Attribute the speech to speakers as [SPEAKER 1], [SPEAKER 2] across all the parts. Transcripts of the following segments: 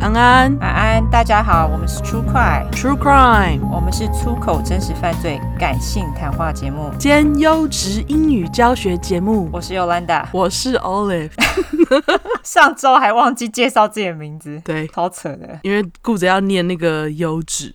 [SPEAKER 1] 晚安
[SPEAKER 2] 晚安，大家好，我们是 True Crime，
[SPEAKER 1] ，True Crime，
[SPEAKER 2] 我们是出口真实犯罪感性谈话节目，
[SPEAKER 1] 兼优质英语教学节目。
[SPEAKER 2] 我是 Yolanda。
[SPEAKER 1] 我是 Olive，
[SPEAKER 2] 上周还忘记介绍自己的名字，
[SPEAKER 1] 对，
[SPEAKER 2] 超扯的。
[SPEAKER 1] 因为顾着要念那个优 质，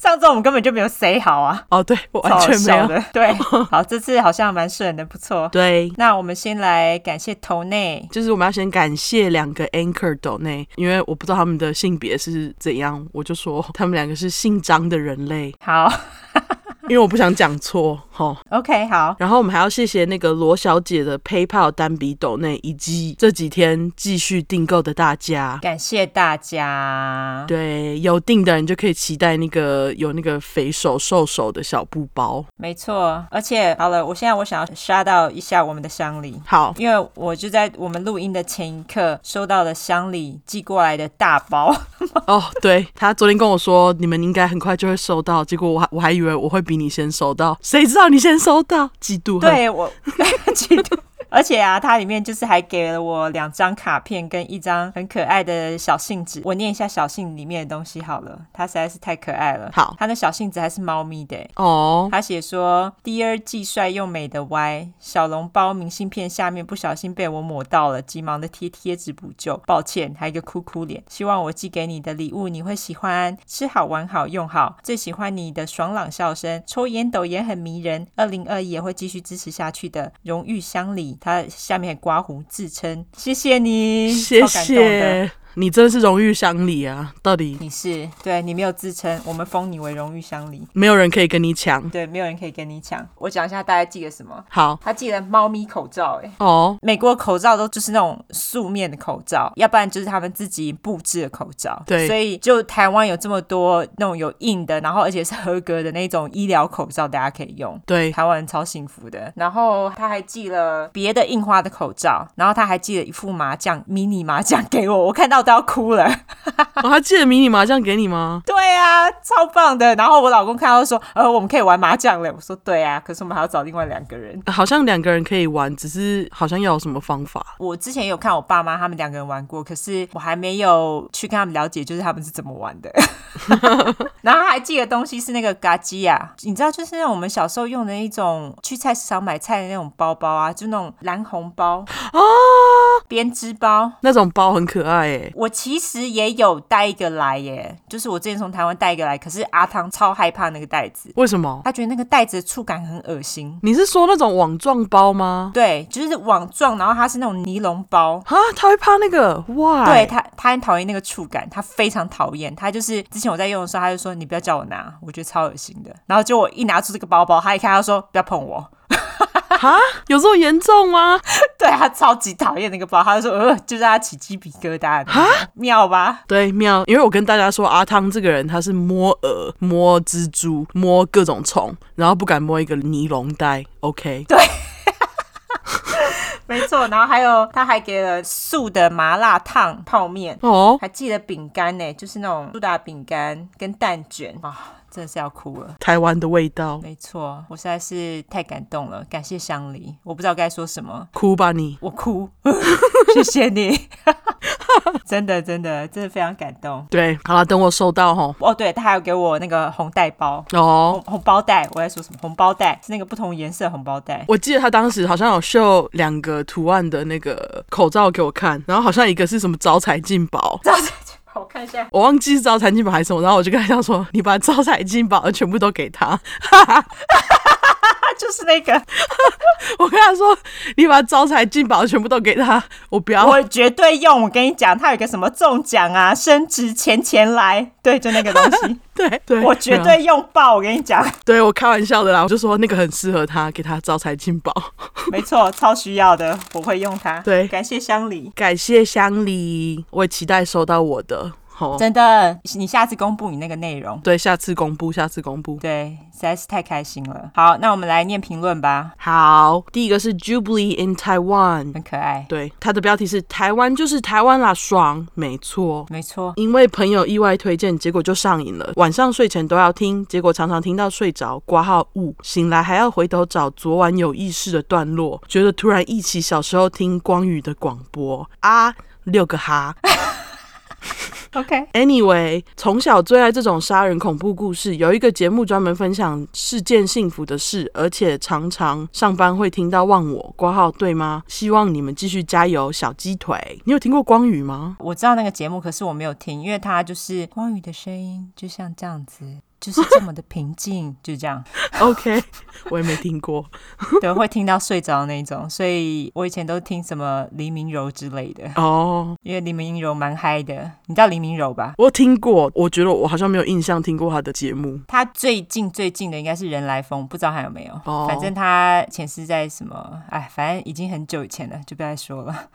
[SPEAKER 2] 上周我们根本就没有 say 好啊，
[SPEAKER 1] 哦，对我完全没
[SPEAKER 2] 超好笑
[SPEAKER 1] 有，
[SPEAKER 2] 的。 对，好，这次好像蛮顺的，不错。
[SPEAKER 1] 对，
[SPEAKER 2] 那我们先来感谢头内，
[SPEAKER 1] 就是我们要先感谢两个 anchor 斗内，因为我不知道他们的性别是怎样，我就说他们两个是姓张的人类，
[SPEAKER 2] 好
[SPEAKER 1] 因为我不想讲错，吼。
[SPEAKER 2] ，OK，好，
[SPEAKER 1] 然后我们还要谢谢那个罗小姐的 PayPal 单笔斗内，以及这几天继续订购的大家。
[SPEAKER 2] 感谢大家。
[SPEAKER 1] 对，有订的人就可以期待那个有那个肥手瘦手的小布包。
[SPEAKER 2] 没错，而且好了，我现在我想要刷到一下我们的乡里。
[SPEAKER 1] 好，
[SPEAKER 2] 因为我就在我们录音的前一刻收到了乡里寄过来的大包，
[SPEAKER 1] 哦，对他昨天跟我说，你们应该很快就会收到，结果我还我还以为我会比你先收到，谁知道你先收到，嫉妒恨。
[SPEAKER 2] 对我嫉妒。而且啊，它里面就是还给了我两张卡片跟一张很可爱的小信纸。我念一下小信里面的东西好了，它实在是太可爱了。
[SPEAKER 1] 好
[SPEAKER 2] 它的小信纸还是猫咪的欸。
[SPEAKER 1] 哦，
[SPEAKER 2] 他写说：“Dear 既帅又美的 Y，小笼包明信片下面不小心被我抹到了，急忙的贴贴纸补救，抱歉，还有一个哭哭脸。希望我寄给你的礼物你会喜欢，吃好玩好用好，最喜欢你的爽朗笑声，抽烟斗也很迷人。二零二一也会继续支持下去的，荣誉乡里。他下面还刮胡自称，谢谢你，
[SPEAKER 1] 谢
[SPEAKER 2] 哎超感动的。”
[SPEAKER 1] 谢你，真的是荣誉乡里啊！到底
[SPEAKER 2] 你是对你没有自称，我们封你为荣誉乡里，
[SPEAKER 1] 没有人可以跟你抢。
[SPEAKER 2] 对，没有人可以跟你抢。我讲一下大家寄了什么。
[SPEAKER 1] 好
[SPEAKER 2] 他寄了猫咪口罩、欸，
[SPEAKER 1] 哦，
[SPEAKER 2] 美国口罩都就是那种素面的口罩，要不然就是他们自己布制的口罩。
[SPEAKER 1] 对
[SPEAKER 2] 所以就台湾有这么多那种有印的，然后而且是合格的那种医疗口罩，大家可以用。
[SPEAKER 1] 对，
[SPEAKER 2] 台湾人超幸福的，然后他还寄了别的印花的口罩，然后他还寄了一副麻将迷你麻将给我，我看到都要哭了。
[SPEAKER 1] 我、还哦记得迷你麻将给你吗？
[SPEAKER 2] 对啊，超棒的。然后我老公看到说，呃，我们可以玩麻将了。我说对啊，可是我们还要找另外两个人。
[SPEAKER 1] 呃好像两个人可以玩，只是好像要有什么方法。
[SPEAKER 2] 我之前有看我爸妈他们两个人玩过，可是我还没有去跟他们了解，就是他们是怎么玩的。然后还寄的东西是那个嘎吉呀，你知道，就是那种我们小时候用的一种去菜市场买菜的那种包包啊，就那种蓝红包啊，编织包。
[SPEAKER 1] 那种包很可爱欸诶、
[SPEAKER 2] 我其实也有带一个来耶，就是我之前从台湾带一个来，可是阿汤超害怕那个袋子，
[SPEAKER 1] 为什么？
[SPEAKER 2] 他觉得那个袋子的触感很恶心。
[SPEAKER 1] 你是说那种网状包吗？
[SPEAKER 2] 对，就是网状，然后它是那种尼龙包，
[SPEAKER 1] 啊，他会怕那个哇？
[SPEAKER 2] 对，他，他很讨厌那个触感，他非常讨厌。他就是之前我在用的时候，他就说：“你不要叫我拿，我觉得超恶心的。”然后就我一拿出这个包包，他一看，他说：“不要碰我。
[SPEAKER 1] 哈，有这么严重吗？”
[SPEAKER 2] 对他超级讨厌那个包，他就说：“呃，就让他起鸡皮疙瘩。”妙吧？
[SPEAKER 1] 对，妙，因为我跟大家说，阿汤这个人他是摸蛾、摸蜘蛛、摸各种虫，然后不敢摸一个尼龙袋。OK，
[SPEAKER 2] 没错。然后还有，他还给了素的麻辣烫泡面，
[SPEAKER 1] 哦，
[SPEAKER 2] 还寄了饼干呢，就是那种苏打饼干跟蛋卷啊、真的是要哭了。
[SPEAKER 1] 台湾的味道，
[SPEAKER 2] 没错，我实在是太感动了，感谢乡里，我不知道该说什么。
[SPEAKER 1] 哭吧你。
[SPEAKER 2] 我哭， 谢谢你， 真的真的真的非常感动。
[SPEAKER 1] 对，好了，等我收到吼。
[SPEAKER 2] 哦，对，他还有给我那个红袋包，
[SPEAKER 1] 哦
[SPEAKER 2] 红，红包袋，我在说什么？红包袋是那个不同颜色的红包袋。
[SPEAKER 1] 我记得他当时好像有秀两个图案的那个口罩给我看，然后好像一个是什么招财进宝，
[SPEAKER 2] 这样子 我看一下，
[SPEAKER 1] 我忘记是招财进宝还是什么，然后我就跟他讲说，你把招财进宝全部都给他。
[SPEAKER 2] 啊，就是那个，
[SPEAKER 1] 我跟他说，你把招财进宝全部都给他，我不要。
[SPEAKER 2] 我绝对用。我跟你讲，它有一个什么中奖啊，升值钱钱来，对，就那个东西，
[SPEAKER 1] 对对，
[SPEAKER 2] 我绝
[SPEAKER 1] 没有
[SPEAKER 2] 对用爆。我跟你讲，
[SPEAKER 1] 对我开玩笑的啦，我就说那个很适合他，给他招财进宝。
[SPEAKER 2] 没错，超需要的，我会用它。
[SPEAKER 1] 对
[SPEAKER 2] 感谢乡里。
[SPEAKER 1] 感谢乡里，我也期待收到我的。好、
[SPEAKER 2] 真的，你下次公布你那个内容，
[SPEAKER 1] 对，下次公布，下次公布。
[SPEAKER 2] 对，实在是太开心了。好，那我们来念评论吧，
[SPEAKER 1] 好，第一个是 Jubilee in Taiwan，
[SPEAKER 2] 很可爱。
[SPEAKER 1] 对，它的标题是台湾就是台湾啦，爽，没错。
[SPEAKER 2] 没错，
[SPEAKER 1] 因为朋友意外推荐，结果就上瘾了。晚上睡前都要听，结果常常听到睡着，挂号误，醒来还要回头找昨晚有意识的段落，觉得突然忆起小时候听光宇的广播啊，六个哈。
[SPEAKER 2] OK，
[SPEAKER 1] Anyway，从小最爱这种杀人恐怖故事，有一个节目专门分享事件幸福的事，而且常常上班会听到忘我挂号，对吗？希望你们继续加油，小鸡腿。你有听过光宇吗？
[SPEAKER 2] 我知道那个节目，可是我没有听，因为它就是光宇的声音，就像这样子。就是这么的平静，就这样，
[SPEAKER 1] OK，我也没听过。
[SPEAKER 2] 对，会听到睡着那种，所以我以前都听什么黎明柔之类的，
[SPEAKER 1] 哦、
[SPEAKER 2] 因为黎明柔蛮嗨的，你知道黎明柔吧？
[SPEAKER 1] 我听过，我觉得我好像没有印象听过他的节目。
[SPEAKER 2] 他最近最近的应该是人来疯，不知道还有没有。
[SPEAKER 1] 哦
[SPEAKER 2] 反正他前世在什么，哎，反正已经很久以前了，就不再说了。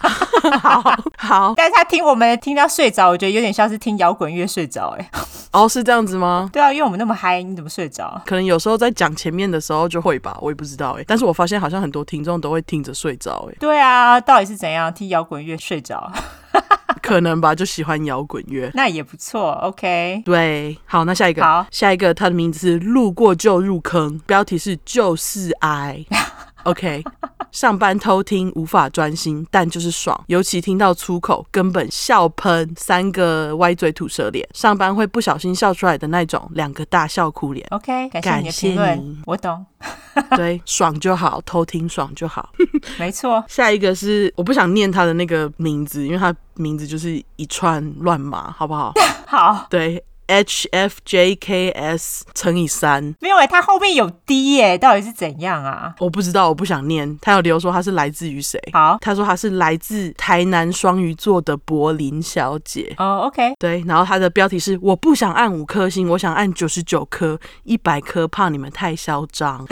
[SPEAKER 1] 好好，
[SPEAKER 2] 但是他听我们听到睡着，我觉得有点像是听摇滚乐睡着，哎，
[SPEAKER 1] 哦，是这样子吗？
[SPEAKER 2] 对啊，因为我们那么嗨，你怎么睡着？
[SPEAKER 1] 可能有时候在讲前面的时候就会吧，我也不知道哎、但是我发现好像很多听众都会听着睡着哎、
[SPEAKER 2] 对啊，到底是怎样听摇滚乐睡着？
[SPEAKER 1] 可能吧，就喜欢摇滚乐。
[SPEAKER 2] 那也不错，OK。
[SPEAKER 1] 对，好，那下一个，
[SPEAKER 2] 好。
[SPEAKER 1] 下一个，他的名字是路过就入坑，标题是就是爱。OK，上班偷听无法专心，但就是爽，尤其听到粗口，根本笑喷三个歪嘴吐舌脸，上班会不小心笑出来的那种，两个大笑哭脸
[SPEAKER 2] OK，感谢你
[SPEAKER 1] 感
[SPEAKER 2] 的
[SPEAKER 1] 谢
[SPEAKER 2] 评论
[SPEAKER 1] 你，
[SPEAKER 2] 我懂，
[SPEAKER 1] 对，爽就好，偷听爽就好。
[SPEAKER 2] 没错。
[SPEAKER 1] 下一个是我不想念他的那个名字，因为他名字就是一串乱码，好不好？
[SPEAKER 2] 好，
[SPEAKER 1] 对，H F J K S 乘以三。
[SPEAKER 2] 没有哎、他后面有 D 耶、到底是怎样啊？
[SPEAKER 1] 我不知道，我不想念。他有留说他是来自于谁？
[SPEAKER 2] 好，
[SPEAKER 1] 他说他是来自台南双鱼座的柏林小姐。
[SPEAKER 2] 哦，OK、o k
[SPEAKER 1] 对，然后他的标题是“我不想按五颗星，我想按九十九颗，一百颗，怕你们太嚣张。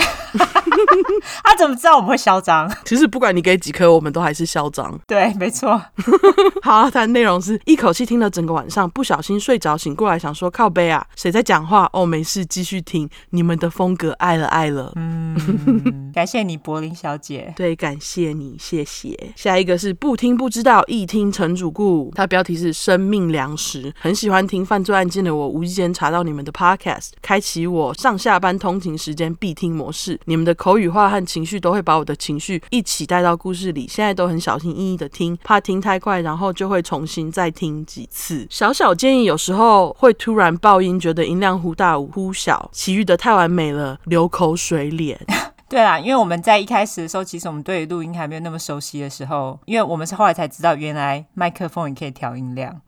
[SPEAKER 2] 他怎么知道我们会嚣张？”
[SPEAKER 1] 其实不管你给几颗，我们都还是嚣张。
[SPEAKER 2] 对，没错。
[SPEAKER 1] 好，它的内容是一口气听了整个晚上，不小心睡着，醒过来想说靠背啊，谁在讲话？哦，没事，继续听你们的风格，爱了爱了。
[SPEAKER 2] 嗯，感谢你，柏林小姐。
[SPEAKER 1] 对，感谢你，谢谢。下一个是不听不知道，一听成主顾。它标题是“生命粮食”，很喜欢听犯罪案件的我，无意间查到你们的 podcast，开启我上下班通勤时间必听模式。你们的口语化和情绪都会把我的情绪一起带到故事里，现在都很小心翼翼的听，怕听太快，然后就会重新再听几次。小小建议，有时候会突然爆音，觉得音量忽大忽小，其余的太完美了，流口水脸。
[SPEAKER 2] 对啊啦，因为我们在一开始的时候，其实我们对于录音还没有那么熟悉的时候，因为我们是后来才知道，原来麦克风也可以调音量。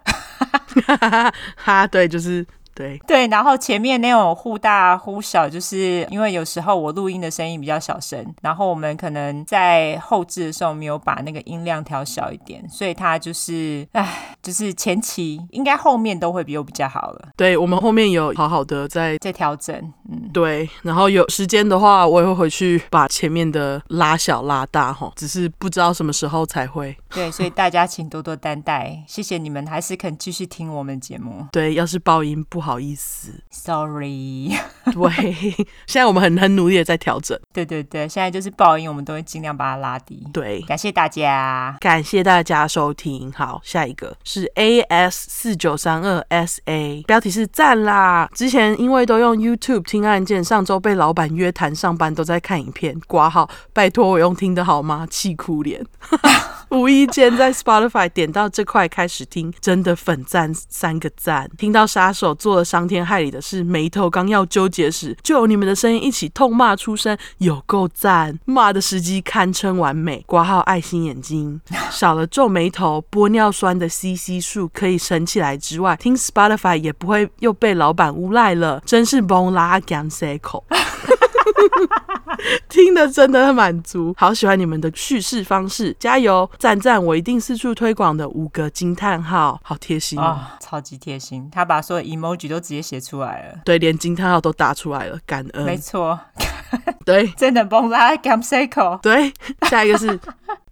[SPEAKER 1] 哈，对，就是对。
[SPEAKER 2] 对，然后前面那种忽大忽小，就是因为有时候我录音的声音比较小声，然后我们可能在后置的时候没有把那个音量调小一点，所以它就是，唉，就是前期应该后面都会比我比较好了，
[SPEAKER 1] 对我们后面有好好的在
[SPEAKER 2] 再调整。嗯，
[SPEAKER 1] 对，然后有时间的话，我也会回去把前面的拉小拉大哈，只是不知道什么时候才会。
[SPEAKER 2] 对，所以大家请多多担待，谢谢你们还是肯继续听我们节目
[SPEAKER 1] 对，要是爆音不好意思。
[SPEAKER 2] ，sorry。
[SPEAKER 1] 对， 现在我们很很努力的在调整。
[SPEAKER 2] 对对对，现在就是爆音，我们都会尽量把它拉低。
[SPEAKER 1] 对，
[SPEAKER 2] 感谢大家。
[SPEAKER 1] 感谢大家收听。好，下一个是 A S 四九三二 S A，标题是赞啦。之前因为都用 YouTube 听案件，上周被老板约谈上班，都在看影片，挂号，拜托我用听的好吗？气哭脸。无意间在 Spotify 点到这块开始听，真的粉赞三个赞。听到杀手做了伤天害理的事，眉头刚要纠结时，就有你们的声音一起痛骂出声，有够赞！骂的时机堪称完美，挂号爱心眼睛，少了皱眉头、玻尿酸的 CC 数可以升起来之外，听 Spotify 也不会又被老板诬赖了，真是蒙拉甘塞口。听得真的很满足，好喜欢你们的叙事方式，加油！赞赞，我一定四处推广的五个惊叹号，好贴心哦。
[SPEAKER 2] 哦，超级贴心，他把所有 emoji 都直接写出来了。
[SPEAKER 1] 对，连惊叹号都打出来了，感
[SPEAKER 2] 没
[SPEAKER 1] 恩。
[SPEAKER 2] 错，
[SPEAKER 1] 对
[SPEAKER 2] 真的崩啦 g a m s e c o
[SPEAKER 1] 对，下一 个是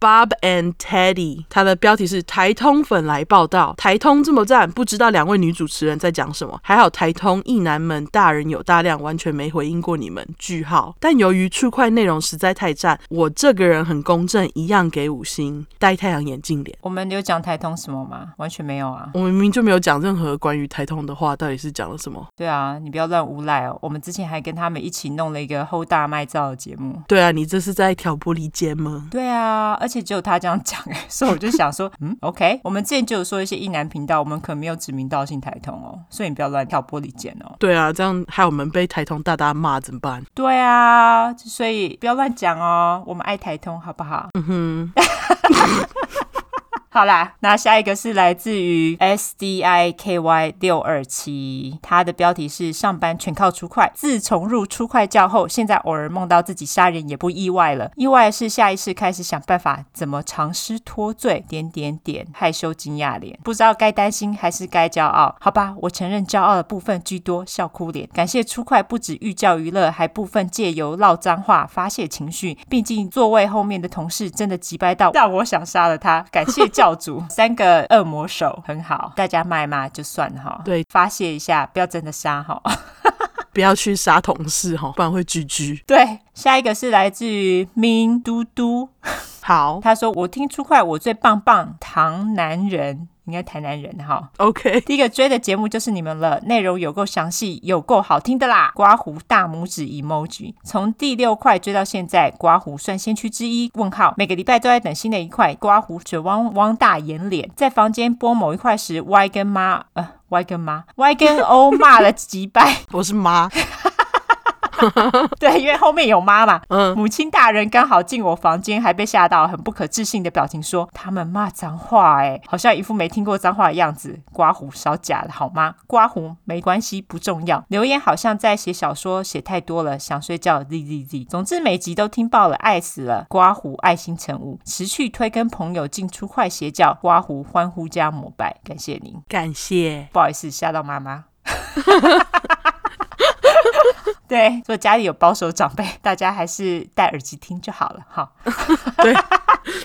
[SPEAKER 1] Bob and Teddy，它的标题是台通粉来报道。台通这么赞，不知道两位女主持人在讲什么。还好台通一男们大人有大量，完全没回应过你们。句号。但由于触块内容实在太赞，我这个人很公正，一样给五星。戴太阳眼镜脸。
[SPEAKER 2] 我们有讲台通什么吗？完全没有啊。
[SPEAKER 1] 我明明就没有讲任何关于台通的话，到底是讲了什么？
[SPEAKER 2] 对啊，你不要乱诬赖哦。我们之前还跟他们一起弄了一个后大麦照的节目。
[SPEAKER 1] 对啊，你这是在挑拨离间吗？
[SPEAKER 2] 对啊，而且只有他这样讲， 所以我就想 说，嗯，OK，我们之前就有说一些一男频道，我们可没有指名道姓台通哦，所以你不要乱跳玻璃剪哦。
[SPEAKER 1] 对啊，这样害我们被台通大大骂怎么办？
[SPEAKER 2] 对啊，所以不要乱讲哦，我们爱台通好不好？嗯 哼。好啦，那下一个是来自于 S D I K Y 六二七，它的标题是“上班全靠出快”。自从入出快教后，现在偶尔梦到自己杀人也不意外了。意外的是，下意识开始想办法怎么尝试脱罪，点点点，害羞惊讶脸，不知道该担心还是该骄傲。好吧，我承认骄傲的部分居多，笑哭脸。感谢出快不止寓教于乐，还部分借由唠脏话发泄情绪。毕竟座位后面的同事真的急掰到让我想杀了他。感谢教主，三个恶魔手很好，大家骂一骂就算了哈。
[SPEAKER 1] 对，
[SPEAKER 2] 发泄一下，不要真的杀哈。
[SPEAKER 1] 不要去杀同事哈，不然会居居。
[SPEAKER 2] 对，下一个是来自于明嘟嘟，
[SPEAKER 1] 好
[SPEAKER 2] 他说我听出快我最棒棒，唐南人。应该台南人哈，
[SPEAKER 1] ，OK，
[SPEAKER 2] 第一个追的节目就是你们了，内容有够详细，有够好听的啦！刮胡大拇指 emoji，从第六块追到现在，刮胡算先驱之一。问号，每个礼拜都在等新的一块，刮胡水汪汪大眼脸，在房间播某一块时，Y 跟妈呃。Y 跟妈，Y 跟 O 骂了几百，
[SPEAKER 1] 我是妈，
[SPEAKER 2] 对，因为后面有妈嘛。
[SPEAKER 1] 嗯，
[SPEAKER 2] 母亲大人刚好进我房间，还被吓到，很不可置信的表情说：“他们骂脏话、欸，好像一副没听过脏话的样子。”刮胡少假了好吗？刮胡没关系，不重要。留言好像在写小说，写太多了，想睡觉。z z z。总之每集都听爆了，爱死了。刮胡爱心成舞，持续推跟朋友进出快邪教。刮胡欢呼加膜拜，感谢您。
[SPEAKER 1] 感谢。
[SPEAKER 2] 不好意思，吓到妈妈。 对，如果家里有保守长辈，大家还是戴耳机听就好了。好，
[SPEAKER 1] 对，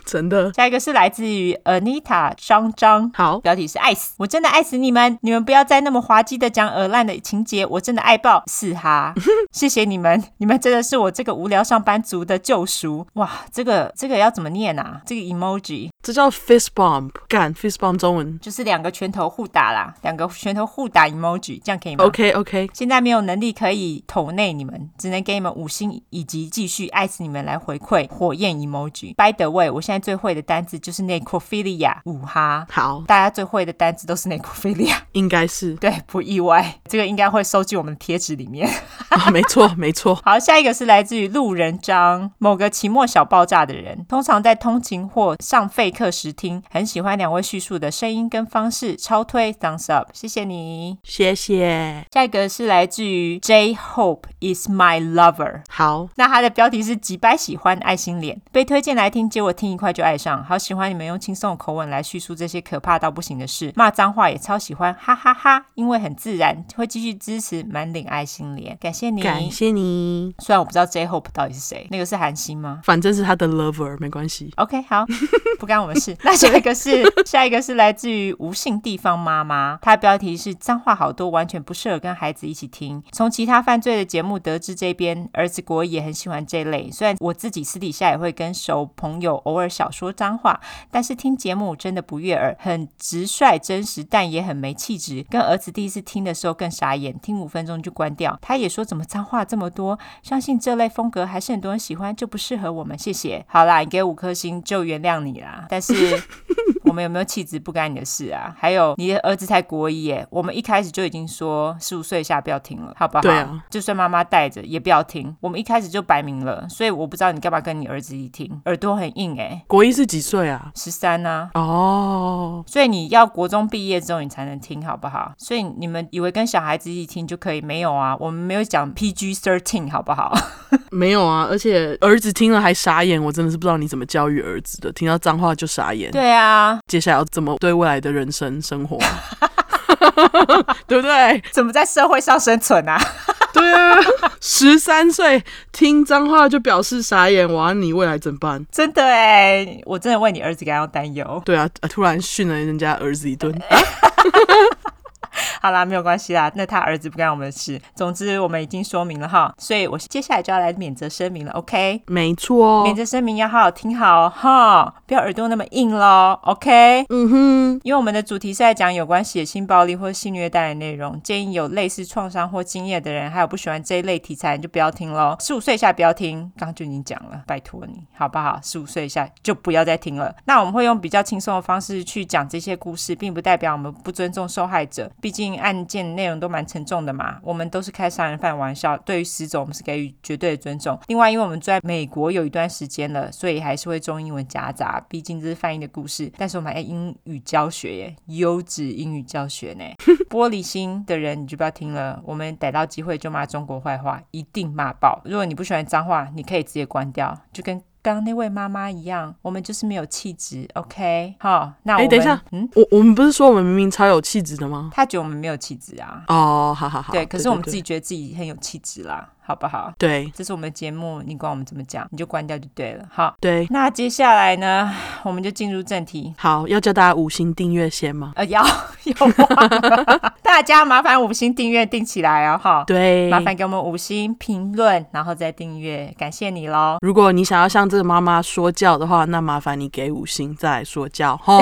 [SPEAKER 1] 真的
[SPEAKER 2] 下一个是来自于 Anita 张张，
[SPEAKER 1] 好，
[SPEAKER 2] 标题是爱死，我真的爱死你们！你们不要再那么滑稽的讲耳烂的情节，我真的爱爆，是哈， 谢谢你们，你们真的是我这个无聊上班族的救赎！哇，这个这个要怎么念啊？这个 emoji
[SPEAKER 1] 这叫 fist bump，干 fist bump 中文
[SPEAKER 2] 就是两个拳头互打啦，两个拳头互打 emoji，这样可以吗
[SPEAKER 1] ，OK OK，
[SPEAKER 2] 现在没有能力可以投内你们，只能给你们五星以及继续爱死你们来回馈火焰 emoji。By the way，我现在最会的单字就是 necrophilia，五哈，
[SPEAKER 1] 好，
[SPEAKER 2] 大家最会的单字都是 necrophilia，
[SPEAKER 1] 应该是
[SPEAKER 2] 对，不意外，这个应该会收进我们的贴纸里面。
[SPEAKER 1] 啊， 没错没错，
[SPEAKER 2] 好，下一个是来自于路人张，某个期末小爆炸的人，通常在通勤或上废课时听，很喜欢两位叙述的声音跟方式，超推 thumbs up，谢谢你。
[SPEAKER 1] 谢谢，
[SPEAKER 2] 下一个是来自于 J Hope is my lover。
[SPEAKER 1] 好，
[SPEAKER 2] 那它的标题是“几百喜欢爱心脸”，被推荐来听，结果听一块就爱上，好喜欢你们用轻松的口吻来叙述这些可怕到不行的事，骂脏话也超喜欢，哈哈哈因为很自然，会继续支持满脸爱心脸，感谢你。
[SPEAKER 1] 感谢你，
[SPEAKER 2] 虽然我不知道 J Hope 到底是谁，那个是韩星吗？
[SPEAKER 1] 反正是他的 lover，没关系，
[SPEAKER 2] OK，好， 不干我们事。那下一个是下一个是来自于无姓地方妈妈，她的标题是脏话好多，完全不适合跟孩子一起听。从其他犯罪的节目得知，这边儿子国也很喜欢这类。虽然我自己私底下也会跟熟朋友偶尔小说脏话，但是听节目真的不悦耳，很直率真实，但也很没气质。跟儿子第一次听的时候更傻眼，听五分钟就关掉。他也说怎么脏话这么多，相信这类风格还是很多人喜欢，就不适合我们。谢谢。好啦，你给五颗星就原谅你啦，但是我们有没有气质不干你的事啊？还有你的儿子才国一耶，我们一开始就已经说十五岁以下不要听了，好不好？
[SPEAKER 1] 对啊，
[SPEAKER 2] 就算妈妈带着也不要听，我们一开始就摆明了，所以我不知道你干嘛跟你儿子一起听，耳朵很硬哎，
[SPEAKER 1] 国一是几岁啊？
[SPEAKER 2] 十三呢。
[SPEAKER 1] 哦，
[SPEAKER 2] 所以你要国中毕业之后你才能听，好不好？所以你们以为跟小孩子一起听就可以？没有啊，我们没有讲 PG thirteen，好 不好？
[SPEAKER 1] 没有啊，而且儿子听了还傻眼，我真的是不知道你怎么教育儿子的，听到脏话就傻眼，
[SPEAKER 2] 对啊，
[SPEAKER 1] 接下来要怎么对未来的人生生 活，对不对？
[SPEAKER 2] 怎么在社会上生存啊？
[SPEAKER 1] 对啊，十三岁听脏话就表示傻眼，哇，你未来怎么办？
[SPEAKER 2] 真的哎，我真的为你儿子感到担忧。哎
[SPEAKER 1] 对啊，呃突然训了人家儿子一顿，啊
[SPEAKER 2] 好啦，没有关系啦，那他儿子不干我们的事。总之我们已经说明了哈，所以我接下来就要来免责声明了，OK？
[SPEAKER 1] 没错哦
[SPEAKER 2] 免，责声明要好好听好哦哈，不要耳朵那么硬喽，OK？
[SPEAKER 1] 嗯哼，
[SPEAKER 2] 因为我们的主题是在讲有关血腥暴力或性虐待的内容，建议有类似创伤或经验的人，还有不喜欢这一类题材你就不要听喽。十五岁以下不要听，刚刚就已经讲了，拜托你好不好？十五岁以下就不要再听了。那我们会用比较轻松的方式去讲这些故事，并不代表我们不尊重受害者，毕竟案件内容都蛮沉重的嘛。我们都是开杀人犯玩笑，对于死者我们是给予绝对的尊重。另外，因为我们住在美国有一段时间了，所以还是会中英文夹杂，毕竟这是翻译的故事。但是我们还英语教学耶，优质英语教学呢。 玻璃心的人你就不要听了，我们逮到机会就骂中国坏话，一定骂爆。如果你不喜欢脏话，你可以直接关掉，就跟。刚刚那位妈妈一样，我们就是没有气质，OK？好，那我
[SPEAKER 1] 哎
[SPEAKER 2] 们、
[SPEAKER 1] 等一下
[SPEAKER 2] 嗯，
[SPEAKER 1] 我我们不是说我们明明超有气质的吗？
[SPEAKER 2] 他觉得我们没有气质啊，
[SPEAKER 1] 哦，好好好，
[SPEAKER 2] 对，可是我们自
[SPEAKER 1] 己
[SPEAKER 2] 己觉得自己很有气质啦，好不好？
[SPEAKER 1] 对
[SPEAKER 2] 这是我们的节目，你管我们怎么讲，你就关掉就对了。好，
[SPEAKER 1] 对
[SPEAKER 2] 那接下来呢，我们就进入正题。
[SPEAKER 1] 好，要叫大家五星订阅先吗？
[SPEAKER 2] 呃，要 有忘了 大家麻烦五星订阅订起来哦，哈，
[SPEAKER 1] 对，
[SPEAKER 2] 麻烦给我们五星评论，然后再订阅，感谢你喽。
[SPEAKER 1] 如果你想要向这个妈妈说教的话，那麻烦你给五星再来说教 哈。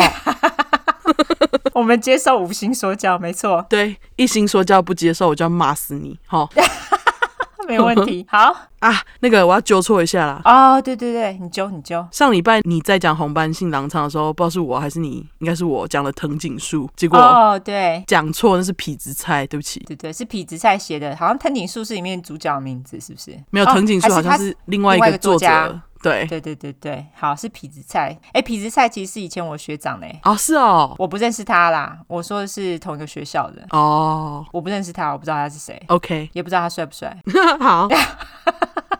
[SPEAKER 2] 我们接受五星说教，没错。
[SPEAKER 1] 对，一星说教不接受，我就要骂死你 哈
[SPEAKER 2] 没问题。好
[SPEAKER 1] 啊！那个我要纠错一下啦。
[SPEAKER 2] 哦，对对对，你揪你揪。
[SPEAKER 1] 上礼拜你在讲红斑性狼疮的时候，不知道是我还是你，应该是我讲了藤井树，结果
[SPEAKER 2] 哦，对
[SPEAKER 1] 讲错，那是痞子菜，对不起，
[SPEAKER 2] 对对，是痞子蔡写的，好像藤井树是里面主角的名字，是不是？
[SPEAKER 1] 没有
[SPEAKER 2] 哦
[SPEAKER 1] 藤井树
[SPEAKER 2] 还
[SPEAKER 1] 好像
[SPEAKER 2] 他
[SPEAKER 1] 是另外一
[SPEAKER 2] 另外一
[SPEAKER 1] 个
[SPEAKER 2] 个
[SPEAKER 1] 作
[SPEAKER 2] 作家
[SPEAKER 1] 者，对，
[SPEAKER 2] 对对对对，好是痞子蔡。哎，痞子蔡其实是以前我学长嘞，
[SPEAKER 1] 哦是哦，
[SPEAKER 2] 我不认识他啦，我说的是同一个学校的，
[SPEAKER 1] 哦
[SPEAKER 2] 我不认识他，我不知道他是谁，
[SPEAKER 1] ，OK，
[SPEAKER 2] 也不知道他帅不帅，
[SPEAKER 1] 好，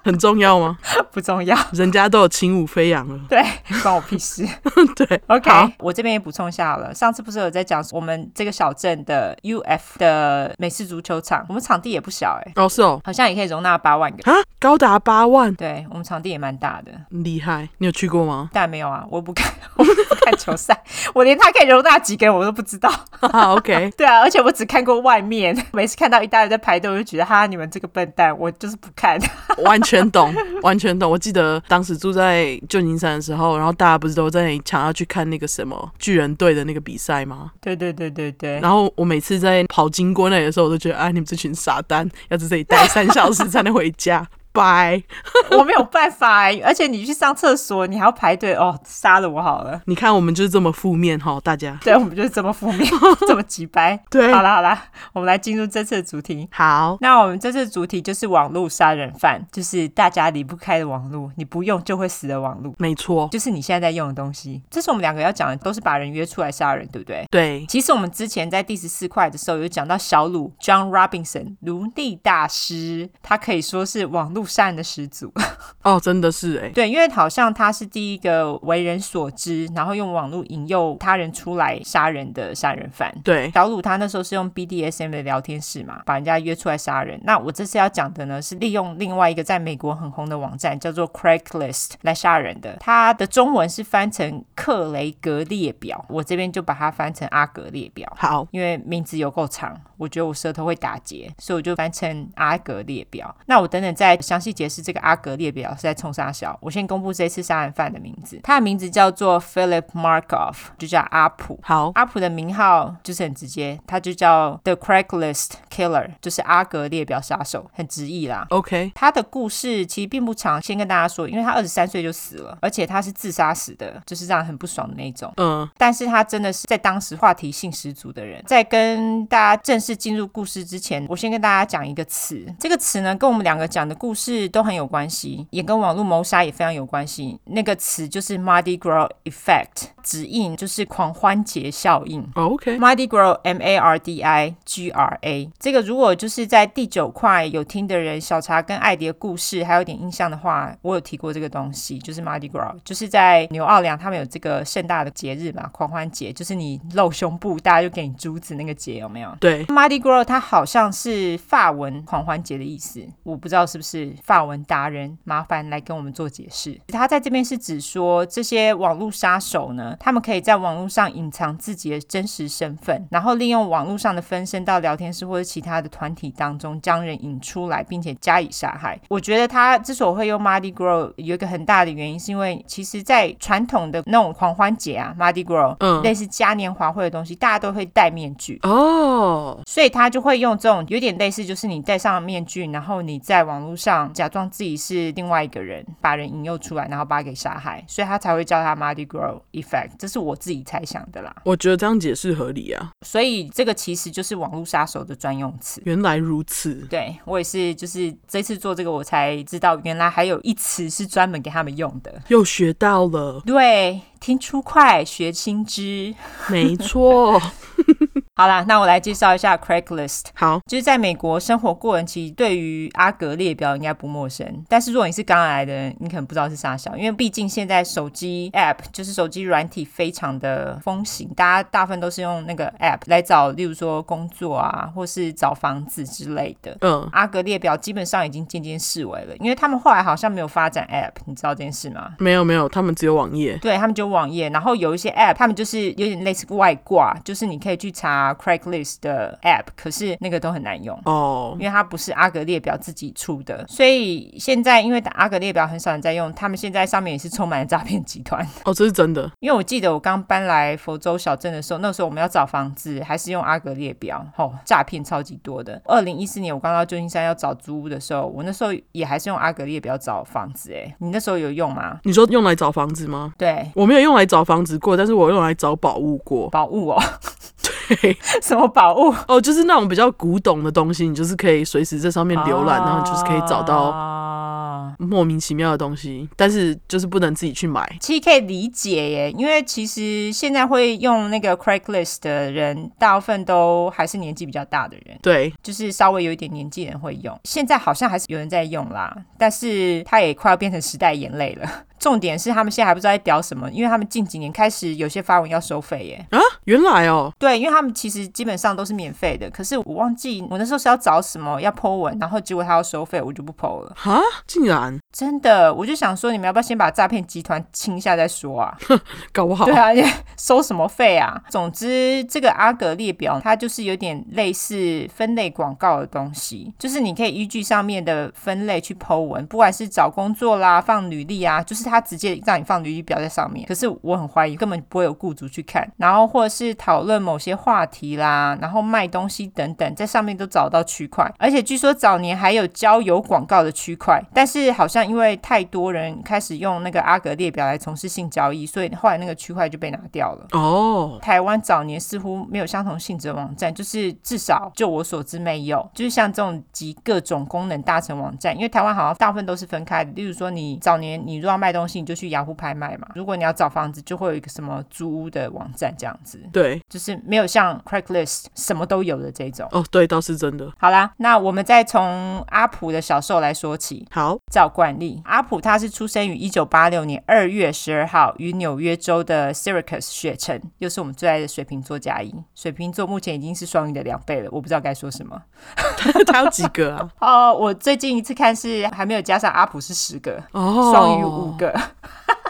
[SPEAKER 1] 很重要吗？
[SPEAKER 2] 不重要。
[SPEAKER 1] 人家都有轻舞飞扬了，
[SPEAKER 2] 对，关我屁事。
[SPEAKER 1] 对，
[SPEAKER 2] OK，
[SPEAKER 1] 好
[SPEAKER 2] 我这边也补充一下好了。上次不是有在讲我们这个小镇的 UF 的美式足球场，我们场地也不小哎、
[SPEAKER 1] 哦是哦，
[SPEAKER 2] 好像也可以容纳八万个。
[SPEAKER 1] 啊，高达八万，
[SPEAKER 2] 对我们场地也蛮大的，
[SPEAKER 1] 厉害，你有去过吗？
[SPEAKER 2] 但没有啊，我不看， 我不看球赛，我连他可以容纳几个人我都不知道。
[SPEAKER 1] 啊 OK，
[SPEAKER 2] 对啊，而且我只看过外面，每次看到一大堆在排队，我就觉得哈，你们这个笨蛋，我就是不看。
[SPEAKER 1] 完全懂，完全懂。我记得当时住在旧金山的时候，然后大家不是都在那里抢要去看那个什么巨人队的那个比赛吗？
[SPEAKER 2] 对对对对对，
[SPEAKER 1] 然后我每次在跑经过那里的时候，我都觉得啊，你们这群傻蛋，要在这里待三小时才能回家， 拜！
[SPEAKER 2] 我没有办法、欸，而且你去上厕所，你还要排队哦，杀了我好了。
[SPEAKER 1] 你看我们就是这么负面哈，大家
[SPEAKER 2] 对，我们就是这么负面，这么急掰。
[SPEAKER 1] 对
[SPEAKER 2] 好啦好啦，我们来进入这次的主题。
[SPEAKER 1] 好，
[SPEAKER 2] 那我们这次的主题就是网络杀人犯，就是大家离不开的网络，你不用就会死的网络。
[SPEAKER 1] 没错，
[SPEAKER 2] 就是你现在在用的东西。这是我们两个要讲的，都是把人约出来杀人，对不对？
[SPEAKER 1] 对，
[SPEAKER 2] 其实我们之前在第十四块的时候有讲到小鲁 John Robinson 奴隶大师，他可以说是网络杀人的始祖。
[SPEAKER 1] 哦，真的是哎、
[SPEAKER 2] 对，因为好像他是第一个为人所知，然后用网络引诱他人出来杀人的杀人犯。
[SPEAKER 1] 对，
[SPEAKER 2] 小鲁他那时候是用 BDSM 的聊天室嘛，把人家约出来杀人。那我这次要讲的呢，是利用另外一个在美国很红的网站叫做 Craigslist 来杀人的。它的中文是翻成克雷格列表，我这边就把它翻成阿格列表。
[SPEAKER 1] 好，
[SPEAKER 2] 因为名字有够长，我觉得我舌头会打结，所以我就翻成阿格列表。那我等等再详细解释这个阿格列表是在冲杀小。我先公布这次杀人犯的名字，他的名字叫做 Philip Markov，就叫阿普。
[SPEAKER 1] 好，
[SPEAKER 2] 阿普的名号就是很直接，他就叫 The Craigslist Killer，就是阿格列表杀手，很直译啦。
[SPEAKER 1] OK，
[SPEAKER 2] 他的故事其实并不长，先跟大家说，因为他二十三岁就死了，而且他是自杀死的，就是让人很不爽的那种。
[SPEAKER 1] 嗯，
[SPEAKER 2] 但是他真的是在当时话题性十足的人。在跟大家正式进入故事之前，我先跟大家讲一个词，这个词呢跟我们两个讲的故事都很有关系，也跟网络谋杀也非常有关系。那个词就是 Mardi Gras Effect，直译就是狂欢节效应。
[SPEAKER 1] 哦 OK，
[SPEAKER 2] Mardi Gras M A R D I G R A，这个如果就是在第九块有听的人，小茶跟艾迪的故事还有点印象的话，我有提过这个东西，就是 Mardi Gras，就是在纽奥良他们有这个盛大的节日嘛，狂欢节，就是你露胸部，大家就给你珠子那个节，有没有？
[SPEAKER 1] 对，
[SPEAKER 2] Mardi Gras 它好像是法文狂欢节的意思，我不知道是不是法文达人，麻烦来跟我们做解释。他在这边是指说，这些网络杀手呢，他们可以在网络上隐藏自己的真实身份，然后利用网络上的分身到聊天室或者其他的团体当中将人引出来，并且加以杀害。我觉得他之所以会用 Mardi Gras 有一个很大的原因，是因为其实，在传统的那种狂欢节啊，Mardi Gras，
[SPEAKER 1] 嗯
[SPEAKER 2] 类似嘉年华会的东西，大家都会戴面具。
[SPEAKER 1] 哦，
[SPEAKER 2] 所以他就会用这种有点类似，就是你戴上面具，然后你在网络上假装自己是另外一个人，把人引诱出来，然后把他给杀害，所以他才会叫他 Mardi Gras effect，这是我自己猜想的啦。
[SPEAKER 1] 我觉得这样解释合理啊。
[SPEAKER 2] 所以这个其实就是网络杀手的专用词。
[SPEAKER 1] 原来如此，
[SPEAKER 2] 对我也是，就是这次做这个我才知道，原来还有一词是专门给他们用的。
[SPEAKER 1] 又学到了，
[SPEAKER 2] 对，听出快，学新知。
[SPEAKER 1] 没 错。
[SPEAKER 2] 好啦，那我来介绍一下 Craigslist。
[SPEAKER 1] 好，
[SPEAKER 2] 就是在美国生活过的人，其实对于阿格列表应该不陌生。但是如果你是刚来的人，你可能不知道是啥小，因为毕竟现在手机 App 就是手机软体非常的风行，大家大部分都是用那个 App 来找，例如说工作啊，或是找房子之类的。
[SPEAKER 1] 嗯，
[SPEAKER 2] 阿格列表基本上已经渐渐式微了，因为他们后来好像没有发展 App，你知道这件事吗？
[SPEAKER 1] 没有没有，他们只有网页。
[SPEAKER 2] 对他们就网页，然后有一些 app，他们就是有点类似外挂，就是你可以去查 Craigslist 的 app，可是那个都很难用。
[SPEAKER 1] 哦
[SPEAKER 2] 因，为它不是阿格列表自己出的，所以现在因为打阿格列表很少人在用，他们现在上面也是充满了诈骗集团。
[SPEAKER 1] 哦，这是真的。
[SPEAKER 2] 因为我记得我刚搬来佛州小镇的时候，那时候我们要找房子，还是用阿格列表，吼、诈骗超级多的。二零一四年我刚到旧金山要找租屋的时候，我那时候也还是用阿格列表找房子、欸，你那时候有用吗？
[SPEAKER 1] 你说用来找房子吗？
[SPEAKER 2] 对。
[SPEAKER 1] 我没有用来找房子过，但是我用来找宝物过。
[SPEAKER 2] 宝物哦，
[SPEAKER 1] 对，
[SPEAKER 2] 什么宝物？
[SPEAKER 1] 哦，就是那种比较古董的东西，你就是可以随时在上面浏览，
[SPEAKER 2] 啊
[SPEAKER 1] 然后你就是可以找到
[SPEAKER 2] 到
[SPEAKER 1] 莫名其妙的东西，但是就是不能自己去买。
[SPEAKER 2] 其实可以理解耶，因为其实现在会用那个 Craigslist 的人，大部分都还是年纪比较大的人，
[SPEAKER 1] 对，
[SPEAKER 2] 就是稍微有一点年纪的人会用。现在好像还是有人在用啦，但是它也快要变成时代眼泪了。 重点是他们现在还不知道在屌什么，因为他们近几年开始有些发文要收费耶。
[SPEAKER 1] 原来哦，
[SPEAKER 2] 对，因为他们其实基本上都是免费的，可是我忘记我那时候是要找什么要 po 文，然后结果他要收费，我就不 po 了。
[SPEAKER 1] 哈，竟然
[SPEAKER 2] 真的，我就想说，你们要不要先把诈骗集团清一下再说啊？
[SPEAKER 1] 搞不好
[SPEAKER 2] 对啊，也收什么费啊？总之，这个阿格列表它就是有点类似分类广告的东西，就是你可以依据上面的分类去 Po 文，不管是找工作啦、放履历啊，就是它直接让你放履历表在上面。可是我很怀疑，根本不会有雇主去看，然后或者是讨论某些话题啦，然后卖东西等等，在上面都找到区块，而且据说早年还有交友广告的区块，但是好像因为太多人开始用那个阿格列表来从事性交易，所以后来那个区块就被拿掉了。
[SPEAKER 1] 哦，
[SPEAKER 2] 台湾早年似乎没有相同性质的网站，就是至少就我所知没有，就是像这种集各种功能搭成网站，因为台湾好像大部分都是分开的。例如说，你早年你如果要卖东西，你就去雅虎拍卖嘛；如果你要找房子，就会有一个什么租屋的网站这样子，
[SPEAKER 1] 对，
[SPEAKER 2] 就是没有像 Craigslist 什么都有的这种。
[SPEAKER 1] 哦，对，倒是真的。
[SPEAKER 2] 好啦，那我们再从阿普的小受来说起。
[SPEAKER 1] 好，
[SPEAKER 2] 照惯例，阿普他是出生于一九八六年二月十二号于纽约州的 Syracuse 雪城，又是我们最爱的水瓶座加一。水瓶座目前已经是双鱼的两倍了，我不知道该说什么。
[SPEAKER 1] 他有几个啊？
[SPEAKER 2] 哦，我最近一次看是还没有加上阿普是十个，
[SPEAKER 1] 哦，
[SPEAKER 2] 双鱼五个，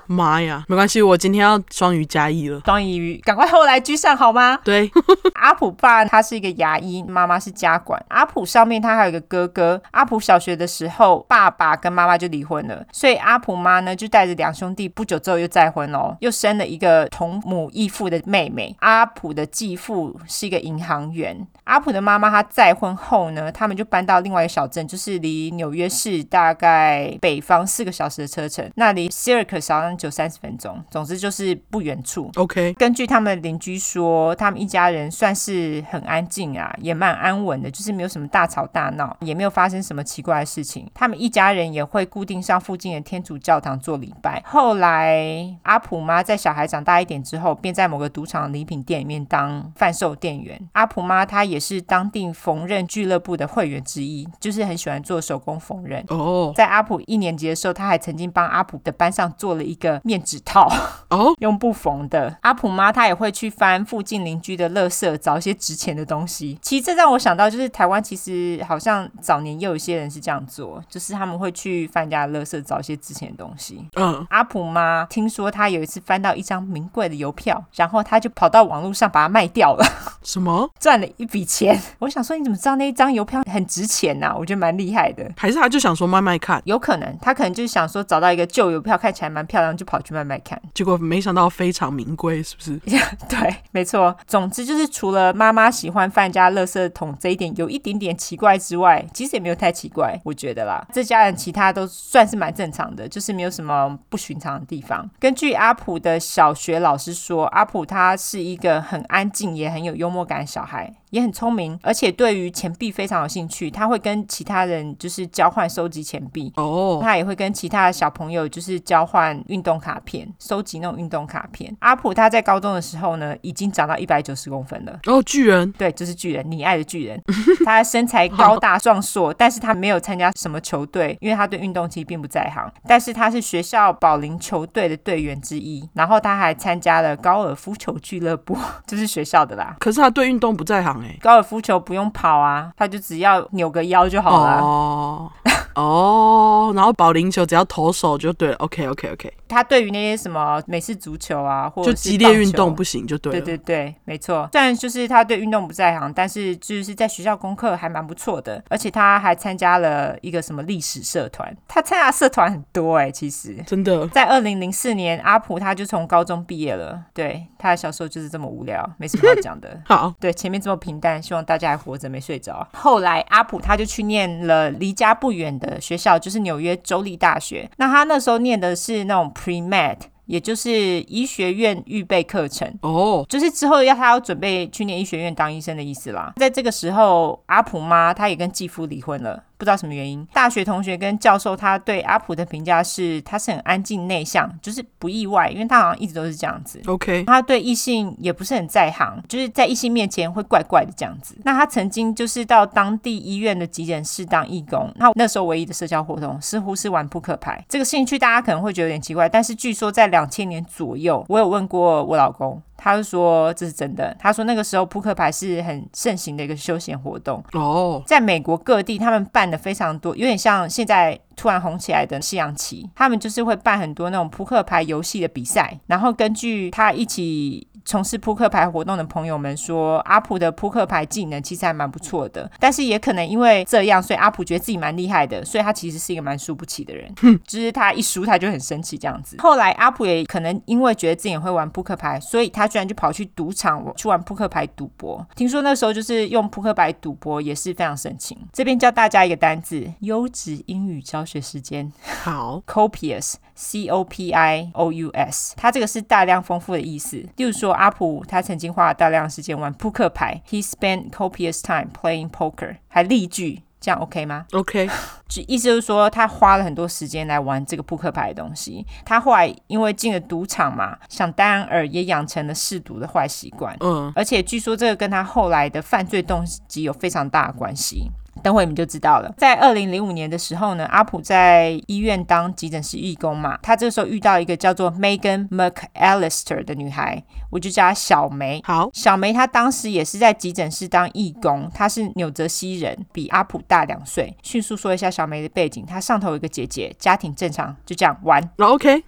[SPEAKER 1] 妈呀，没关系，我今天要双鱼加一了。
[SPEAKER 2] 双鱼赶快后来居上好吗？
[SPEAKER 1] 对，
[SPEAKER 2] 阿普爸他是一个牙医，妈妈是家管。阿普上面他还有一个哥哥。阿普小学的时候，爸爸跟妈妈就离婚了，所以阿普妈呢就带着两兄弟，不久之后又再婚哦，又生了一个同母异父的妹妹。阿普的继父是一个银行员。阿普的妈妈她再婚后呢，他们就搬到另外一个小镇，就是离纽约市大概北方四个小时的车程，那离 Syracuse 好像只有三十分钟，总之就是不远处。
[SPEAKER 1] OK，
[SPEAKER 2] 根据他们邻居说，他们一家人算是很安静啊，也蛮安稳的，就是没有什么大吵大闹，也没有发生什么奇怪的事情。他们一家人也会固定上附近的天主教堂做礼拜。后来，阿普妈在小孩长大一点之后，便在某个赌场礼品店里面当贩售店员。阿普妈她也是当地缝纫俱乐部的会员之一，就是很喜欢做手工缝纫。
[SPEAKER 1] 哦，
[SPEAKER 2] 在阿普一年级的时候，他还曾经帮阿普的班上做了一个面纸套，
[SPEAKER 1] 哦，
[SPEAKER 2] 用布缝的。阿普妈她也会去翻附近邻居的垃圾，找一些值钱的东西。其实这让我想到，就是台湾其实好像早年也有一些人是这样做，就是他们会去翻人家的垃圾，找一些值钱的东西。
[SPEAKER 1] 嗯，
[SPEAKER 2] 阿普妈听说她有一次翻到一张名贵的邮票，然后她就跑到网络上把它卖掉了。
[SPEAKER 1] 什么？
[SPEAKER 2] 赚了一笔钱。我想说，你怎么知道那一张邮票很值钱呐、我觉得蛮厉害的。
[SPEAKER 1] 还是他就想说卖卖看，
[SPEAKER 2] 有可能他可能就是想说找到一个旧邮票看起来蛮漂亮，就跑去卖卖看。
[SPEAKER 1] 结果没想到非常名贵，是不 是？
[SPEAKER 2] 对，没错。总之就是除了妈妈喜欢翻人家垃圾桶这一点有一点点奇怪之外，其实也没有太奇怪，我觉得啦。这家人其他都算是蛮正常的，就是没有什么不寻常的地方。根据阿普的小学老师说，阿普他是一个很安静也很有幽默感的小孩。也很聪明，而且对于钱币非常有兴趣。他会跟其他人就是交换收集钱币，
[SPEAKER 1] 哦，
[SPEAKER 2] 他也会跟其他的小朋友就是交换运动卡片，收集那种运动卡片。阿普他在高中的时候呢，已经长到一百九十公分了。
[SPEAKER 1] 哦，巨人
[SPEAKER 2] 对，就是巨人，你爱的巨 人。他身材高大壮硕，但是他没有参加什么球队，因为他对运动其实并不在行。但是他是学校保龄球队的队员之一，然后他还参加了高尔夫球俱乐部， 就是学校的啦。
[SPEAKER 1] 可是他对运动不在行哎、
[SPEAKER 2] 高尔夫球不用跑啊，他就只要扭个腰就好了。
[SPEAKER 1] 哦哦，然后保龄球只要投手就对了，OK OK OK，
[SPEAKER 2] 他对于那些什么美式足球啊，或者
[SPEAKER 1] 就是激烈运
[SPEAKER 2] 棒球
[SPEAKER 1] 动不行就对了。
[SPEAKER 2] 对对对，没错。虽然就是他对运动不在行，但是就是在学校功课还蛮不错的，而且他还参加了一个什么历史社团。他参加的社团很多哎、其实。
[SPEAKER 1] 真的。
[SPEAKER 2] 在二零零四年，阿普他就从高中毕业了。对，他的小时候就是这么无聊，没什么好讲的
[SPEAKER 1] 好，
[SPEAKER 2] 对，前面这么平淡，希望大家还活着没睡着。后来阿普他就去念了离家不远的学校，就是纽约州立大学。那他那时候念的是那种 pre med，也就是医学院预备课程。
[SPEAKER 1] 哦，
[SPEAKER 2] 就是之后要他要准备去念医学院当医生的意思啦。在这个时候，阿普妈她也跟继父离婚了，不知道什么原因。大学同学跟教授他对阿普的评价是，他是很安静内向，就是不意外，因为他好像一直都是这样子。
[SPEAKER 1] OK，
[SPEAKER 2] 他对异性也不是很在行，就是在异性面前会怪怪的这样子。那他曾经就是到当地医院的急诊室当义工，那那时候唯一的社交活动似乎是玩扑克牌。这个兴趣大家可能会觉得有点奇怪，但是据说在两千年左右，我有问过我老公。他就说这是真的。他说那个时候扑克牌是很盛行的一个休闲活动，
[SPEAKER 1] 哦，
[SPEAKER 2] 在美国各地，他们办的非常多，有点像现在突然红起来的西洋棋，他们就是会办很多那种扑克牌游戏的比赛，然后根据他一起。从事扑克牌活动的朋友们说，阿普的扑克牌技能其实还蛮不错的，但是也可能因为这样，所以阿普觉得自己蛮厉害的，所以他其实是一个蛮输不起的人。就是他一输他就很生气这样子。后来阿普也可能因为觉得自己也会玩扑克牌，所以他居然就跑去赌场去玩扑克牌赌博。听说那时候就是用扑克牌赌博也是非常盛情。这边教大家一个单字：优质英语教学时间。
[SPEAKER 1] 好，
[SPEAKER 2] copious c o p i o u s，它这个是大量丰富的意思。例如说，阿普他曾经花了大量时间玩扑克牌，He spent copious time playing poker，还例句，这样 OK 吗？
[SPEAKER 1] OK，
[SPEAKER 2] 就意思就是说，他花了很多时间来玩这个扑克牌的东西。他后来因为进了赌场嘛，想当然尔也养成了嗜赌的坏习惯。
[SPEAKER 1] 嗯，
[SPEAKER 2] 而且据说这个跟他后来的犯罪动机有非常大的关系。等会你们就知道了。在二零零五年的时候呢，阿普在医院当急诊室义工嘛，他这时候遇到一个叫做 Megan McAllister 的女孩，我就叫她小梅。
[SPEAKER 1] 好，
[SPEAKER 2] 小梅她当时也是在急诊室当义工，她是纽泽西人，比阿普大两岁。迅速说一下小梅的背景，她上头有一个姐姐，家庭正常，就这样玩。
[SPEAKER 1] 然后，Oh, OK，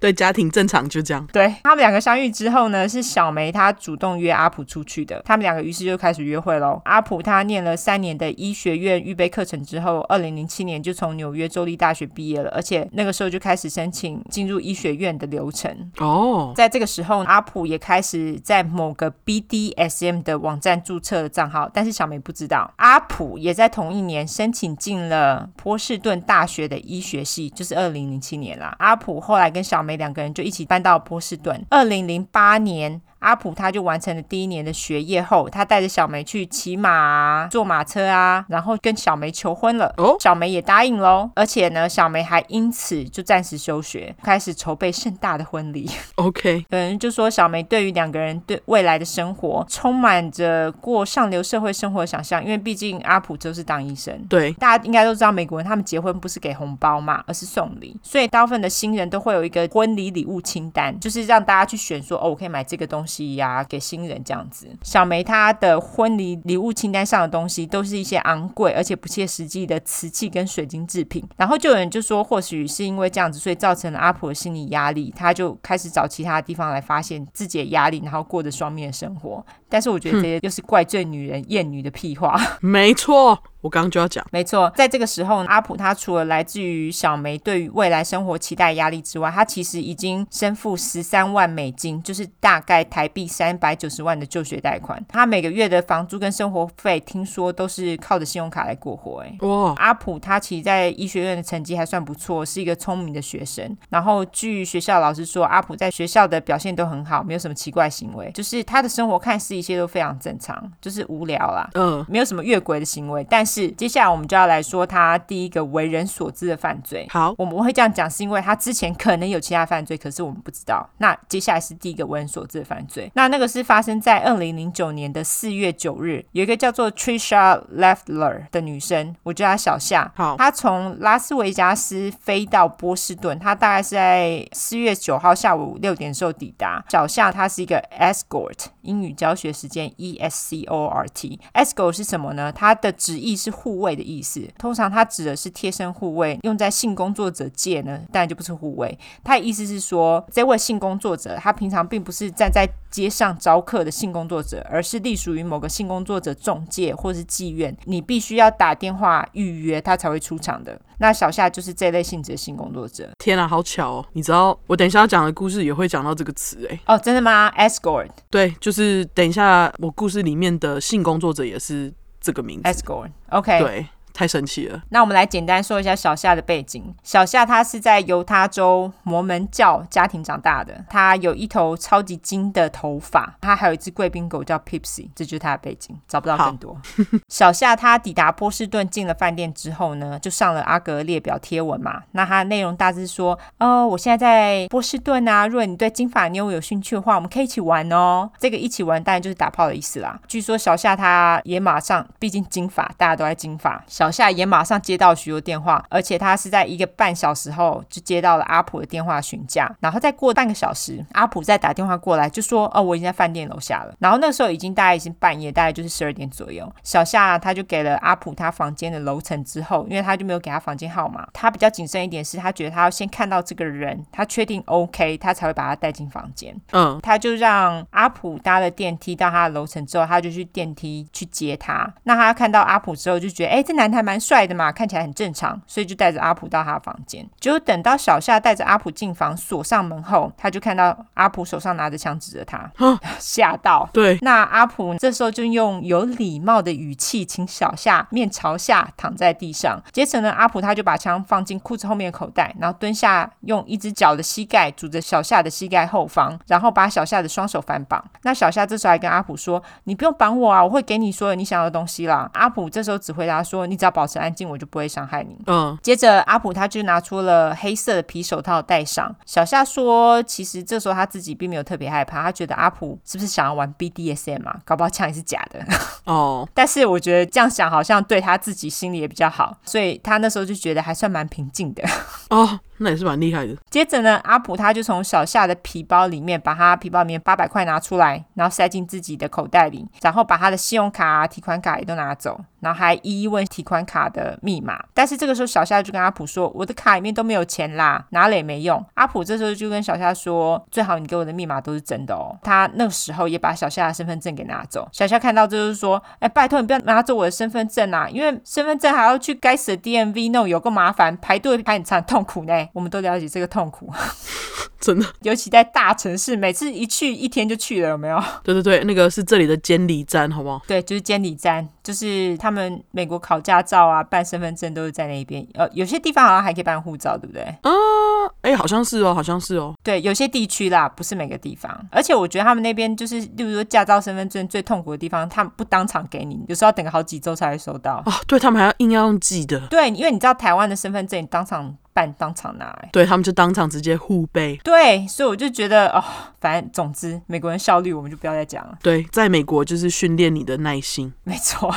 [SPEAKER 1] 对，家庭正常就这样。
[SPEAKER 2] 对他们两个相遇之后呢，是小梅她主动约阿普出去的，他们两个于是就开始约会喽。阿普他念了三年的医学院预备课程之后，二零零七年就从纽约州立大学毕业了，而且那个时候就开始申请进入医学院的流程。
[SPEAKER 1] 哦，
[SPEAKER 2] 在这个时候，阿普也开始在某个 BDSM 的网站注册了账号，但是小梅不知道。阿普也在同一年申请进了波士顿大学的医学系，就是二零零七年啦。阿普后来跟小梅两个人就一起搬到波士顿。二零零八年。阿普他就完成了第一年的学业后，他带着小梅去骑马、啊、坐马车啊，然后跟小梅求婚了。
[SPEAKER 1] 哦
[SPEAKER 2] 小梅也答应喽，而且呢，小梅还因此就暂时休学，开始筹备盛大的婚礼。
[SPEAKER 1] OK，
[SPEAKER 2] 有人就说小梅对于两个人对未来的生活充满着过上流社会生活的想象，因为毕竟阿普就是当医生。
[SPEAKER 1] 对，
[SPEAKER 2] 大家应该都知道，美国人他们结婚不是给红包嘛，而是送礼，所以大部分的新人都会有一个婚礼礼物清单，就是让大家去选说，哦，我可以买这个东西呀、给新人这样子。小梅她的婚礼礼物清单上的东西都是一些昂贵而且不切实际的瓷器跟水晶制品，然后就有人就说，或许是因为这样子，所以造成了阿婆的心理压力，她就开始找其他地方来发泄自己的压力，然后过着双面生活。但是我觉得这些又是怪罪女人厌女的屁话。
[SPEAKER 1] 没错，我刚刚就要讲，
[SPEAKER 2] 没错，在这个时候，阿普他除了来自于小梅对于未来生活期待压力之外，他其实已经身负十三万美金，就是大概台币三百九十万的就学贷款。他每个月的房租跟生活费，听说都是靠着信用卡来过活、欸。
[SPEAKER 1] 哇，
[SPEAKER 2] 阿普他其实在医学院的成绩还算不错，是一个聪明的学生。然后据学校老师说，阿普在学校的表现都很好，没有什么奇怪行为，就是他的生活看似一切都非常正常，就是无聊啦。
[SPEAKER 1] 嗯，
[SPEAKER 2] 没有什么越轨的行为，但是接下来我们就要来说他第一个为人所知的犯罪。
[SPEAKER 1] 好，
[SPEAKER 2] 我们会这样讲，是因为他之前可能有其他犯罪，可是我们不知道。那接下来是第一个为人所知的犯罪，那那个是发生在二零零九年的四月九日，有一个叫做 Trisha Leffler 的女生，我叫她小夏。
[SPEAKER 1] 好
[SPEAKER 2] 她从拉斯维加斯飞到波士顿，她大概是在四月九号下午六点的时候抵达。小夏她是一个 escort，英语教学时间 E S C O R T。escort 是什么呢？它的直译是护卫的意思，通常它指的是贴身护卫，用在性工作者界呢，当然就不是护卫。它的意思是说，这位性工作者他平常并不是站在街上招客的性工作者，而是隶属于某个性工作者中介或是妓院，你必须要打电话预约他才会出场的。那小夏就是这类性质的性工作者。
[SPEAKER 1] 天啊，好巧哦！你知道我等一下要讲的故事也会讲到这个词诶，
[SPEAKER 2] 哦，真的吗？escort
[SPEAKER 1] 对，就是等一下我故事里面的性工作者也是这个名字，
[SPEAKER 2] escort OK，
[SPEAKER 1] 对，太神奇了，
[SPEAKER 2] 那我们来简单说一下小夏的背景。小夏她是在犹他州摩门教家庭长大的，她有一头超级金的头发，她还有一只贵宾狗叫 Pipsy，这就是她的背景，找不到
[SPEAKER 1] 好
[SPEAKER 2] 更多。小夏她抵达波士顿，进了饭店之后呢，就上了阿格列表贴文嘛。那她内容大致说：“哦，我现在在波士顿啊，如果你对金发妞有兴趣的话，我们可以一起玩哦。”这个一起玩当然就是打炮的意思啦。据说小夏她也马上，毕竟金发大家都在金发，小夏也马上接到许多电话，而且她是在一个半小时后就接到了阿普的电话询价，然后再过半个小时，阿普再打电话过来就说：“哦，我已经在饭店楼下了。”然后那时候已经大概已经半夜，大概就是十二点左右。小夏她就给了阿普她房间的楼层之后，因为她就没有给她房间号码，她比较谨慎一点是，她觉得她要先看到这个人，她确定 OK，她才会把她带进房间。
[SPEAKER 1] 嗯，
[SPEAKER 2] 他就让阿普搭了电梯到他的楼层之后，他就去电梯去接他。那他看到阿普之后就觉得，哎、这男的还蛮帅的嘛，看起来很正常，所以就带着阿普到他的房间。结果等到小夏带着阿普进房，锁上门后，他就看到阿普手上拿着枪指着他， 吓到。
[SPEAKER 1] 对，
[SPEAKER 2] 那阿普这时候就用有礼貌的语气，请小夏面朝下躺在地上。接着呢，阿普他就把枪放进裤子后面的口袋，然后蹲下，用一只脚的膝盖拄着小夏的膝盖后方，然后把小夏的双手反绑。那小夏这时候还跟阿普说：“你不用绑我啊，我会给你所有你想要的东西啦。”阿普这时候只回答说：“你只要保持安静，我就不会伤害你。”
[SPEAKER 1] 嗯，
[SPEAKER 2] 接着阿普他就拿出了黑色的皮手套戴上。小夏说，其实这时候他自己并没有特别害怕，他觉得阿普是不是想要玩 BDSM 啊？搞不好枪也是假的。
[SPEAKER 1] 哦，
[SPEAKER 2] 但是我觉得这样想好像对他自己心里也比较好，所以他那时候就觉得还算蛮平静的。
[SPEAKER 1] 哦，那也是蛮厉害的，
[SPEAKER 2] 接着呢，阿普他就从小夏的皮包里面把他皮包里面八百块拿出来，然后塞进自己的口袋里，然后把他的信用卡、啊、提款卡也都拿走，然后还一一问提款卡的密码。但是这个时候，小夏就跟阿普说：“我的卡里面都没有钱啦，拿了也没用。”阿普这时候就跟小夏说：“最好你给我的密码都是真的哦。”他那个时候也把小夏的身份证给拿走。小夏看到这就是说：“哎，拜托你不要拿走我的身份证啊，因为身份证还要去该死的 DMV 弄，有够麻烦，排队排很长，很痛苦呢。我 们都了解这个痛苦。”
[SPEAKER 1] 真的，
[SPEAKER 2] 尤其在大城市，每次一去一天就去了，有没有？
[SPEAKER 1] 对对对，那个是这里的监理站，好不好？
[SPEAKER 2] 对，就是监理站，就是他们美国考驾照啊、办身份证都是在那边。呃，有些地方好像还可以办护照，对不对？
[SPEAKER 1] 啊，吗？哎，好像是哦，好像是哦。
[SPEAKER 2] 对，有些地区啦，不是每个地方。而且我觉得他们那边就是，例如说驾照、身份证最痛苦的地方，他们不当场给你，有时候要等个好几周才会收到。
[SPEAKER 1] 啊，对他们还要硬要用寄的，
[SPEAKER 2] 对，因为你知道台湾的身份证，你当场办，当场拿、欸。
[SPEAKER 1] 对他们就当场直接互背。
[SPEAKER 2] 对，所以我就觉得哦，反正总之，美国人效率我们就不要再讲了。
[SPEAKER 1] 对，在美国就是训练你的耐心。
[SPEAKER 2] 没错，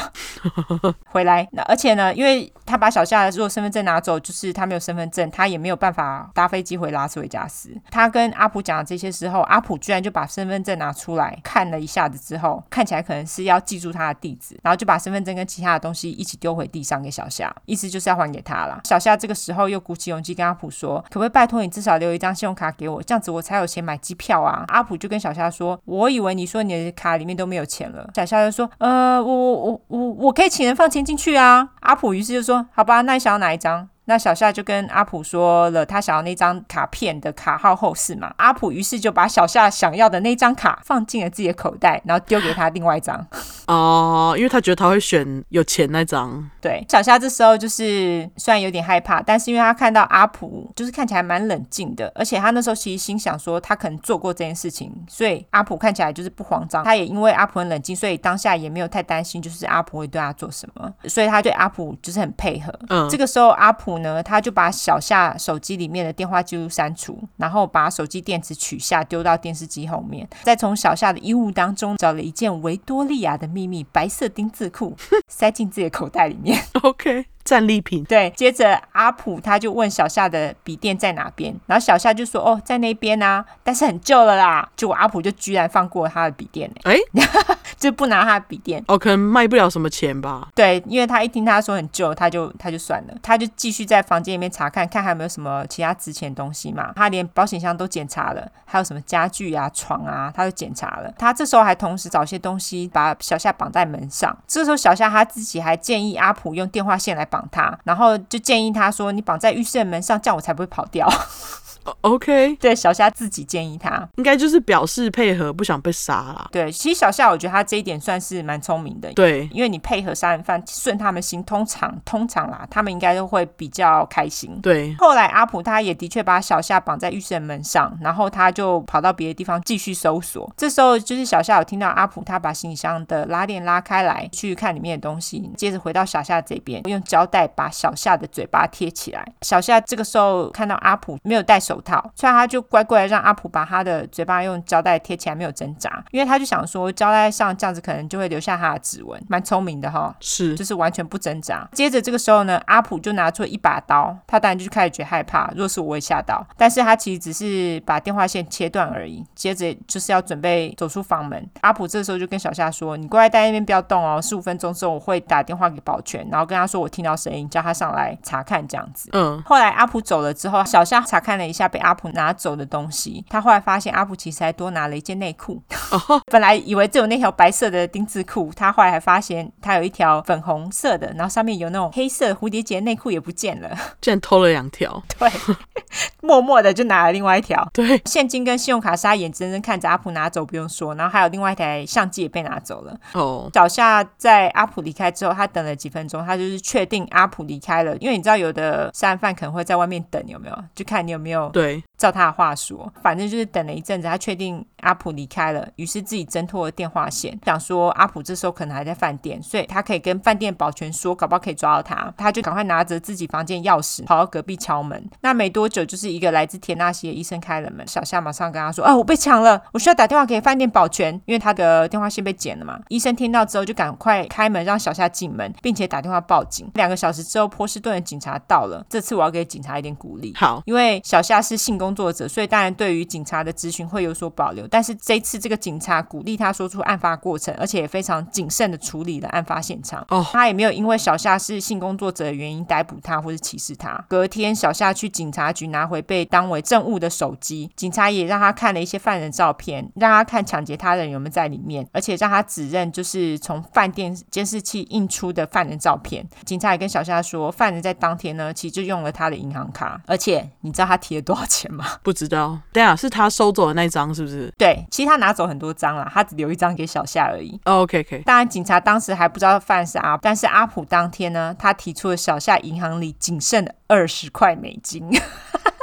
[SPEAKER 2] 回来那而且呢，因为他把小夏如果身份证拿走，就是他没有身份证，他也没有办法搭飞机回拉斯维加斯。他跟阿普讲这些时候，阿普居然就把身份证拿出来看了一下子之后，看起来可能是要记住他的地址，然后就把身份证跟其他的东西一起丢回地上给小夏，意思就是要还给他啦。小夏这个时候又鼓起勇气跟阿普说：“可不可以拜托你至少 留一张信用卡给我，这样子我才有钱买机票啊？”阿普就跟小夏说：“我以为你说你的卡里面都没有钱了。”小夏就说：“呃，我我我我我可以请人放钱进去啊。”阿普于是就说：“好吧，那你想要哪一张？”那小夏就跟阿普说了他想要那张卡片的卡号后事嘛。阿普于是就把小夏想要的那张卡放进了自己的口袋，然后丢给他另外一张。
[SPEAKER 1] 哦、因为他觉得他会选有钱那张，
[SPEAKER 2] 对，小夏这时候就是虽然有点害怕，但是因为他看到阿普就是看起来蛮冷静的，而且他那时候其实心想说他可能做过这件事情，所以阿普看起来就是不慌张。他也因为阿普很冷静，所以当下也没有太担心，就是阿普会对他做什么，所以他对阿普就是很配合。
[SPEAKER 1] 嗯
[SPEAKER 2] 这个时候阿普呢，他就把小夏手机里面的电话记录删除，然后把手机电池取下丢到电视机后面，再从小夏的衣物当中找了一件维多利亚的秘密白色丁字裤，塞进自己的口袋里面。
[SPEAKER 1] ，OK，战利品。
[SPEAKER 2] 对，接着阿普他就问小夏的笔电在哪边，然后小夏就说哦在那边啊，但是很旧了啦。结果阿普就居然放过他的笔电、欸，
[SPEAKER 1] 哎，
[SPEAKER 2] 就不拿他的笔电。
[SPEAKER 1] 哦，可能卖不了什么钱吧。
[SPEAKER 2] 对，因为他一听他说很旧，他就他就算了，他就继续在房间里面查看，看还有没有什么其他值钱的东西嘛。他连保险箱都检查了，还有什么家具啊、床啊，他都检查了。他这时候还同时找些东西把小夏绑在门上。这时候小夏他自己还建议阿普用电话线来绑他，然后就建议他说：“你绑在浴室的门上，这样我才不会跑掉。
[SPEAKER 1] 哦 OK，”
[SPEAKER 2] 对，小夏自己建议他。
[SPEAKER 1] 应该就是表示配合，不想被杀啦。
[SPEAKER 2] 对，其实小夏我觉得他这一点算是蛮聪明的，
[SPEAKER 1] 对，
[SPEAKER 2] 因为你配合杀人犯顺他们心，通常通常啦，他们应该都会比较开心。
[SPEAKER 1] 对，
[SPEAKER 2] 后来阿普他也的确把小夏绑在浴室的门上，然后他就跑到别的地方继续搜索。这时候就是小夏有听到阿普他把行李箱的拉链拉开来去看里面的东西，接着回到小夏这边，用胶带把小夏的嘴巴贴起来。小夏这个时候看到阿普没有戴手套，所以他就乖乖地让阿普把他的嘴巴用胶带贴起来，没有挣扎，因为他就想说胶带上这样子可能就会留下他的指纹，蛮聪明的哈、
[SPEAKER 1] 是
[SPEAKER 2] 就是完全不挣扎。接着这个时候呢，阿普就拿出了一把刀，他当然就开始觉得害怕。若是我会吓到，但是他其实只是把电话线切断而已。接着就是要准备走出房门，阿普这时候就跟小夏说：“你乖乖待在那边不要动哦，十五分钟之后我会打电话给保全，然后跟他说我听到声音，叫他上来查看这样子。”
[SPEAKER 1] 嗯，
[SPEAKER 2] 后来阿普走了之后，小夏查看了一下被阿普拿走的东西，他后来发现阿普其实还多拿了一件内裤。 本来以为只有那条白色的丁字裤，他后来还发现他有一条粉红色的，然后上面有那种黑色蝴蝶结内裤也不见了。
[SPEAKER 1] 竟然偷了两条。
[SPEAKER 2] 对，默默的就拿了另外一条。
[SPEAKER 1] 对，
[SPEAKER 2] 现金跟信用卡是他眼睁睁看着阿普拿走，不用说，然后还有另外一台相机也被拿走了。
[SPEAKER 1] 哦，
[SPEAKER 2] 小夏在阿普离开之后，他等了几分钟，他就是确定阿普离开了，因为你知道有的杀人犯可能会在外面等，有没有？就看你有没有
[SPEAKER 1] 对，
[SPEAKER 2] 照他的话说，反正就是等了一阵子，他确定阿普离开了，于是自己挣脱了电话线，想说阿普这时候可能还在饭店，所以他可以跟饭店保全说，搞不好可以抓到他。他就赶快拿着自己房间钥匙跑到隔壁敲门。那没多久，就是一个来自田纳西的医生开了门，小夏马上跟他说：“啊，我被抢了，我需要打电话给饭店保全，因为他的电话线被剪了嘛。”医生听到之后就赶快开门让小夏进门，并且打电话报警。两个小时之后，波士顿的警察到了，这次我要给警察一点鼓励。
[SPEAKER 1] 好，
[SPEAKER 2] 因为小夏是性工作者，所以当然对于警察的咨询会有所保留。但是这一次，这个警察鼓励他说出案发过程，而且也非常谨慎的处理了案发现场。
[SPEAKER 1] 哦
[SPEAKER 2] 他也没有因为小夏是性工作者的原因逮捕他或是歧视他。隔天，小夏去警察局拿回被当为证物的手机，警察也让他看了一些犯人照片，让他看抢劫他的人有没有在里面，而且让他指认就是从饭店监视器印出的犯人照片。警察也跟小夏说，犯人在当天呢，其实就用了他的银行卡，而且你知道他提了多少钱吗？
[SPEAKER 1] 不知道。对啊，是他收走的那张是不是
[SPEAKER 2] 对，其实他拿走很多张啦，他只留一张给小夏而已。
[SPEAKER 1] ？OK OK，
[SPEAKER 2] 当然，警察当时还不知道犯人是阿普，但是阿普当天呢，他提出了小夏银行里仅剩的二十块美金。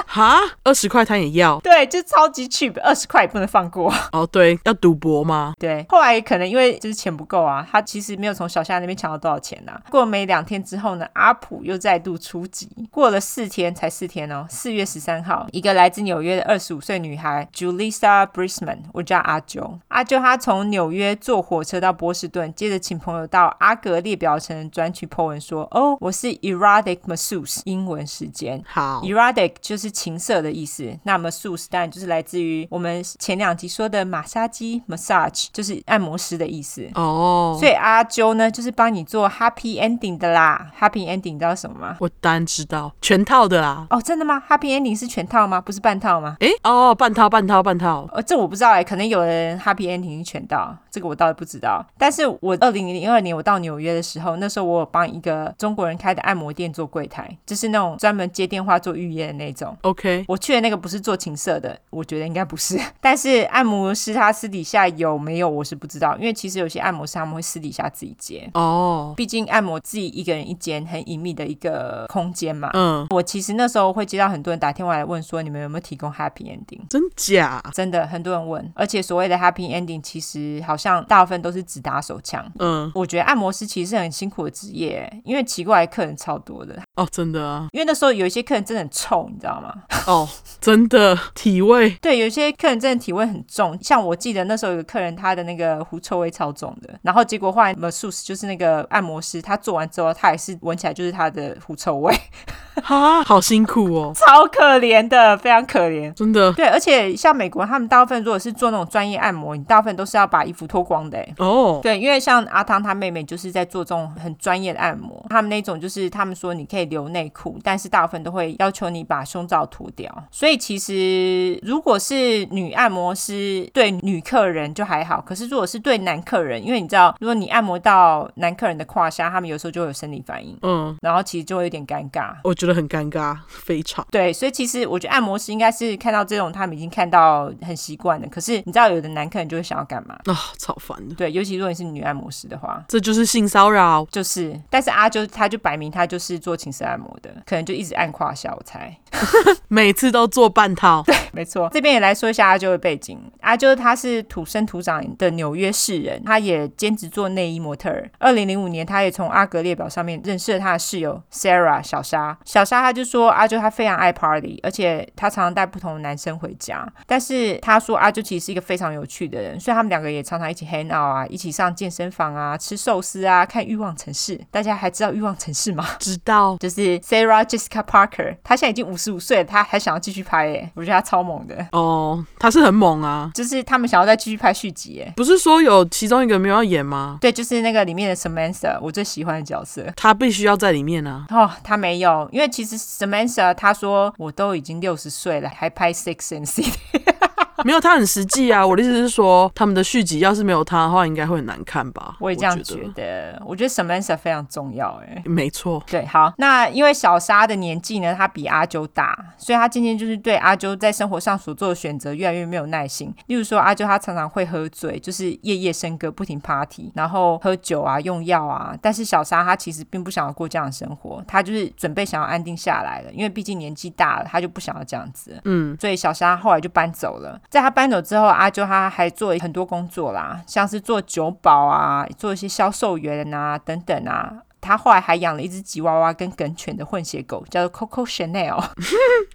[SPEAKER 1] 哈，二十块他也要
[SPEAKER 2] 对，就超级 cheap，二十块也不能放过。
[SPEAKER 1] 哦，对，要赌博吗？
[SPEAKER 2] 对，后来可能因为就是钱不够啊，他其实没有从小夏那边抢到多少钱呐、啊过没两天之后呢，阿普又再度出击，过了四天才四天哦，四月十三号，一个来自纽约的二十五岁女孩 Julissa Brisman，我叫阿啾。阿啾她从纽约坐火车到波士顿，接着请朋友到阿格列表城专区 po 文说：“哦，我是 erotic masseuse，英文时间。”
[SPEAKER 1] 好，
[SPEAKER 2] Erotic 就是情色的意思，那么 s u s 当然就是来自于我们前两集说的马杀鸡 （massage），就是按摩师的意思。
[SPEAKER 1] 哦，
[SPEAKER 2] 所以阿啾呢，就是帮你做 happy ending 的啦。happy ending 你知道什么吗？
[SPEAKER 1] 我当然知道全套的啦。
[SPEAKER 2] 哦，真的吗？happy ending 是全套吗？不是半套吗？
[SPEAKER 1] 诶，哦，半套半套半套，
[SPEAKER 2] 呃，这我不知道哎、可能有人 happy ending 是全套，这个我倒是不知道。但是我二零零二年我到纽约的时候，那时候我有帮一个中国人开的按摩店做柜台，就是那种专门接电话做预约的那种。
[SPEAKER 1] OK，
[SPEAKER 2] 我去的那个不是做情色的，我觉得应该不是。 但是按摩师他私底下有没有我是不知道，因为其实有些按摩师他们会私底下自己接，
[SPEAKER 1] 哦，
[SPEAKER 2] 毕竟按摩自己一个人一间很隐秘的一个空间嘛。
[SPEAKER 1] 嗯，
[SPEAKER 2] 我其实那时候会接到很多人打电话来问说，你们有没有提供 happy ending？
[SPEAKER 1] 真假？
[SPEAKER 2] 真的很多人问，而且所谓的 happy ending，其实好像大部分都是只打手枪。
[SPEAKER 1] 嗯，
[SPEAKER 2] 我觉得按摩师其实是很辛苦的职业，因为奇怪的客人超多的。
[SPEAKER 1] 哦，真的啊，
[SPEAKER 2] 因为那时候有一些客人真的很臭，你知道吗？
[SPEAKER 1] 哦，真的体味，
[SPEAKER 2] 对，有些客人真的体味很重，像我记得那时候有个客人，他的那个狐臭味超重的，然后结果后来 masseuse 就是那个按摩师，他做完之后，他也是闻起来就是他的狐臭味，
[SPEAKER 1] 哈，好辛苦哦，
[SPEAKER 2] 超可怜的，非常可怜。
[SPEAKER 1] 真的，
[SPEAKER 2] 对，而且像美国，他们大部分如果是做那种专业按摩，你大部分都是要把衣服脱光的欸，
[SPEAKER 1] 哦，
[SPEAKER 2] 对，因为像阿汤他妹妹就是在做这种很专业的按摩，他们那种就是他们说你可以留内裤，但是大部分都会要求你把胸罩脱掉。所以其实如果是女按摩师对女客人就还好，可是如果是对男客人，因为你知道，如果你按摩到男客人的胯下，他们有时候就会有生理反应，
[SPEAKER 1] 嗯，
[SPEAKER 2] 然后其实就会有点尴尬。
[SPEAKER 1] 我觉得很尴尬，非常，
[SPEAKER 2] 对，所以其实我觉得按摩师应该是看到这种他们已经看到很习惯的，可是你知道有的男客人就会想要干嘛？
[SPEAKER 1] 啊、超烦的，
[SPEAKER 2] 对，尤其如果你是女按摩师的话，
[SPEAKER 1] 这就是性骚扰，
[SPEAKER 2] 就是，但是阿啾他就摆明他就是做情色按摩的，可能就一直按胯下，我猜。
[SPEAKER 1] 每次都做半套，
[SPEAKER 2] 没错，这边也来说一下阿啾的背景。阿啾他是土生土长的纽约市人，他也兼职做内衣模特儿。二零零五年，他也从阿格列表上面认识了他的室友 Sarah 小沙。小沙他就说阿啾他非常爱 party，而且他常常带不同的男生回家。但是他说阿啾其实是一个非常有趣的人，所以他们两个也常常一起 hang out 啊，一起上健身房啊，吃寿司啊，看《欲望城市》。大家还知道《欲望城市》吗？
[SPEAKER 1] 知道，
[SPEAKER 2] 就是 Sarah Jessica Parker，她现在已经五十五岁了，她还想要继续拍耶，我觉得她超猛的。
[SPEAKER 1] 哦，他是很猛啊，
[SPEAKER 2] 就是他们想要再继续拍续集耶。
[SPEAKER 1] 不是说有其中一个没有要演吗？
[SPEAKER 2] 对，就是那个里面的 Samantha，我最喜欢的角色。
[SPEAKER 1] 他必须要在里面啊，
[SPEAKER 2] 哦，她没有，因为其实 Samantha 她说我都已经六十岁了，还拍 Six and City。
[SPEAKER 1] 没有，他很实际啊。我的意思是说，他们的续集要是没有他的话，应该会很难看吧？
[SPEAKER 2] 我也这样觉
[SPEAKER 1] 觉得。
[SPEAKER 2] 得，我觉得 Samantha 非常重要哎。
[SPEAKER 1] 没错，
[SPEAKER 2] 对，好，那因为小沙的年纪呢，她比阿啾大，所以她渐渐就是对阿啾在生活上所做的选择越来越没有耐心。例如说，阿啾她常常会喝醉，就是夜夜笙歌，不停 party，然后喝酒啊、用药啊。但是小沙她其实并不想要过这样的生活，她就是准备想要安定下来了，因为毕竟年纪大了，她就不想要这样子了。
[SPEAKER 1] 嗯，
[SPEAKER 2] 所以小沙后来就搬走了。在他搬走之后，阿啾他还做很多工作啦，像是做酒保啊，做一些销售员啊等等啊。他后来还养了一只吉娃娃跟梗犬的混血狗，叫做 Coco Chanel。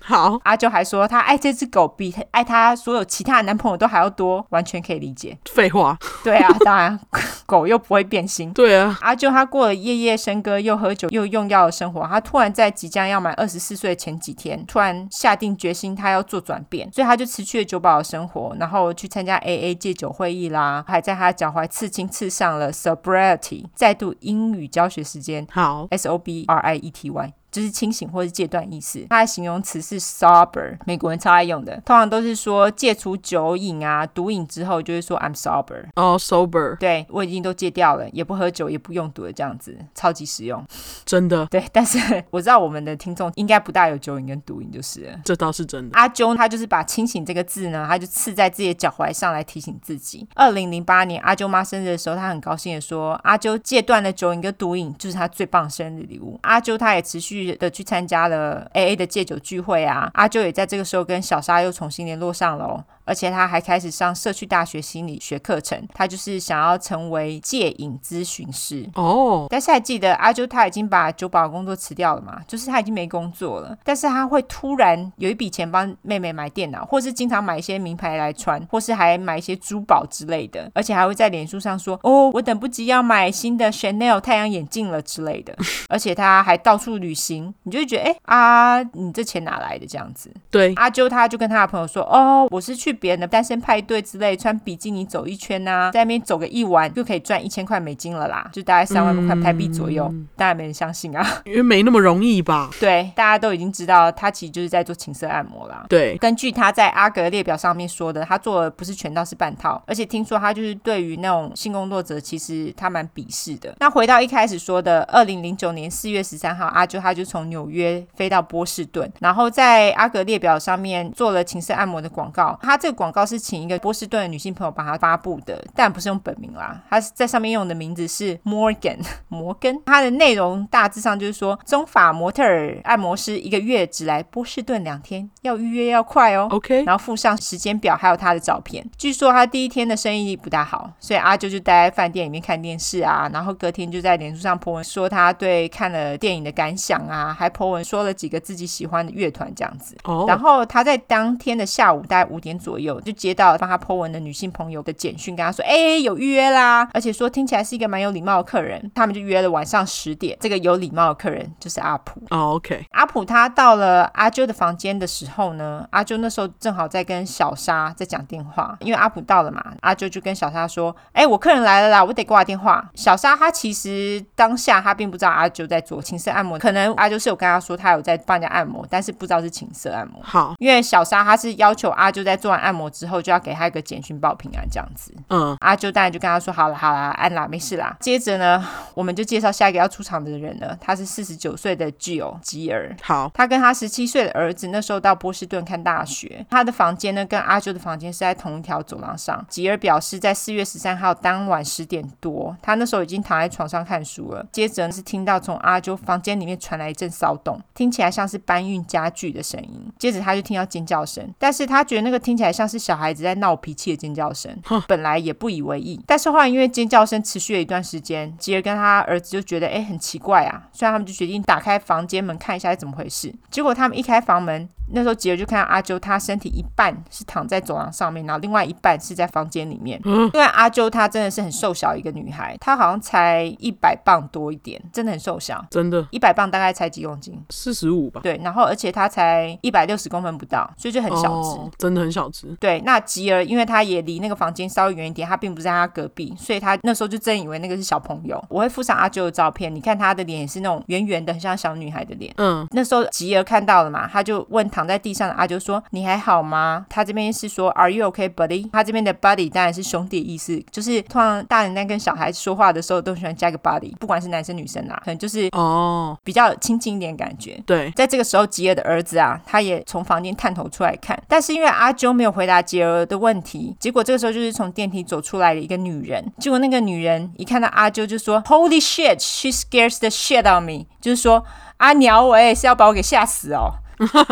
[SPEAKER 1] 好，
[SPEAKER 2] 阿啾还说，他爱这只狗比他爱他所有其他的男朋友都还要多，完全可以理解。
[SPEAKER 1] 废话，
[SPEAKER 2] 对啊，当然狗又不会变心。
[SPEAKER 1] 对啊，
[SPEAKER 2] 阿啾他过了夜夜笙歌、又喝酒又用药的生活，他突然在即将要满二十四岁前几天，突然下定决心，他要做转变，所以他就辞去了酒保的生活，然后去参加 AA 戒酒会议啦，还在他的脚踝刺青刺上了 sobriety，再度英语教学时间
[SPEAKER 1] 好，
[SPEAKER 2] S O B R I E T Y。就是清醒或是戒断意识，它的形容词是 sober，美国人超爱用的，通常都是说戒除酒瘾啊、毒瘾之后，就会说 I'm sober。
[SPEAKER 1] 哦，sober，
[SPEAKER 2] 对我已经都戒掉了，也不喝酒，也不用毒的，这样子超级实用。
[SPEAKER 1] 真的，
[SPEAKER 2] 对，但是 我知道我们的听众应该不大有酒瘾跟毒瘾，就是了。
[SPEAKER 1] 这倒是真的。
[SPEAKER 2] 阿啾他就是把“清醒”这个字呢，他就刺在自己的脚踝上来提醒自己。二零零八年阿啾妈生日的时候，他很高兴的说：“阿啾戒断了酒瘾跟毒瘾，就是他最棒的生日礼物。”阿啾他也持续续的去参加了 AA 的戒酒聚会啊。阿啾也在这个时候跟小沙又重新联络上了哦。而且他还开始上社区大学心理学课程，他就是想要成为戒瘾咨询师。
[SPEAKER 1] 哦，
[SPEAKER 2] 但是还记得阿啾他已经把酒保的工作辞掉了嘛，就是他已经没工作了，但是他会突然有一笔钱帮妹妹买电脑，或是经常买一些名牌来穿，或是还买一些珠宝之类的，而且还会在脸书上说哦，我等不及要买新的 Chanel 太阳眼镜了之类的， 而且他还到处旅行，你就会觉得哎、啊，你这钱哪来的这样子？
[SPEAKER 1] 对，
[SPEAKER 2] 阿啾他就跟他的朋友说：“哦，我是去别人的单身派对之类，穿比基尼走一圈呐、在那边走个一晚就可以赚一千块美金了啦，就大概三万块台币左右。当然没人相信啊，
[SPEAKER 1] 因为没那么容易吧？
[SPEAKER 2] 对，大家都已经知道他其实就是在做情色按摩啦。
[SPEAKER 1] 对，
[SPEAKER 2] 根据他在阿格列表上面说的，他做的不是全套，是半套。而且听说他就是对于那种性工作者，其实他蛮鄙视的。那回到一开始说的，二零零九年四月十三号，阿啾他就从纽约飞到波士顿，然后在阿格列表上面做了情色按摩的广告。他这个广告是请一个波士顿的女性朋友帮他发布的，但不是用本名啦，他是在上面用的名字是 Morgan。摩根。它的内容大致上就是说，中法模特儿按摩师一个月只来波士顿两天，要预约要快哦。
[SPEAKER 1] OK，
[SPEAKER 2] 然后附上时间表，还有他的照片。据说他第一天的生意不大好，所以阿啾就待在饭店里面看电视啊，然后隔天就在脸书上 po 文说他对看了电影的感想啊，还 po 文说了几个自己喜欢的乐团这样子。然
[SPEAKER 1] 哦，
[SPEAKER 2] 后他在当天的下午大概五点左右就接到帮他 po 文的女性朋友的简讯，跟他说：“哎、有预约啦！”而且说听起来是一个蛮有礼貌的客人，他们就约了晚上十点。这个有礼貌的客人就是阿普。
[SPEAKER 1] 哦，OK，
[SPEAKER 2] 阿普他到了阿啾的房间的时候呢，阿啾那时候正好在跟小沙在讲电话，因为阿普到了嘛，阿啾就跟小沙说：“哎、我客人来了啦，我得挂电话。”小沙他其实当下他并不知道阿啾在做情色按摩，可能阿啾是有跟他说他有在帮人家按摩，但是不知道是情色按摩。
[SPEAKER 1] 好，
[SPEAKER 2] 因为小沙他是要求阿啾在做完按摩之后就要给他一个简讯报平安这样子，
[SPEAKER 1] 嗯，
[SPEAKER 2] 阿啾当然就跟他说好啦好啦，安啦，没事啦。接着呢，我们就介绍下一个要出场的人了，他是四十九岁的 Jill 吉尔。
[SPEAKER 1] 好，
[SPEAKER 2] 他跟他十七岁的儿子那时候到波士顿看大学，他的房间呢跟阿啾的房间是在同一条走廊上。吉尔表示，在四月十三号当晚十点多，他那时候已经躺在床上看书了。接着是听到从阿啾房间里面传来一阵骚动，听起来像是搬运家具的声音。接着他就听到尖叫声，但是他觉得那个听起来像是小孩子在闹脾气的尖叫声，本来也不以为意，但是后来因为尖叫声持续了一段时间，吉尔跟他儿子就觉得哎很奇怪啊，所以他们就决定打开房间门看一下是怎么回事。结果他们一开房门，那时候吉尔就看到阿啾，他身体一半是躺在走廊上面，然后另外一半是在房间里面。因为阿啾她真的是很瘦小一个女孩，她好像才一百磅多一点，真的很瘦小，
[SPEAKER 1] 真的
[SPEAKER 2] 一百磅大概才几公斤。
[SPEAKER 1] 四十五吧，
[SPEAKER 2] 对，然后而且她才一百六十公分不到，所以就很小只。
[SPEAKER 1] 哦，真的很小只，
[SPEAKER 2] 对，那吉儿因为他也离那个房间稍微远一点，他并不是在他隔壁，所以他那时候就真以为那个是小朋友。我会附上阿啾的照片，你看他的脸也是那种圆圆的，很像小女孩的脸。
[SPEAKER 1] 嗯，
[SPEAKER 2] 那时候吉儿看到了嘛，他就问躺在地上的阿啾说：“你还好吗？”他这边是说：“Are you okay, buddy？” 他这边的 buddy 当然是兄弟意思，就是通常大人在跟小孩说话的时候都喜欢加个 buddy，不管是男生女生啊啦，可能就是
[SPEAKER 1] 哦，
[SPEAKER 2] 比较亲近一点的感觉。
[SPEAKER 1] 对，
[SPEAKER 2] 在这个时候，吉尔的儿子啊，他也从房间探头出来看，但是因为阿啾没有回答吉尔的问题，结果这个时候就是从电梯走出来的一个女人。结果那个女人一看到阿啾就说：“Holy shit, she scares the shit out of me。”就是说阿鸟喂是要把我给吓死哦。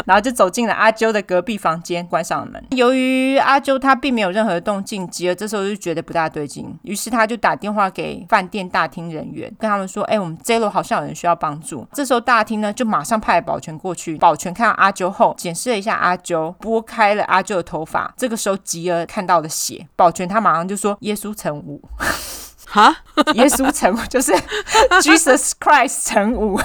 [SPEAKER 2] 然后就走进了阿啾的隔壁房间，关上了门。由于阿啾他并没有任何动静，吉儿这时候就觉得不大对劲，于是他就打电话给饭店大厅人员，跟他们说：“哎、我们这楼好像有人需要帮助。”这时候大厅呢就马上派保全过去，保全看到阿啾后，检视了一下阿啾，拨开了阿啾的头发。这个时候吉儿看到了血，保全他马上就说：“耶稣成武，
[SPEAKER 1] 哈，
[SPEAKER 2] 耶稣成武就是 Jesus Christ 成武。”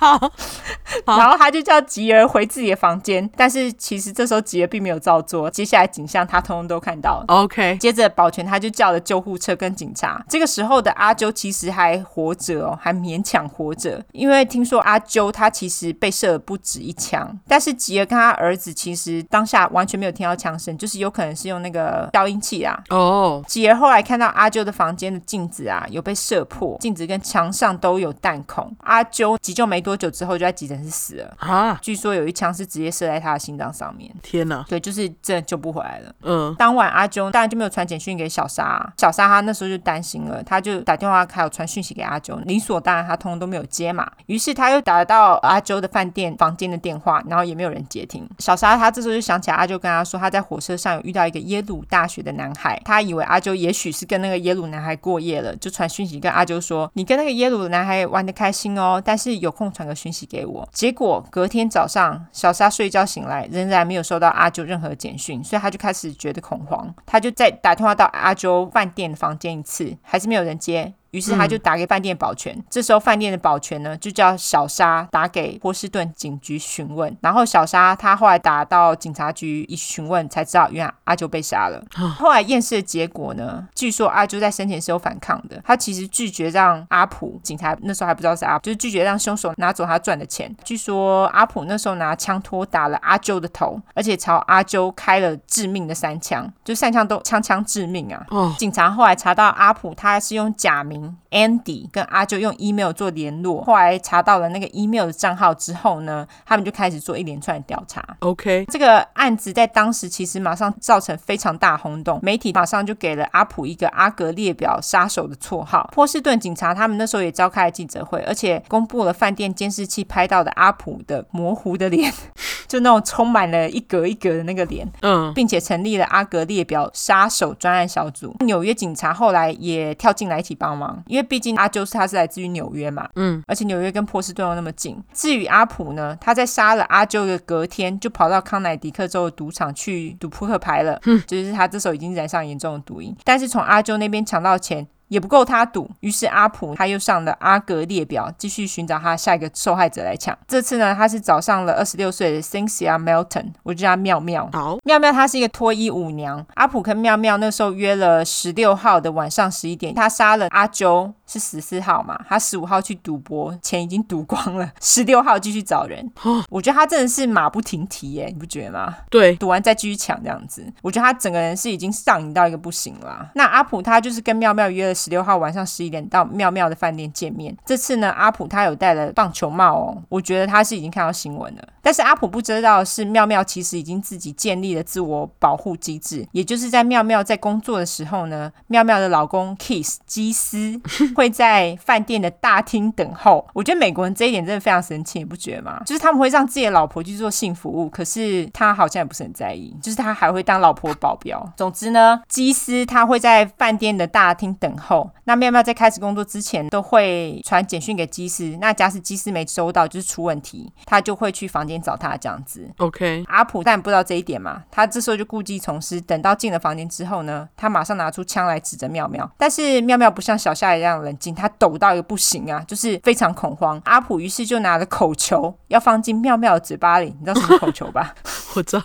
[SPEAKER 2] 然后他就叫吉儿回自己的房间，但是其实这时候吉儿并没有照做，接下来景象他通通都看到了。
[SPEAKER 1] ，OK，
[SPEAKER 2] 接着保全他就叫了救护车跟警察。这个时候的阿啾其实还活着哦，还勉强活着，因为听说阿啾他其实被射了不止一枪，但是吉儿跟他儿子其实当下完全没有听到枪声，就是有可能是用那个消音器啊。
[SPEAKER 1] 哦，
[SPEAKER 2] 吉儿后来看到阿啾的房间的镜子啊有被射破，镜子跟墙上都有弹孔。阿啾急救没多久之后就在急诊室死了，
[SPEAKER 1] 啊！
[SPEAKER 2] 据说有一枪是直接射在他的心脏上面。
[SPEAKER 1] 天哪，
[SPEAKER 2] 对，就是真的救不回来了。
[SPEAKER 1] 嗯，
[SPEAKER 2] 当晚阿啾当然就没有传简讯给小沙、小沙他那时候就担心了，他就打电话还有传讯息给阿啾，理所当然他通通都没有接嘛。于是他又打到阿啾的饭店房间的电话，然后也没有人接听。小沙他这时候就想起来阿啾跟他说他在火车上有遇到一个耶鲁大学的男孩，他以为阿啾也许是跟那个耶鲁男孩过夜了，就传讯息跟阿啾说你跟那个耶鲁的男孩玩的开心哦，但是有空传个讯息给我。结果隔天早上小沙睡觉醒来仍然没有收到阿啾任何简讯，所以他就开始觉得恐慌，他就再打电话到阿啾饭店房间一次，还是没有人接。于是他就打给饭店保全，这时候饭店的保全呢就叫小沙打给波士顿警局询问，然后小沙他后来打到警察局一询问才知道，原来阿啾被杀了。后来验尸的结果呢，据说阿啾在生前是有反抗的，他其实拒绝让阿普警察那时候还不知道是阿普，就是拒绝让凶手拿走他赚的钱。据说阿普那时候拿枪托打了阿啾的头，而且朝阿啾开了致命的三枪，就三枪都枪枪致命啊。
[SPEAKER 1] 哦，
[SPEAKER 2] 警察后来查到阿普他是用假名 Andy 跟阿啾用 email 做联络，后来查到了那个 email 的账号之后呢，他们就开始做一连串的调查。
[SPEAKER 1] OK，
[SPEAKER 2] 这个案子在当时其实马上造成非常大轰动，媒体马上就给了阿普一个阿格列表杀手的绰号。波士顿警察他们那时候也召开了记者会，而且公布了饭店监视器拍到的阿普的模糊的脸， 就那种充满了一格一格的那个脸。
[SPEAKER 1] 嗯，
[SPEAKER 2] 并且成立了阿格列表杀手专案小组。纽约警察后来也跳进来一起帮忙，因为毕竟阿啾是他是来自于纽约嘛，
[SPEAKER 1] 嗯，
[SPEAKER 2] 而且纽约跟波士顿又那么近。至于阿普呢，他在杀了阿啾的隔天就跑到康乃狄克州的赌场去赌扑克牌了，就是他这时候已经染上严重的毒瘾，但是从阿啾那边抢到钱。也不够他赌，于是阿普他又上了阿格列表，继续寻找他下一个受害者来抢。这次呢，他是找上了二十六岁的 Cynthia Melton，我就叫她妙妙。
[SPEAKER 1] 好，
[SPEAKER 2] 妙妙她是一个脱衣舞娘，阿普跟妙妙那时候约了十六号的晚上十一点，她杀了阿啾是十四号嘛，她十五号去赌博，钱已经赌光了，十六号继续找人。我觉得她真的是马不停蹄耶，你不觉得吗？
[SPEAKER 1] 对，
[SPEAKER 2] 赌完再继续抢这样子，我觉得他整个人是已经上瘾到一个不行啦。那阿普他就是跟妙妙约了十六号晚上十一点到妙妙的饭店见面。这次呢，阿普他有戴了棒球帽哦，我觉得他是已经看到新闻了。但是阿普不知道的是妙妙其实已经自己建立了自我保护机制，也就是在妙妙在工作的时候呢，妙妙的老公 Kiss 基斯 会在饭店的大厅等候。我觉得美国人这一点真的非常神奇，你不觉得吗？就是他们会让自己的老婆去做性服务，可是他好像也不是很在意，就是他还会当老婆保镖。总之呢，基斯他会在饭店的大厅等候。那妙妙在开始工作之前都会传简讯给基斯，那假使基斯没收到就是出问题，他就会去房间找他这样子。
[SPEAKER 1] OK，
[SPEAKER 2] 阿普但不知道这一点嘛，他这时候就故技重施，等到进了房间之后呢，他马上拿出枪来指着妙妙，但是妙妙不像小夏一样冷静，他抖到一个不行啊，就是非常恐慌。阿普于是就拿了口球要放进妙妙的嘴巴里，你知道什么口球吧？
[SPEAKER 1] 我知道，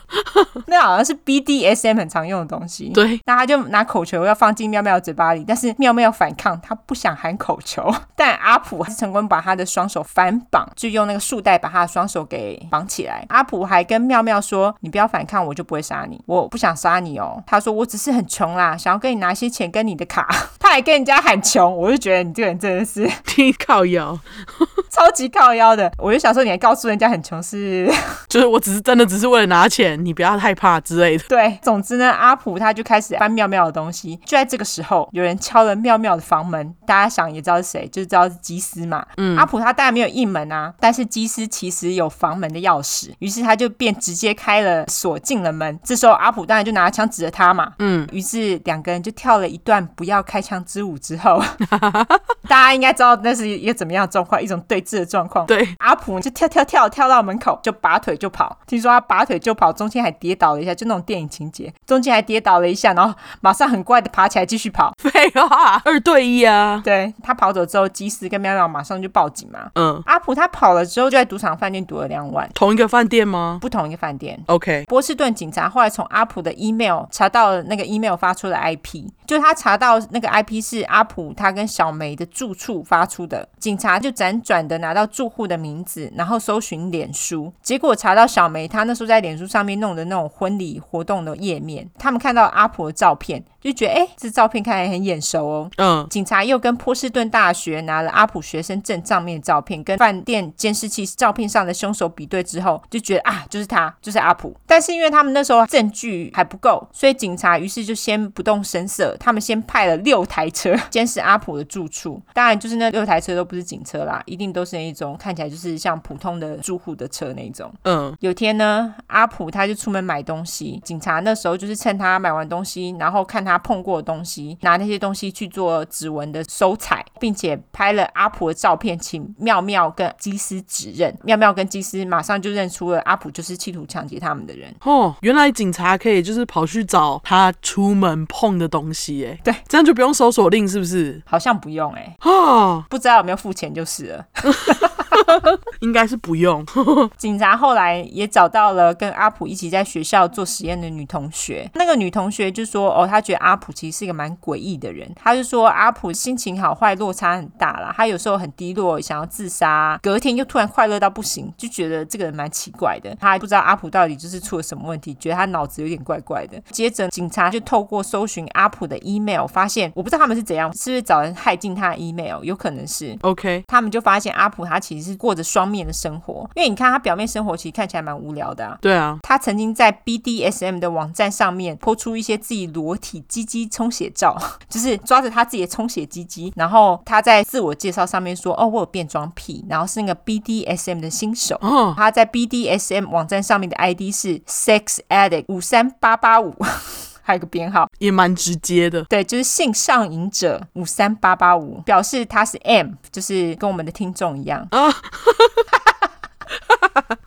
[SPEAKER 2] 那好像是 BDSM 很常用的东西。
[SPEAKER 1] 对，
[SPEAKER 2] 那他就拿口球要放进妙妙的嘴巴里，但是妙妙反抗，他不想含口球。 但阿普还是成功把他的双手反绑，就用那个束带把他的双手给绑起来。阿普还跟妙妙说：“你不要反抗，我就不会杀你，我不想杀你哦。”他说：“我只是很穷啦，想要跟你拿一些钱跟你的卡。” 他还跟人家喊穷，我就觉得你这个人真的是
[SPEAKER 1] 听靠腰，
[SPEAKER 2] 超级靠腰的。我就想说，你还告诉人家很穷是。
[SPEAKER 1] 就是我只是真的只是为了拿钱，你不要害怕之类的
[SPEAKER 2] 对，总之呢，阿普他就开始翻妙妙的东西。就在这个时候，有人敲了妙妙的房门，大家想也知道是谁，就知道是基斯嘛。嗯，阿普他当然没有应门啊，但是基斯其实有房门的钥匙，于是他就便直接开了锁进了门。这时候阿普当然就拿枪指着他嘛。嗯，于是两个人就跳了一段不要开枪之舞之后， 大家应该知道那是一个怎么样的状况，一种对峙的状况。
[SPEAKER 1] 对，
[SPEAKER 2] 阿普就跳跳跳跳到门口，就拔腿就跑。听说他拔腿就跑，中间还跌倒了一下，就那种电影情节，中间还跌倒了一下，然后马上很快的爬起来继续跑。
[SPEAKER 1] 废话，二对一啊，
[SPEAKER 2] 对他跑走之后，基斯跟妙妙马上就报警嘛。
[SPEAKER 1] 嗯，
[SPEAKER 2] 阿普他跑了之后，就在赌场饭店赌了两晚，
[SPEAKER 1] 同一个饭店吗
[SPEAKER 2] 不同一个饭店。
[SPEAKER 1] ？OK，
[SPEAKER 2] 波士顿警察后来从阿普的 email 查到了那个 email 发出的 IP，就他查到那个 IP 是阿普他跟小梅的住处发出的。警察就辗转的拿到住户的名字，然后搜寻脸书，结果查到小梅她那时候在脸书上面弄的的那种婚礼活动的页面，他们看到阿婆的照片，就觉得哎、诶这照片看起来很眼熟哦。
[SPEAKER 1] 嗯，
[SPEAKER 2] 警察又跟波士顿大学拿了阿普学生证账面照片跟饭店监视器照片上的凶手比对之后，就觉得啊，就是他，就是阿普。但是因为他们那时候证据还不够，所以警察于是就先不动声色，他们先派了六台车 监视阿普的住处。当然，就是那六台车都不是警车啦，一定都是那一种看起来就是像普通的住户的车那一种。
[SPEAKER 1] 嗯，
[SPEAKER 2] 有天呢，阿普他就出门买东西，警察那时候就是趁他买完东西，然后看他碰过的东西，拿那些东西去做指纹的收采，并且拍了阿普的照片，请妙妙跟基斯指认。妙妙跟基斯马上就认出了阿普就是企图抢劫他们的人。
[SPEAKER 1] 哦，原来警察可以就是跑去找他出门碰的东西，哎，
[SPEAKER 2] 对，
[SPEAKER 1] 这样就不用搜索令是不是？
[SPEAKER 2] 好像不用哎、
[SPEAKER 1] 哦，
[SPEAKER 2] 不知道有没有付钱就是了。
[SPEAKER 1] 应该是不用。
[SPEAKER 2] 警察后来也找到了跟阿普一起在学校做实验的女同学。那个女同学就说：“哦，她觉得阿普其实是一个蛮诡异的人。她就说阿普心情好坏落差很大啦，他有时候很低落，想要自杀，隔天又突然快乐到不行，就觉得这个人蛮奇怪的。她还不知道阿普到底就是出了什么问题，觉得他脑子有点怪怪的。接着警察就透过搜寻阿普的 email，发现我不知道他们是怎样，是不是找人害进他的 email？有可能是，
[SPEAKER 1] OK，
[SPEAKER 2] 他们就发现阿普他其实是过着双面的生活，因为你看他表面生活其实看起来蛮无聊的啊。
[SPEAKER 1] 对啊，
[SPEAKER 2] 他曾经在 BDSM 的网站上面抛出一些自己裸体鸡鸡充血照， 就是抓着他自己的充血鸡鸡，然后他在自我介绍上面说：“哦，我有变装癖，然后是那个 BDSM 的新手。”
[SPEAKER 1] 哦，
[SPEAKER 2] 他在 BDSM 网站上面的 ID 是 sex addict 五三八八五， 还有个编号。
[SPEAKER 1] 也蛮直接的。
[SPEAKER 2] 对，就是性上瘾者五三八八五，表示他是 M，就是跟我们的听众一样。
[SPEAKER 1] 啊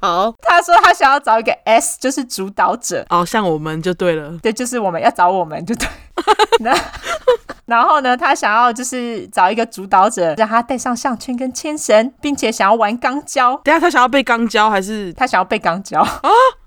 [SPEAKER 1] 好，
[SPEAKER 2] 他说他想要找一个 S，就是主导者，
[SPEAKER 1] 哦，像我们就对了。
[SPEAKER 2] 对，就是我们要找我们，就对。那然后呢，他想要就是找一个主导者，让他戴上项圈跟牵绳，并且想要玩钢胶。
[SPEAKER 1] 等一下他想要被肛交还是？
[SPEAKER 2] 他想要被钢胶，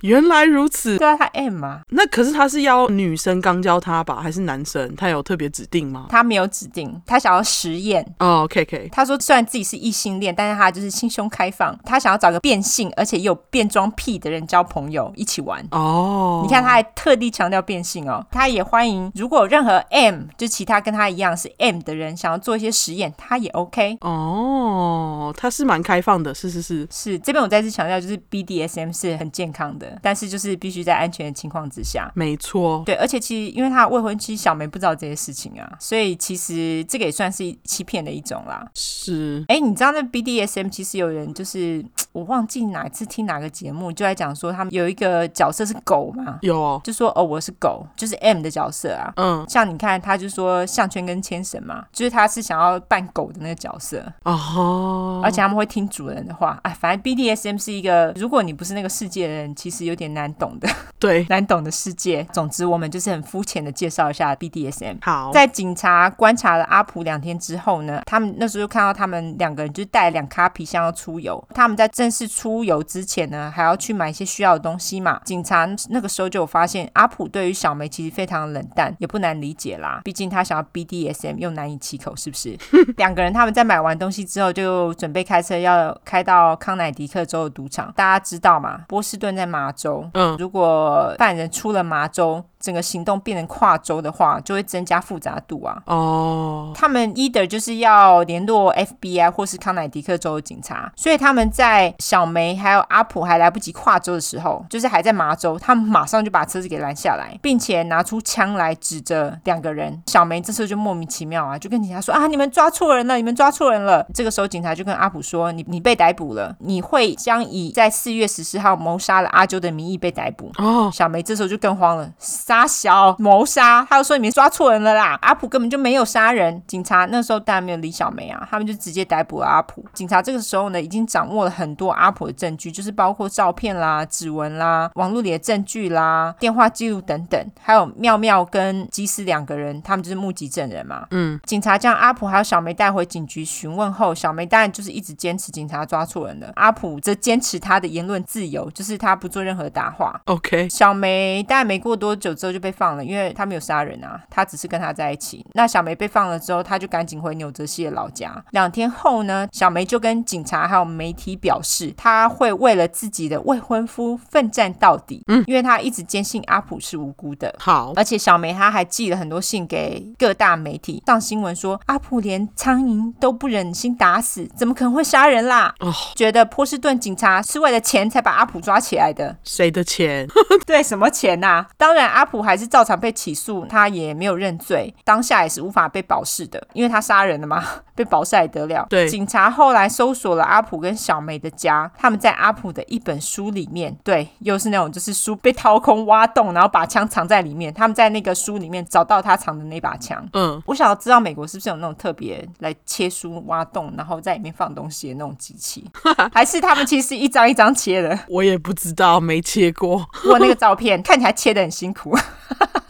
[SPEAKER 1] 原来如此。
[SPEAKER 2] 对啊，他 M 嘛，
[SPEAKER 1] 那可是他是要女生肛交他吧，还是男生？他有特别指定吗？
[SPEAKER 2] 他没有指定，他想要实验。
[SPEAKER 1] 哦，K K，
[SPEAKER 2] 他说，虽然自己是异性恋，但是他就是心胸开放，他想要找个变性而且也有变装癖的人交朋友，一起玩。
[SPEAKER 1] 哦，
[SPEAKER 2] 你看，他还特地强调变性哦，他也欢迎如果有任何 M，就其他跟他一样是 M 的人想要做一些实验，他也 OK。
[SPEAKER 1] 哦，他是蛮开放的，是是是，
[SPEAKER 2] 是这边我再次强调，就是 BDSM 是很健康的，但是就是必须在安全的情况之下。
[SPEAKER 1] 没错。
[SPEAKER 2] 对，而且其实因为他的未婚妻小梅不知道这些事情啊，所以其实这个也算是欺骗的一种啦。
[SPEAKER 1] 是
[SPEAKER 2] 哎，你知道那 BDSM 其实有人就是我忘记哪次听哪个节目就在讲说他们有一个角色是狗嘛，
[SPEAKER 1] 有哦，
[SPEAKER 2] 就说哦我是狗，就是 M 的角色啊。
[SPEAKER 1] 嗯，
[SPEAKER 2] 像你看，他就说项圈跟牵绳嘛，就是他是想要扮狗的那个角色，
[SPEAKER 1] 哦，
[SPEAKER 2] 而且他们会听主人的话。哎，反正 BDSM 是一个，如果你不是那个世界的人，其实有点难懂的，
[SPEAKER 1] 对，
[SPEAKER 2] 难懂的世界。总之，我们就是很肤浅的介绍一下 BDSM。
[SPEAKER 1] 好，
[SPEAKER 2] 在警察观察了阿普两天之后呢，他们那时候就看到他们两个人就带两卡皮箱要出游。他们在正式出游之前呢，还要去买一些需要的东西嘛。警察那个时候就有发现，阿普对于小梅其实非常冷淡，也不难理解啦。毕竟他想要 BDSM 又难以启口，是不是？两个人他们在买完东西之后，就准备开车要开到康乃狄克州的赌场。大家知道嘛，波士顿在麻州，
[SPEAKER 1] 嗯，
[SPEAKER 2] 如果犯人出了麻州，整个行动变成跨州的话，就会增加复杂度啊。
[SPEAKER 1] 哦，
[SPEAKER 2] 他们 either 就是要联络 FBI 或是康乃狄克州的警察，所以他们在小梅还有阿普还来不及跨州的时候，就是还在麻州，他们马上就把车子给拦下来，并且拿出枪来指着两个人。小梅这时候就莫名其妙啊，就跟警察说啊，你们抓错人了，你们抓错人了。这个时候警察就跟阿普说，你你被逮捕了，你会将以在四月十四号谋杀了阿啾的名义被逮捕。
[SPEAKER 1] 哦，
[SPEAKER 2] 小梅这时候就更慌了，杀小谋杀，他又说你们抓错人了啦，阿普根本就没有杀人。警察那时候当然没有理小梅啊，他们就直接逮捕了阿普。警察这个时候呢，已经掌握了很多阿普的证据，就是包括照片啦、指纹啦、网络里的证据啦、电话记录等等，还有妙妙跟基斯两个人，他们就是目击证人嘛。
[SPEAKER 1] 嗯，
[SPEAKER 2] 警察将阿普还有小梅带回警局询问后，小梅当然就是一直坚持警察抓错人了，阿普则坚持他的言论自由，就是他不做任何答话。
[SPEAKER 1] ，OK，
[SPEAKER 2] 小梅大概没过多久之后就被放了，因为他没有杀人啊，他只是跟他在一起。那小梅被放了之后，他就赶紧回纽泽西的老家。两天后呢，小梅就跟警察还有媒体表示，她会为了自己的未婚夫奋战到底，嗯，因为她一直坚信阿普是无辜的。
[SPEAKER 1] 好，
[SPEAKER 2] 而且小梅她还寄了很多信给各大媒体，上新闻说阿普连苍蝇都不忍心打死，怎么可能会杀人啦？
[SPEAKER 1] 哦
[SPEAKER 2] 觉得波士顿警察是为了钱才把阿普抓起来的。
[SPEAKER 1] 谁的钱？
[SPEAKER 2] 对，什么钱呐、当然，阿普还是照常被起诉，他也没有认罪，当下也是无法被保释的，因为他杀人了嘛， 被保释还得了？
[SPEAKER 1] 对
[SPEAKER 2] 警察后来搜索了阿普跟小梅的家，他们在阿普的一本书里面，对，又是那种就是书被掏空挖洞，然后把枪藏在里面，他们在那个书里面找到他藏的那把枪。
[SPEAKER 1] 嗯，
[SPEAKER 2] 我想要知道美国是不是有那种特别来切书挖洞，然后在里面放东西的那种机器，还是他们其实是一张一张切的？
[SPEAKER 1] 我也不知道，没切过。
[SPEAKER 2] 我那个照片看起来切的很辛苦，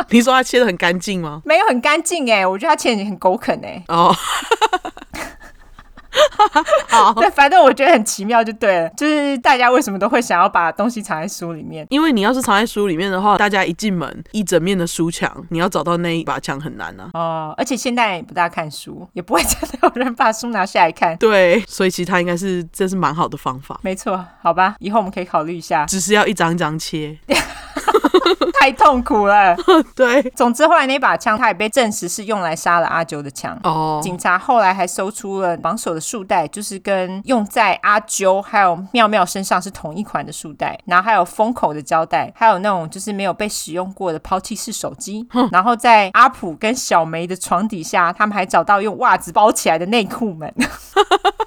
[SPEAKER 1] 你说他切的很干净吗？
[SPEAKER 2] 没有很干净哎，我觉得他切的很狗啃哎。
[SPEAKER 1] 哦，好，
[SPEAKER 2] 对，反正我觉得很奇妙就对了，就是大家为什么都会想要把东西藏在书里面？
[SPEAKER 1] 因为你要是藏在书里面的话，大家一进门一整面的书墙，你要找到那一把枪很难啊。
[SPEAKER 2] 哦，而且现在也不大看书，也不会真的有人把书拿下来看。
[SPEAKER 1] 对，所以其实他应该是这是蛮好的方法，。
[SPEAKER 2] 没错，好吧，以后我们可以考虑一下
[SPEAKER 1] 只是要一张一张切。
[SPEAKER 2] 太痛苦了。
[SPEAKER 1] 对，
[SPEAKER 2] 总之，后来那把枪，它也被证实是用来杀了阿啾的枪。
[SPEAKER 1] 哦，
[SPEAKER 2] 警察后来还搜出了绑手的束带，就是跟用在阿啾还有妙妙身上是同一款的束带，然后还有封口的胶带，还有那种就是没有被使用过的抛弃式手机。然后在阿普跟小梅的床底下，他们还找到用袜子包起来的内裤们，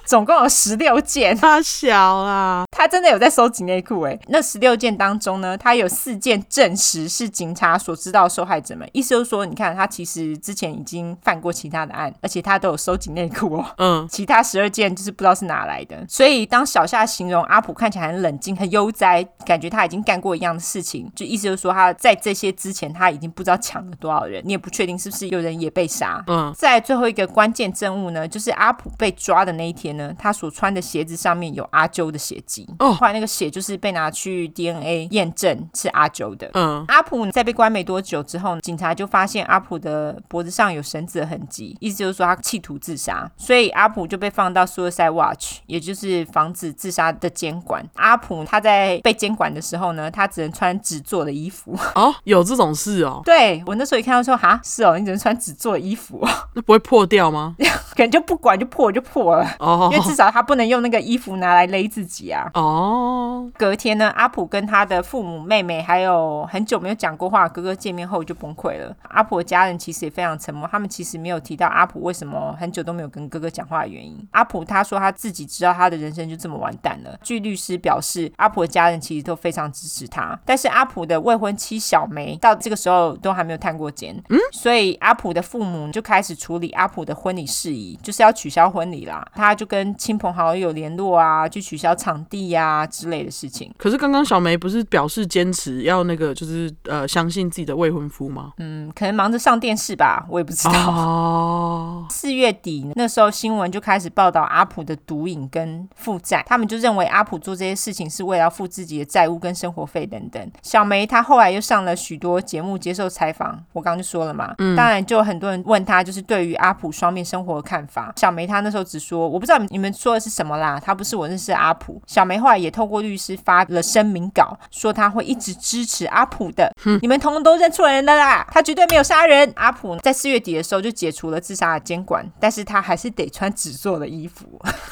[SPEAKER 2] 总共有十六件。
[SPEAKER 1] 他小啊啦，
[SPEAKER 2] 他真的有在收集内裤诶，那十六件当中呢，他有四件证实是警察所知道的受害者们，意思就是说，你看他其实之前已经犯过其他的案，而且他都有收集内裤 哦。
[SPEAKER 1] 嗯，
[SPEAKER 2] 其他十二件就是不知道是哪来的，所以当小夏形容阿普看起来很冷静、很悠哉，感觉他已经干过一样的事情，就意思就是说他在这些之前他已经不知道抢了多少人，你也不确定是不是有人也被杀。
[SPEAKER 1] 嗯，
[SPEAKER 2] 再来最后一个关键证物呢，就是阿普被抓的那一天呢，他所穿的鞋子上面有阿啾的血迹，
[SPEAKER 1] 哦
[SPEAKER 2] 后来那个血就是被拿去 DNA 验证是阿啾的。
[SPEAKER 1] 嗯，
[SPEAKER 2] 阿普在被关没多久之后，警察就发现阿普的脖子上有绳子的痕迹，意思就是说他企图自杀，所以阿普就被放到 suicide watch，也就是防止自杀的监管。阿普他在被监管的时候呢，他只能穿纸做的衣服。
[SPEAKER 1] 哦，有这种事哦，
[SPEAKER 2] 对我那时候一看到说，哈，是哦，你只能穿纸做的衣服哦，
[SPEAKER 1] 那不会破掉 吗？
[SPEAKER 2] 可能就不管就破就破了。
[SPEAKER 1] 哦
[SPEAKER 2] 因为至少他不能用那个衣服拿来勒自己啊。
[SPEAKER 1] 哦，
[SPEAKER 2] 隔天呢，阿普跟他的父母、妹妹还有很久没有讲过话的哥哥见面后就崩溃了。阿普的家人其实也非常沉默，他们其实没有提到阿普为什么很久都没有跟哥哥讲话的原因。阿普他说他自己知道他的人生就这么完蛋了。据律师表示，阿普的家人其实都非常支持他，但是阿普的未婚妻小梅到这个时候都还没有探过监，所以阿普的父母就开始处理阿普的婚礼事宜，就是要取消婚礼啦。他就跟亲朋好友联络啊，去取消场地呀、之类的事情。
[SPEAKER 1] 可是刚刚小梅不是表示坚持要那个，就是呃，相信自己的未婚夫吗？
[SPEAKER 2] 嗯，可能忙着上电视吧，我也不知道。
[SPEAKER 1] 哦，
[SPEAKER 2] 四月底那时候新闻就开始报道阿普的毒瘾跟负债，他们就认为阿普做这些事情是为了要付自己的债务跟生活费等等。小梅她后来又上了许多节目接受采访，我刚刚就说了嘛，当然就很多人问她就是对于阿普双面生活的看法。小梅她那时候只说我不知道你们说的是什么啦，她不是我认识的阿普。小梅后来也透过律师发了声明稿，说她会一直支持阿普的，你们通通都认错人了啦！他绝对没有杀人。阿普在四月底的时候就解除了自杀的监管，但是他还是得穿纸做的衣服。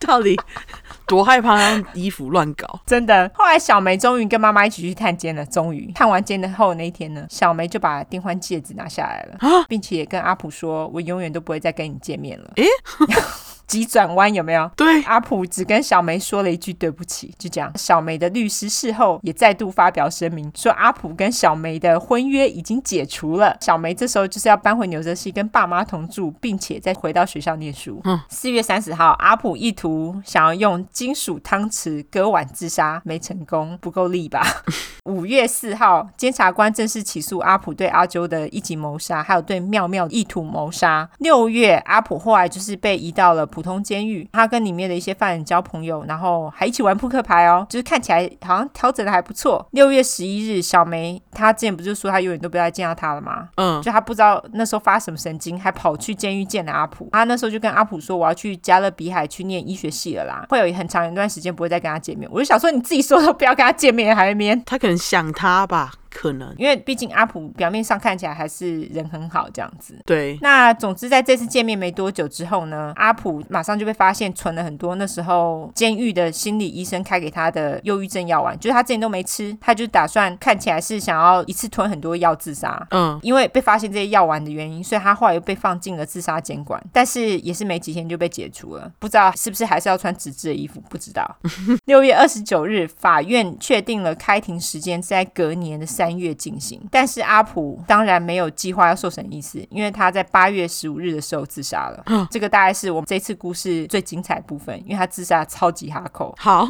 [SPEAKER 1] 到底多害怕让衣服乱搞？
[SPEAKER 2] 真的。后来小梅终于跟妈妈一起去探监了，终于探完监的后那一天呢，小梅就把订婚戒指拿下来了，并且也跟阿普说：“我永远都不会再跟你见面了。”
[SPEAKER 1] 诶
[SPEAKER 2] 急转弯有没有？
[SPEAKER 1] 对，
[SPEAKER 2] 阿普只跟小梅说了一句对不起，就这样。小梅的律师事后也再度发表声明，说阿普跟小梅的婚约已经解除了。小梅这时候就是要搬回纽泽西跟爸妈同住，并且再回到学校念书。四、月三十号，阿普意图想要用金属汤匙割腕自杀，没成功，不够力吧？五月四号，监察官正式起诉阿普对阿啾的一级谋杀，还有对妙妙意图谋杀。六月，阿普后来就是被移到了普通监狱，他跟里面的一些犯人交朋友，然后还一起玩扑克牌哦，就是看起来好像调整的还不错。六月十一日，小梅她之前不是说她永远都不要再见到他了吗？
[SPEAKER 1] 嗯，
[SPEAKER 2] 就他不知道那时候发什么神经，还跑去监狱见了阿普。他那时候就跟阿普说：“我要去加勒比海去念医学系了啦，会有很长一段时间不会再跟他见面。”我就想说，你自己说都不要跟他见面，还在那边。
[SPEAKER 1] 他可能想他吧，可能
[SPEAKER 2] 因为毕竟阿普表面上看起来还是人很好这样子。
[SPEAKER 1] 对，
[SPEAKER 2] 那总之，在这次见面没多久之后呢，阿普马上就被发现存了很多那时候监狱的心理医生开给他的忧郁症药丸，就是他之前都没吃，他就打算看起来是想要一次吞很多药自杀。
[SPEAKER 1] 嗯，
[SPEAKER 2] 因为被发现这些药丸的原因，所以他后来又被放进了自杀监管，但是也是没几天就被解除了。不知道是不是还是要穿纸质的衣服，不知道。六月二十九日，法院确定了开庭时间是在隔年的三月进行，但是阿普当然没有计划要受审意思，因为他在八月十五日的时候自杀了。这个大概是我们这次故事最精彩的部分，因为他自杀超级哈扣。
[SPEAKER 1] 好，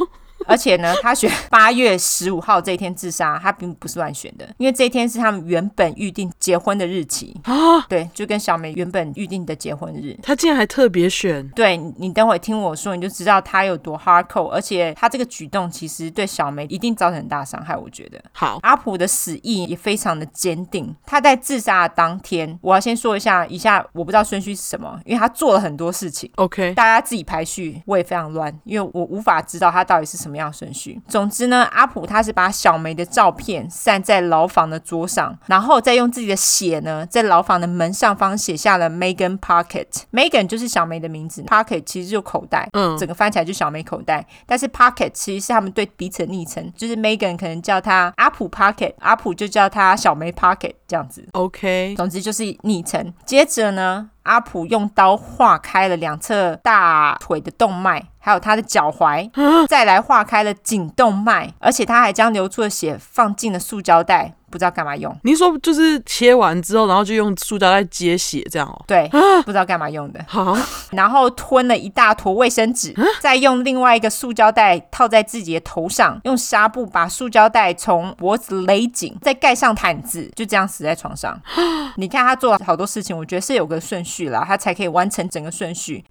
[SPEAKER 2] 而且呢，他选 八月十五号这一天自杀，他并不是乱选的，因为这一天是他们原本预定结婚的日期啊。 对，就跟小梅原本预定的结婚日。
[SPEAKER 1] 他竟然还特别选，
[SPEAKER 2] 对你你等会听我说，你就知道他有多 hardcore，而且他这个举动其实对小梅一定造成很大伤害。我觉得
[SPEAKER 1] 好，
[SPEAKER 2] 阿普的死意也非常的坚定。他在自杀的当天，我要先说一下，以下我不知道顺序是什么，因为他做了很多事情。
[SPEAKER 1] OK，
[SPEAKER 2] 大家自己排序，我也非常乱，因为我无法知道它到底是什么样的顺序。总之呢，阿普他是把小梅的照片散在牢房的桌上，然后再用自己的血呢，在牢房的门上方写下了 Megan Pocket。Megan 就是小梅的名字，Pocket 其实就口袋，
[SPEAKER 1] 嗯
[SPEAKER 2] 整个翻起来就小梅口袋。但是 Pocket 其实是他们对彼此的昵称，就是 Megan 可能叫他阿普 Pocket，阿普就叫他小梅 Pocket 这样子。
[SPEAKER 1] ，OK，
[SPEAKER 2] 总之就是昵称。接着呢，阿普用刀划开了两侧大腿的动脉，还有他的脚踝，再来划开了颈动脉，而且他还将流出的血放进了塑胶袋，不知道干嘛用。
[SPEAKER 1] 你说就是切完之后，然后就用塑胶袋接血这样哦，
[SPEAKER 2] 对，不知道干嘛用的。
[SPEAKER 1] 好，
[SPEAKER 2] 然后吞了一大坨卫生纸，再用另外一个塑胶袋套在自己的头上，用纱布把塑胶袋从脖子勒紧，再盖上毯子，就这样死在床上。你看他做了好多事情，我觉得是有个顺序啦，他才可以完成整个顺序。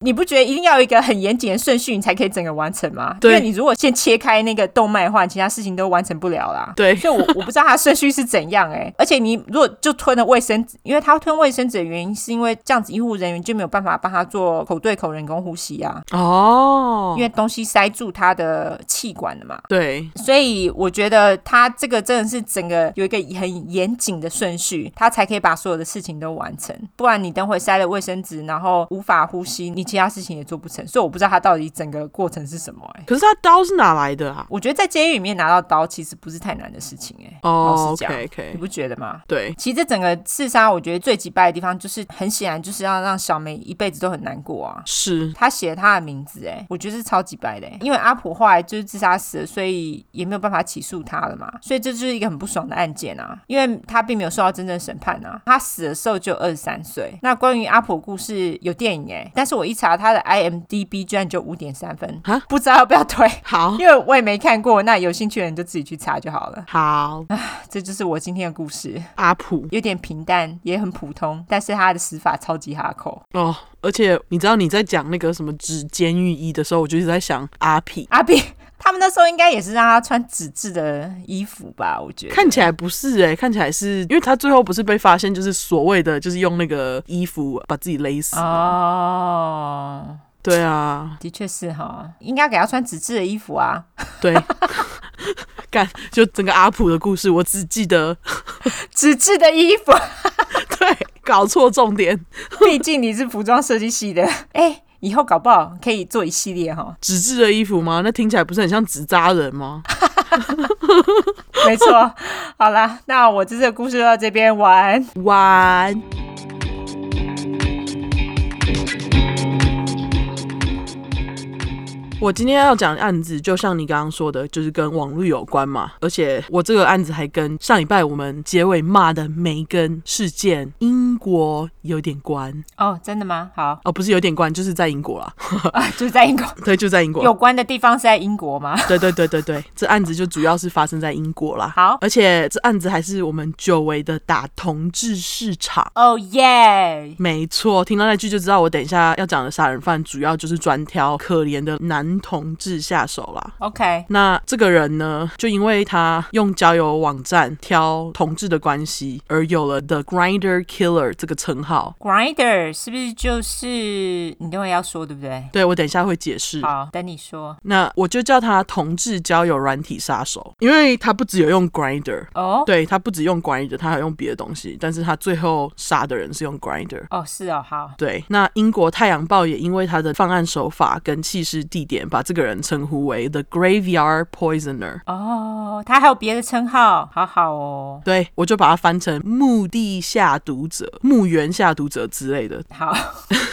[SPEAKER 2] 你不觉得一定要有一个很严谨的顺序，你才可以整个完成吗？
[SPEAKER 1] 对
[SPEAKER 2] 因为你如果先切开那个动脉的话，你其他事情都完成不了啦。
[SPEAKER 1] 对，
[SPEAKER 2] 所以我我不知道它顺序是怎样哎、而且你如果就吞了卫生纸，因为他吞卫生纸的原因是因为这样子医护人员就没有办法帮他做口对口人工呼吸啊，
[SPEAKER 1] 哦
[SPEAKER 2] 因，为东西塞住他的气管了嘛。
[SPEAKER 1] 对，
[SPEAKER 2] 所以我觉得他这个真的是整个有一个很严谨的顺序，他才可以把所有的事情都完成。不然你等会塞了卫生纸，然后无法呼吸，你其他事情也做不成。所以我不知道他到底整个过程是什么哎、
[SPEAKER 1] 可是他刀是哪来的啊？
[SPEAKER 2] 我觉得在监狱里面拿到刀其实不是太难的事情哎、
[SPEAKER 1] 哦
[SPEAKER 2] 老实讲你
[SPEAKER 1] ，OK，OK，
[SPEAKER 2] 不觉得吗？
[SPEAKER 1] 对，
[SPEAKER 2] 其实这整个刺杀，我觉得最击败的地方就是，很显然就是要让小梅一辈子都很难过啊。
[SPEAKER 1] 是，
[SPEAKER 2] 他写了他的名字，哎，我觉得是超级白的、哎因为阿普后来就是自杀死了，所以也没有办法起诉他了嘛，所以这就是一个很不爽的案件啊，因为他并没有受到真正审判啊，他死的时候就二十三岁。那关于阿普的故事有电影哎、但是我一查他的 IMDB 居然就五点三分
[SPEAKER 1] 啊，
[SPEAKER 2] 不知道要不要推，
[SPEAKER 1] 好，
[SPEAKER 2] 因为我也没看过，那有兴趣的人就自己去查就好了。
[SPEAKER 1] 好，
[SPEAKER 2] 这就是我今天的故事。
[SPEAKER 1] 阿普
[SPEAKER 2] 有点平淡，也很普通，但是他的死法超级哈口。
[SPEAKER 1] 哦，而且你知道你在讲那个什么纸监狱衣的时候，我就一直在想阿皮，
[SPEAKER 2] 阿比 他们那时候应该也是让他穿纸质的衣服吧？我觉得。
[SPEAKER 1] 看起来不是诶、看起来是因为他最后不是被发现，就是所谓的就是用那个衣服把自己勒
[SPEAKER 2] 啊
[SPEAKER 1] 死。
[SPEAKER 2] 哦，
[SPEAKER 1] 对啊，
[SPEAKER 2] 的确是哈，应该给他穿纸质的衣服啊。
[SPEAKER 1] 对， 干就整个阿普的故事，我只记得
[SPEAKER 2] 纸质的衣服，
[SPEAKER 1] 对，搞错重点，
[SPEAKER 2] 毕竟你是服装设计系的， 哎、以后搞不好可以做一系列哈。
[SPEAKER 1] 纸质的衣服吗？那听起来不是很像纸扎人吗？
[SPEAKER 2] 没 错，好啦，那我这次的故事就到这边完。
[SPEAKER 1] 晚安。我今天要讲的案子，就像你刚刚说的，就是跟网络有关嘛。而且我这个案子还跟上礼拜我们结尾骂的梅根事件，英国有点关
[SPEAKER 2] 哦，真的吗？好
[SPEAKER 1] 哦，不是有点关，就是在英国啦。
[SPEAKER 2] 啊， 就在英国，
[SPEAKER 1] 对，就在英国。
[SPEAKER 2] 有关的地方是在英国吗？
[SPEAKER 1] 对对对对对，这案子就主要是发生在英国啦。
[SPEAKER 2] 好
[SPEAKER 1] 而且这案子还是我们久违的打同志市场。
[SPEAKER 2] 哦耶！
[SPEAKER 1] 没错，听到那句就知道我等一下要讲的杀人犯主要就是专挑可怜的男同志下手啦。
[SPEAKER 2] OK，
[SPEAKER 1] 那这个人呢，就因为他用交友网站挑同志的关系，而有了 The Grinder Killer 这个称号。
[SPEAKER 2] Grinder 是不是就是你等会要说对不对？
[SPEAKER 1] 对我等一下会解释。
[SPEAKER 2] 好，等你说
[SPEAKER 1] 那我就叫他同志交友软体杀手，因为他不只有用 Grinder，
[SPEAKER 2] 哦。
[SPEAKER 1] 对他不只用 Grinder，他还用别的东西，但是他最后杀的人是用 Grinder。
[SPEAKER 2] 哦，是哦，好，
[SPEAKER 1] 对，那英国《太阳报》也因为他的犯案手法跟弃尸地点，把这个人称呼为 The Graveyard Poisoner。
[SPEAKER 2] 哦，他还有别的称号，好好哦，
[SPEAKER 1] 对，我就把它翻成墓地下毒者、墓园下毒者之类的。
[SPEAKER 2] 好，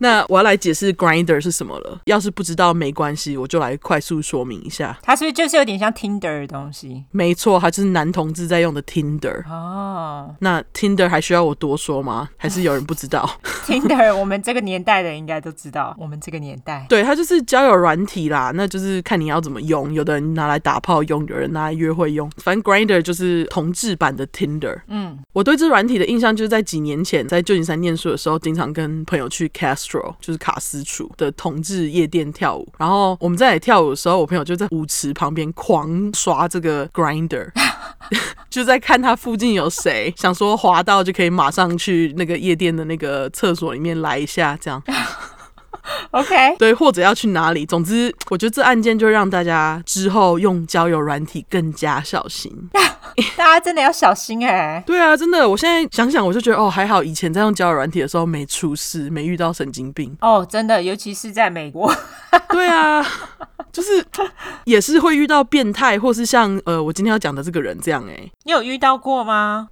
[SPEAKER 1] 那我要来解释 Grinder 是什么了。要是不知道没关系，我就来快速说明一下。
[SPEAKER 2] 他是不是就是有点像 Tinder 的东西？
[SPEAKER 1] 没错，它就是男同志在用的 Tinder。
[SPEAKER 2] 哦
[SPEAKER 1] 那 Tinder 还需要我多说吗？还是有人不知道？
[SPEAKER 2] ，Tinder 我们这个年代的应该都知道，我们这个年代，
[SPEAKER 1] 对，它就是交友软体啦，那就是看你要怎么用。有的人拿来打炮用，有人拿来约会用。反正 Grinder 就是同志版的 Tinder。
[SPEAKER 2] 嗯，
[SPEAKER 1] 我对这软体的印象就是在几年前在旧金山念书的时候，经常跟朋友去 Castro，就是卡斯楚的同志夜店跳舞。然后我们在那里跳舞的时候，我朋友就在舞池旁边狂刷这个 Grinder。就在看他附近有谁，想说滑到就可以马上去那个夜店的那个厕所里面来一下，这样。
[SPEAKER 2] OK，
[SPEAKER 1] 对，或者要去哪里。总之，我觉得这案件就让大家之后用交友软体更加小心。
[SPEAKER 2] 大家真的要小心哎、。
[SPEAKER 1] 对啊，真的，我现在想想，我就觉得哦，还好以前在用交友软体的时候没出事，没遇到神经病
[SPEAKER 2] 哦，真的，尤其是在美国，
[SPEAKER 1] 对啊，就是也是会遇到变态，或是像呃我今天要讲的这个人这样哎、
[SPEAKER 2] 你有遇到过吗？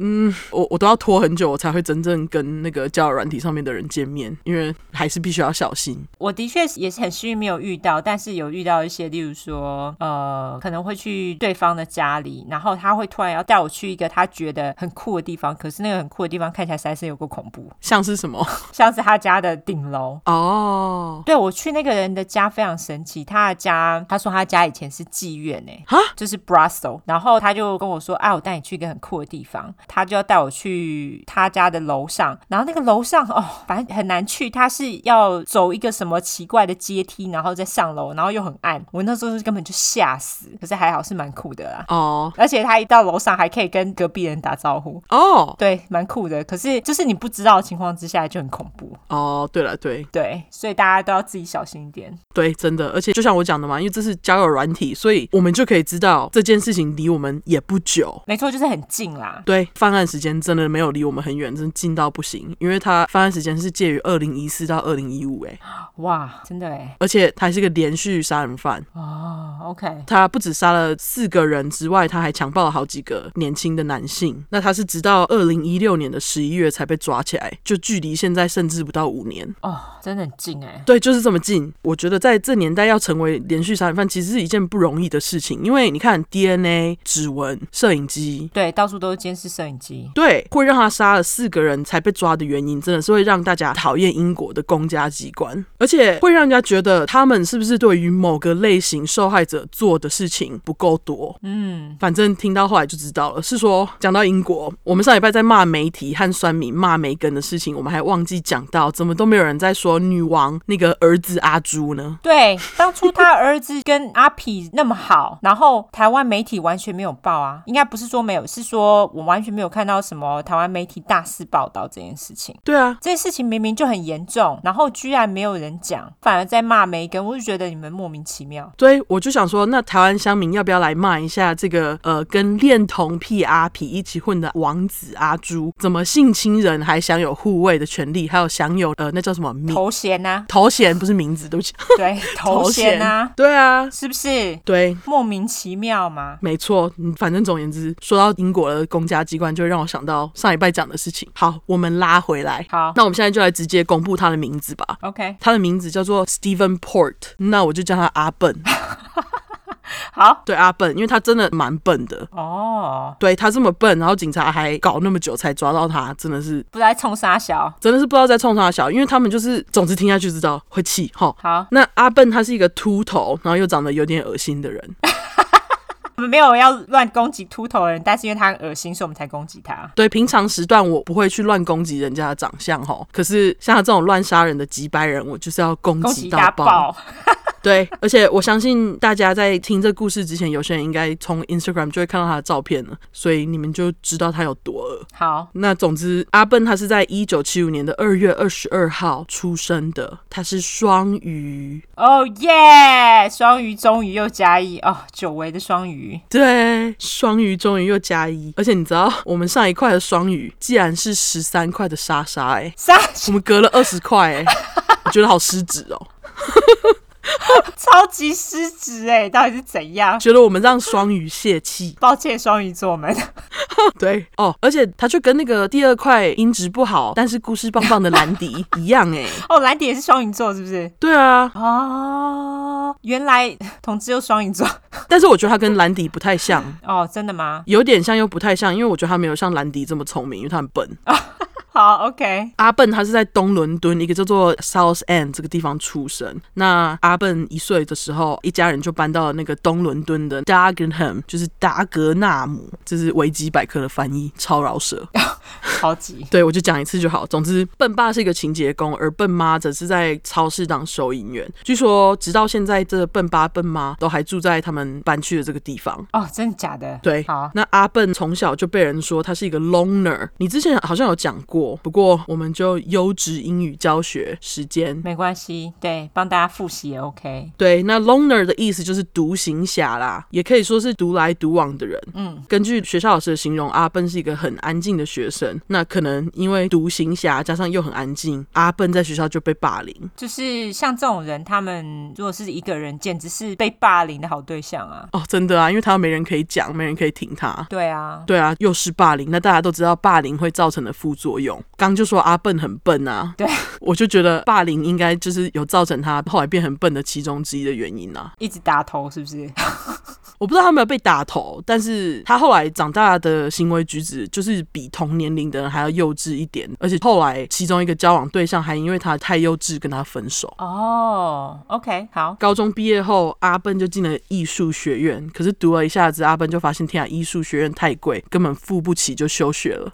[SPEAKER 1] 我我都要拖很久，我才会真正跟那个交友软体上面的人见面，因为还是必须要小心。
[SPEAKER 2] 我的确也是很幸运没有遇到，但是有遇到一些，例如说，呃，可能会去对方的家里，然后他会突然要带我去一个他觉得很酷的地方，可是那个很酷的地方看起来实在是有够恐怖，
[SPEAKER 1] 像是什么？
[SPEAKER 2] 像是他家的顶楼。
[SPEAKER 1] 哦，
[SPEAKER 2] 对我去那个人的家非常神奇，他的家，他说他家以前是妓院呢、
[SPEAKER 1] 啊
[SPEAKER 2] 就是 Brussels，然后他就跟我说，啊，我带你去一个很酷的地方，他就要带我去他家的楼上，然后那个楼上哦，反正很难去，他是要走一个什么奇怪的阶梯，然后再上楼，然后又很暗，我那时候是根本就吓死，可是还好是蛮酷的啦，
[SPEAKER 1] 哦
[SPEAKER 2] 而且他一到楼上还可以跟隔壁人打招呼。
[SPEAKER 1] 哦
[SPEAKER 2] 对，蛮酷的。可是就是你不知道的情况之下就很恐怖，
[SPEAKER 1] 哦，对了对，
[SPEAKER 2] 对，所以大家都要自己小心一点。
[SPEAKER 1] 对，真的，而且就像我讲的嘛，因为这是交友软体，所以我们就可以知道这件事情离我们也不久。
[SPEAKER 2] 没错，就是很近啦。
[SPEAKER 1] 对，犯案时间真的没有离我们很远，真的近到不行，因为他犯案时间是介于二零一四到二零一五，哎，
[SPEAKER 2] 哇，真的哎。
[SPEAKER 1] 而且他还是个连续杀人犯，
[SPEAKER 2] 哦，OK，
[SPEAKER 1] 他不止杀了四个人之外，他还强暴了好几个年轻的男性。那他是直到二零一六年的十一月才被抓起来，就距离现在甚至不到五年。
[SPEAKER 2] 哦，真的很近哎。
[SPEAKER 1] 对，就是这么近。我觉得在这年代要成为连续杀人犯，其实是一件不容易的事情，因为你看 DNA、指纹、摄影机。
[SPEAKER 2] 对，到处都是监视摄影机。
[SPEAKER 1] 对，会让他杀了四个人才被抓的原因，真的是会让大家讨厌英国的公家机关，而且会让人家觉得他们是不是对于某个类型受害者做的事情不够多。
[SPEAKER 2] 嗯，
[SPEAKER 1] 反正听到后来就知道了，是说讲到英国，我们上礼拜在骂媒体和酸民骂梅根的事情，我们还忘记讲到，怎么都没有人在说女王那个儿子阿朱呢？
[SPEAKER 2] 对，当初他儿子跟阿痞那么好， 然后台湾媒体完全没有报啊，应该不是说没有，是说我完全没有看到什么台湾媒体大肆报道这件事情。
[SPEAKER 1] 对啊，
[SPEAKER 2] 这件事情明明就很严重，然后居然没有人讲，反而在骂梅根，我就觉得你们莫名其妙。
[SPEAKER 1] 对，我就想说，那台湾乡民要不要来骂一下这个呃跟恋恋童癖阿痞一起混的王子阿朱，怎么性侵人还享有护卫的权利，还有享有呃那叫什么名
[SPEAKER 2] 头衔 呐、
[SPEAKER 1] 头衔，不是名字，对不起，
[SPEAKER 2] 对，头衔呐、
[SPEAKER 1] 对啊，
[SPEAKER 2] 是不是
[SPEAKER 1] 对。
[SPEAKER 2] 莫名其妙嘛？
[SPEAKER 1] 没错，嗯反正总而言之，说到英国的公家机关，就会让我想到上礼拜讲的事情。好，我们拉回来。
[SPEAKER 2] 好
[SPEAKER 1] 那我们现在就来直接公布他的名字吧。
[SPEAKER 2] ，OK，
[SPEAKER 1] 他的名字叫做 Stephen Port，那我就叫他阿笨。
[SPEAKER 2] 好，
[SPEAKER 1] 对，阿笨，因为他真的蛮笨的。
[SPEAKER 2] 哦，
[SPEAKER 1] 对他这么笨，然后警察还搞那么久才抓到他，真的是
[SPEAKER 2] 不来冲沙小，
[SPEAKER 1] 真的是不知道在冲啥小，因为他们就是，总之听下去知道会气哈。齁
[SPEAKER 2] 好，
[SPEAKER 1] 那阿笨他是一个秃头，然后又长得有点恶心的人。
[SPEAKER 2] 我们没有要乱攻击秃头的人，但是因为他很恶心，所以我们才攻击他。
[SPEAKER 1] 对，平常时段我不会去乱攻击人家的长相哈，齁可是像他这种乱杀人的几百人，我就是要攻
[SPEAKER 2] 恭
[SPEAKER 1] 击
[SPEAKER 2] 喜
[SPEAKER 1] 到
[SPEAKER 2] 大
[SPEAKER 1] 爆。
[SPEAKER 2] 爆，
[SPEAKER 1] 对，而且我相信大家在听这故事之前，有些人应该从 Instagram 就会看到他的照片了，所以你们就知道他有多恶。
[SPEAKER 2] 好，
[SPEAKER 1] 那总之，阿笨他是在一九七五年的二月二十二号出生的，他是双鱼。
[SPEAKER 2] 哦耶，双鱼终于又加一哦，久违的双鱼，
[SPEAKER 1] 对，双鱼终于又加一，而且你知道我们上一块的双鱼竟然是十三块的莎莎、 欸，
[SPEAKER 2] 沙
[SPEAKER 1] 我们隔了二十块、欸，我觉得好失职哦，
[SPEAKER 2] 超级失职哎，到底是怎样？
[SPEAKER 1] 觉得我们让双鱼泄气。
[SPEAKER 2] 抱歉，双鱼座们，
[SPEAKER 1] 对哦，而且他就跟那个第二块音质不好，但是故事棒棒的兰迪一样、欸，
[SPEAKER 2] 哦，蓝迪也是双鱼座是不是？
[SPEAKER 1] 对啊，
[SPEAKER 2] 哦，原来同志又双鱼座
[SPEAKER 1] 但是我觉得他跟兰迪不太像。
[SPEAKER 2] 哦，真的吗？
[SPEAKER 1] 有点像又不太像，因为我觉得他没有像兰迪这么聪明，因为他很笨。
[SPEAKER 2] 好，OK，
[SPEAKER 1] 阿笨他是在东伦敦一个叫做 South End 这个地方出生。那阿笨一岁的时候，一家人就搬到了那个东伦敦的 Dagenham，就是达格纳姆，这是维基百科的翻译，超饶舌。
[SPEAKER 2] 超级
[SPEAKER 1] 对我就讲一次就好。总之，笨爸是一个清洁工，而笨妈则是在超市当收银员。据说直到现在，这笨爸笨妈都还住在他们搬去的这个地方。
[SPEAKER 2] 哦，真的假的？
[SPEAKER 1] 对，
[SPEAKER 2] 好，
[SPEAKER 1] 那阿笨从小就被人说他是一个 loner，你之前好像有讲过，不过我们就优质英语教学时间。
[SPEAKER 2] 没关系，对，帮大家复习也 OK。
[SPEAKER 1] 对，那 loner 的意思就是独行侠啦，也可以说是独来独往的人。
[SPEAKER 2] 嗯，
[SPEAKER 1] 根据学校老师的形容，阿笨是一个很安静的学生。那可能因为独行侠加上又很安静，阿笨在学校就被霸凌。
[SPEAKER 2] 就是像这种人，他们如果是一个人，简直是被霸凌的好对象啊。
[SPEAKER 1] 哦，真的啊，因为他没人可以讲，没人可以听他。
[SPEAKER 2] 对啊，
[SPEAKER 1] 对啊，又是霸凌。那大家都知道霸凌会造成的副作用。刚就说阿笨很笨啊，
[SPEAKER 2] 对，
[SPEAKER 1] 我就觉得霸凌应该就是有造成他后来变很笨的其中之一的原因啊。
[SPEAKER 2] 一直打头是不是？
[SPEAKER 1] 我不知道他有没有被打头，但是他后来长大的行为举止就是比同年龄的人还要幼稚一点，而且后来其中一个交往对象还因为他太幼稚跟他分手。
[SPEAKER 2] 哦、o k 好，
[SPEAKER 1] 高中毕业后，阿笨就进了艺术学院，可是读了一下子，阿笨就发现天啊，艺术学院太贵，根本付不起，就休学了。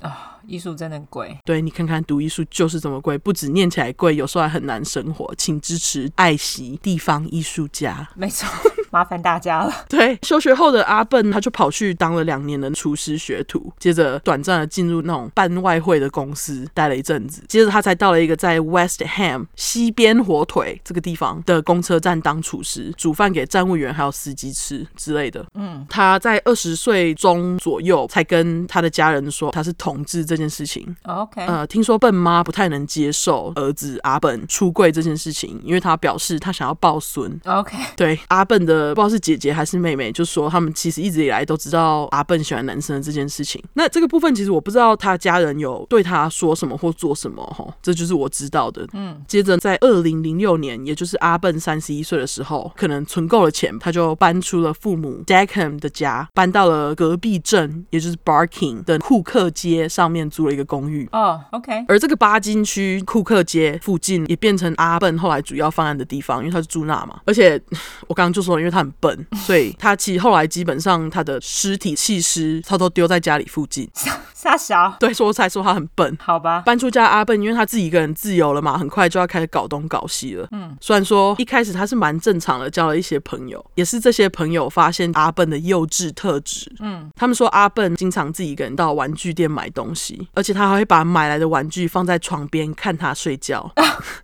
[SPEAKER 2] 艺术真的很贵。
[SPEAKER 1] 对你看看，读艺术就是这么贵，不止念起来贵，有时候还很难生活，请支持爱惜地方艺术家。
[SPEAKER 2] 没错， 麻烦大家了。
[SPEAKER 1] 对，休学后的阿笨，他就跑去当了两年的厨师学徒，接着短暂的进入那种办外汇的公司待了一阵子，接着他才到了一个在 West Ham 西边火腿这个地方的公车站当厨师，煮饭给站务员还有司机吃之类的。
[SPEAKER 2] 嗯，
[SPEAKER 1] 他在二十岁中左右才跟他的家人说他是同志这件事情，
[SPEAKER 2] OK，、
[SPEAKER 1] 呃，听说笨妈不太能接受儿子阿笨出柜这件事情，因为他表示他想要抱孙。
[SPEAKER 2] OK，
[SPEAKER 1] 对，阿笨的不知道是姐姐还是妹妹，就说他们其实一直以来都知道阿笨喜欢男生的这件事情。那这个部分其实我不知道他家人有对他说什么或做什么哈，吼这就是我知道的。
[SPEAKER 2] 嗯，
[SPEAKER 1] 接着在二零零六年，也就是阿笨三十一岁的时候，可能存够了钱，他就搬出了父母 Deckham 的家，搬到了隔壁镇，也就是 Barking 的库克街上面租了一个公寓。
[SPEAKER 2] 哦、o k
[SPEAKER 1] 而这个巴金区库克街附近也变成阿笨后来主要犯案的地方，因为他是住那嘛。而且 我刚刚就说了，因为他很笨， 所以他其实后来基本上他的尸体弃尸，他都丢在家里附近。
[SPEAKER 2] 傻小，
[SPEAKER 1] 对，所以我才说他很笨。
[SPEAKER 2] 好吧，
[SPEAKER 1] 搬出家阿笨，因为他自己一个人自由了嘛，很快就要开始搞东搞西了。嗯，虽然说一开始他是蛮正常的，交了一些朋友，也是这些朋友发现阿笨的幼稚特质。嗯，他们说阿笨经常自己一个人到玩具店买东西，而且他还会把买 来的玩具放在床边看他睡觉，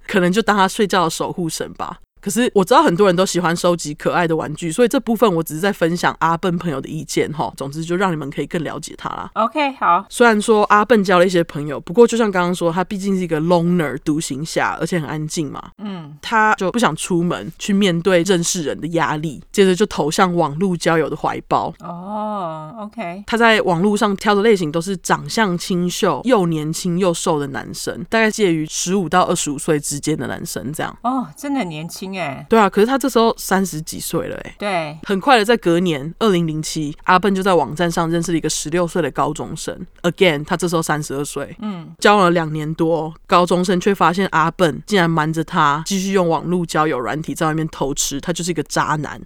[SPEAKER 1] 可能就当他睡觉的守护神吧。可是我知道很多人都喜欢收集可爱的玩具，所以这部分我只是在分享阿笨朋友的意见哈。总之就让你们可以更了解他啦。
[SPEAKER 2] OK，好，
[SPEAKER 1] 虽然说阿笨交了一些朋友，不过就像刚刚说，他毕竟是一个 loner 独行侠，而且很安静嘛，
[SPEAKER 2] 嗯，
[SPEAKER 1] 他就不想出门去面对认识人的压力，接着就投向网络交友的怀抱。
[SPEAKER 2] 哦，OK，
[SPEAKER 1] 他在网络上挑的类型都是长相清秀、又年轻又瘦的男生，大概介于十五到二十五岁之间的男生这样。
[SPEAKER 2] 哦，真的很年轻哎，
[SPEAKER 1] 对啊，可是他这时候三十几岁了、欸，
[SPEAKER 2] 对，
[SPEAKER 1] 很快的，在隔年二零零七，阿笨就在网站上认识了一个十六岁的高中生。Again，他这时候三十二岁，
[SPEAKER 2] 嗯，
[SPEAKER 1] 交往了两年多，高中生却发现阿笨竟然瞒着他，继续用网络交友软体在外面偷吃，他就是一个渣男。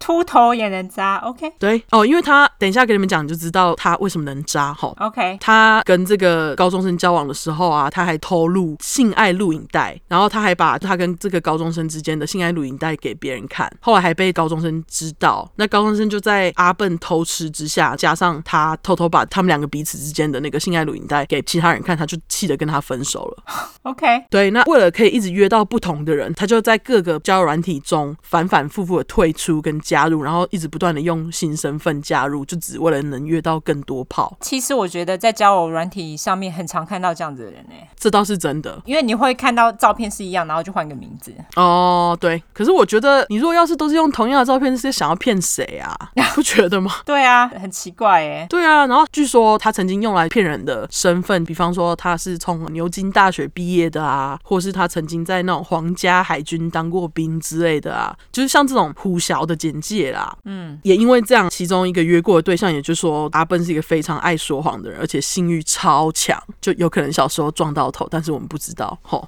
[SPEAKER 2] 秃头也能扎，OK，OK，、
[SPEAKER 1] 对哦，因为他等一下给你们讲，你就知道他为什么能渣哈。他跟这个高中生交往的时候啊，他还偷录性爱录影带，然后他还把他跟这个高中生之间的性爱录影带给别人看，后来还被高中生知道。那高中生就在阿笨偷吃之下，加上他偷偷把他们两个彼此之间的那个性爱录影带给其他人看，他就气得跟他分手了。
[SPEAKER 2] o k
[SPEAKER 1] 对，那为了可以一直约到不同的人，他就在各个交友软体中反反复复的退出跟加入，然后一直不断的用新身份加入，就只为了能约到更多炮。
[SPEAKER 2] 其实我觉得在交友软体上面很常看到这样子的人哎、
[SPEAKER 1] 这倒是真的。
[SPEAKER 2] 因为你会看到照片是一样，然后就换个名字。
[SPEAKER 1] 哦，对，可是我觉得你如果要是都是用同样的照片，是想要骗谁啊？你不觉得吗？
[SPEAKER 2] 对啊，很奇怪哎。
[SPEAKER 1] 对啊，然后据说他曾经用来骗人的身份，比方说他是从牛津大学毕业的啊，或是他曾经在那种皇家海军当过兵之类的啊，就是像这种虎小的简介啦。
[SPEAKER 2] 嗯，
[SPEAKER 1] 也因为这样，其中一个约过的对象，也就是说阿笨是一个非常爱说谎的人，而且性欲超强，就有可能小时候撞到头，但是我们不知道。吼，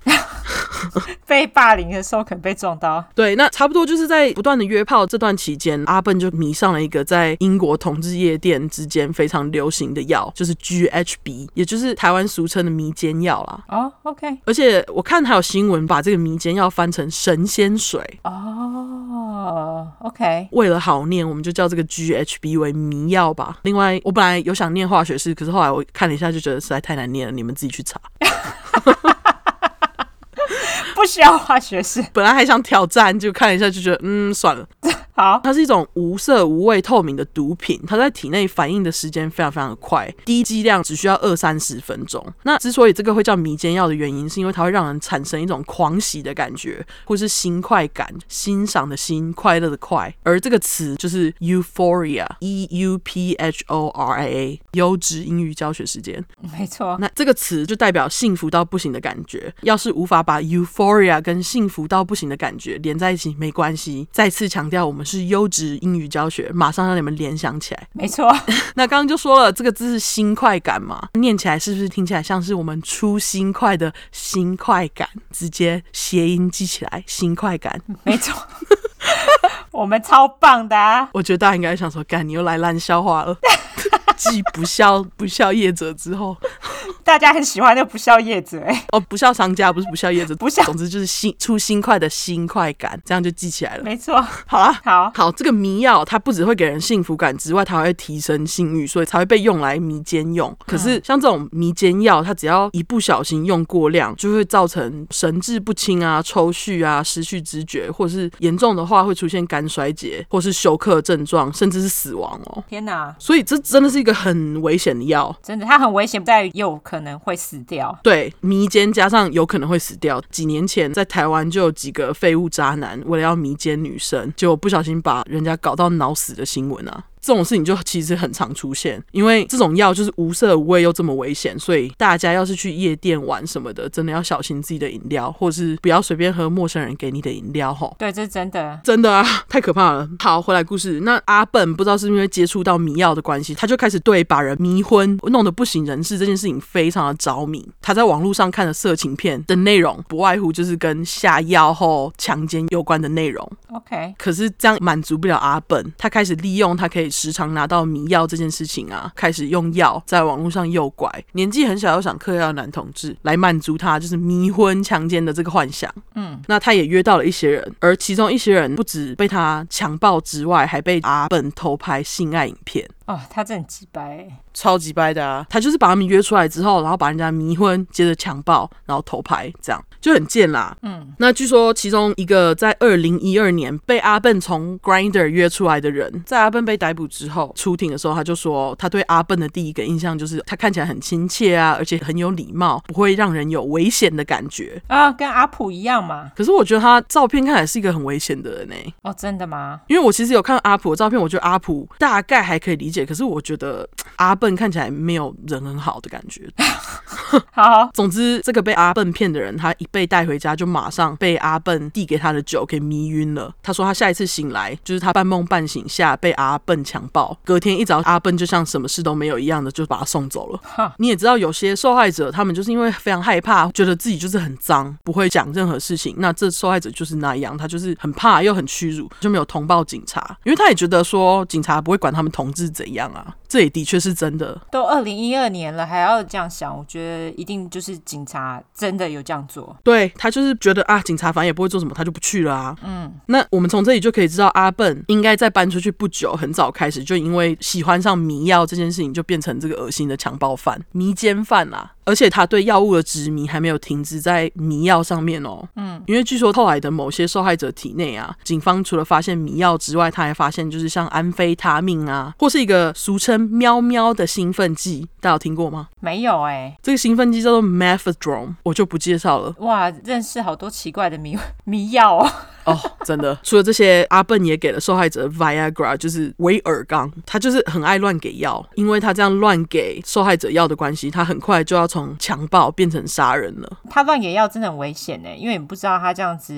[SPEAKER 2] 被霸凌的时候可能被撞到。
[SPEAKER 1] 对，那差不多就是在不断的约炮这段期间，阿笨就迷上了一个在英国同志夜店之间非常流行的药，就是 GHB，也就是台湾俗称的迷奸药啦。
[SPEAKER 2] 哦，OK，
[SPEAKER 1] 而且我看还有新闻把这个迷奸药翻成神仙水，
[SPEAKER 2] 哦，OK，
[SPEAKER 1] 为了好念，我们就叫这个 GHB 为迷药吧。另外，我本来有想念化学式，可是后来我看了一下，就觉得实在太难念了，你们自己去查。
[SPEAKER 2] 不需要化学式。
[SPEAKER 1] 本来还想挑战，就看了一下就觉得，嗯，算了。
[SPEAKER 2] 好，
[SPEAKER 1] 它是一种无色无味透明的毒品，它在体内反应的时间非常非常的快，低剂量只需要二三十分钟。那之所以这个会叫迷奸药的原因，是因为它会让人产生一种狂喜的感觉，或是新快感，欣赏的欣，快乐的快。而这个词就是 euphoria，e u p h o r i a，优质英语教学时间。
[SPEAKER 2] 没错。
[SPEAKER 1] 那这个词就代表幸福到不行的感觉。要是无法把 euphoria 跟幸福到不行的感觉连在一起，没关系。再次强调，我们是优质英语教学，马上让你们联想起来。
[SPEAKER 2] 没错，
[SPEAKER 1] 那刚刚就说了，这个字是新快感嘛，念起来是不是听起来像是我们出新快的新快感？直接谐音记起来，新快感。
[SPEAKER 2] 没错， 我们超棒的、啊。
[SPEAKER 1] 我觉得大家应该想说，干，你又来烂笑话了。 继不孝不孝业者之后，
[SPEAKER 2] 大家很喜欢那个不孝叶子、哎，
[SPEAKER 1] 哦，不孝商家不是不孝业者，
[SPEAKER 2] 不孝
[SPEAKER 1] 总之就是新出新快的新快感，这样就记起来了。
[SPEAKER 2] 没错。
[SPEAKER 1] 好啦，
[SPEAKER 2] 好，
[SPEAKER 1] 好，这个迷药它不只会给人幸福感之外，它还会提升性欲，所以才会被用来迷奸用。可
[SPEAKER 2] 嗯
[SPEAKER 1] 是像这种迷奸药，它只要一不小心用过量，就会造成神志不清啊、抽搐啊、失去知觉，或者是严重的话会出现肝衰竭，或是休克症状，甚至是死亡哦。
[SPEAKER 2] 天哪，
[SPEAKER 1] 所以这真的是一个很危险的药。
[SPEAKER 2] 真的，它很危险，在于有可能会死掉。
[SPEAKER 1] 对，迷奸加上有可能会死掉。几年前在台湾就有几个废物渣男，为了要迷奸女生，结果不小心把人家搞到脑死的新闻啊。这种事情就其实很常出现，因为这种药就是无色无味又这么危险，所以大家要是去夜店玩什么的，真的要小心自己的饮料，或者是不要随便喝陌生人给你的饮料吼。
[SPEAKER 2] 对，这是真的。
[SPEAKER 1] 真的啊， 太可怕了。好，回来故事。那阿笨不知道是因为接触到迷药的关系，他就开始对把人迷昏、弄得不省人事这件事情非常的着迷。他在网络上看的色情片的内容，不外乎就是跟下药后强奸有关的内容。
[SPEAKER 2] OK，
[SPEAKER 1] 可是这样满足不了阿笨，他开始利用他可以时常拿到迷药这件事情啊，开始用药在网络上诱拐年纪很小又想嗑药的男同志来满足他就是迷昏强奸的这个幻想。
[SPEAKER 2] 嗯，
[SPEAKER 1] 那他也约到了一些人，而其中一些人不止被他强暴之外，还被阿笨偷拍性爱影片。
[SPEAKER 2] 哦，他真的很鸡掰欸，
[SPEAKER 1] 超级掰的啊！他就是把他们约出来之后，然后把人家迷昏，接着强暴，然后偷拍，这样就很贱啦。嗯，那据说其中一个在二零一二年被阿笨从 Grinder 约出来的人，在阿笨被逮捕之后出庭的时候，他就说他对阿笨的第一个印象就是他看起来很亲切啊，而且很有礼貌，不会让人有危险的感觉。
[SPEAKER 2] 啊，跟阿普一样嘛。
[SPEAKER 1] 可是我觉得他照片看起来是一个很危险的人呢、
[SPEAKER 2] 哦，真的吗？
[SPEAKER 1] 因为我其实有看阿普的照片，我觉得阿普大概还可以理解，可是我觉得阿笨看起来没有人很好的感觉。
[SPEAKER 2] 好，
[SPEAKER 1] 总之，这个被阿笨骗的人，他一被带回家就马上被阿笨递给他的酒给迷晕了。他说他下一次醒来，就是他半梦半醒下被阿笨强暴，隔天一早阿笨就像什么事都没有一样的就把他送走了。
[SPEAKER 2] 哈，
[SPEAKER 1] 你也知道，有些受害者他们就是因为非常害怕，觉得自己就是很脏，不会讲任何事情。那这受害者就是那样，他就是很怕又很屈辱，就没有通报警察，因为他也觉得说警察不会管他们同志怎样啊。这也的确是真的，
[SPEAKER 2] 都二零一二年了，还要这样想，我觉得一定就是警察真的有这样做。
[SPEAKER 1] 对他就是觉得啊，警察反正也不会做什么，他就不去了啊。
[SPEAKER 2] 嗯，
[SPEAKER 1] 那我们从这里就可以知道，阿笨应该在搬出去不久，很早开始就因为喜欢上迷药这件事情，就变成这个恶心的强暴犯、迷奸犯啦、而且他对药物的执迷还没有停止在迷药上面哦。嗯，因为据说后来的某些受害者体内啊，警方除了发现迷药之外，他还发现就是像安非他命啊，或是一个俗称“喵喵”的兴奋剂，大家有听过吗？
[SPEAKER 2] 没有哎、
[SPEAKER 1] 这个兴奋剂叫做 methadone，我就不介绍了。
[SPEAKER 2] 哇，认识好多奇怪的迷 迷药哦。
[SPEAKER 1] 哦，真的。除了这些，阿笨也给了受害者 Viagra，就是维尔刚。他就是很爱乱给药，因为他这样乱给受害者药的关系，他很快就要从强暴变成杀人了。
[SPEAKER 2] 他乱给药真的很危险哎，因为你不知道他这样子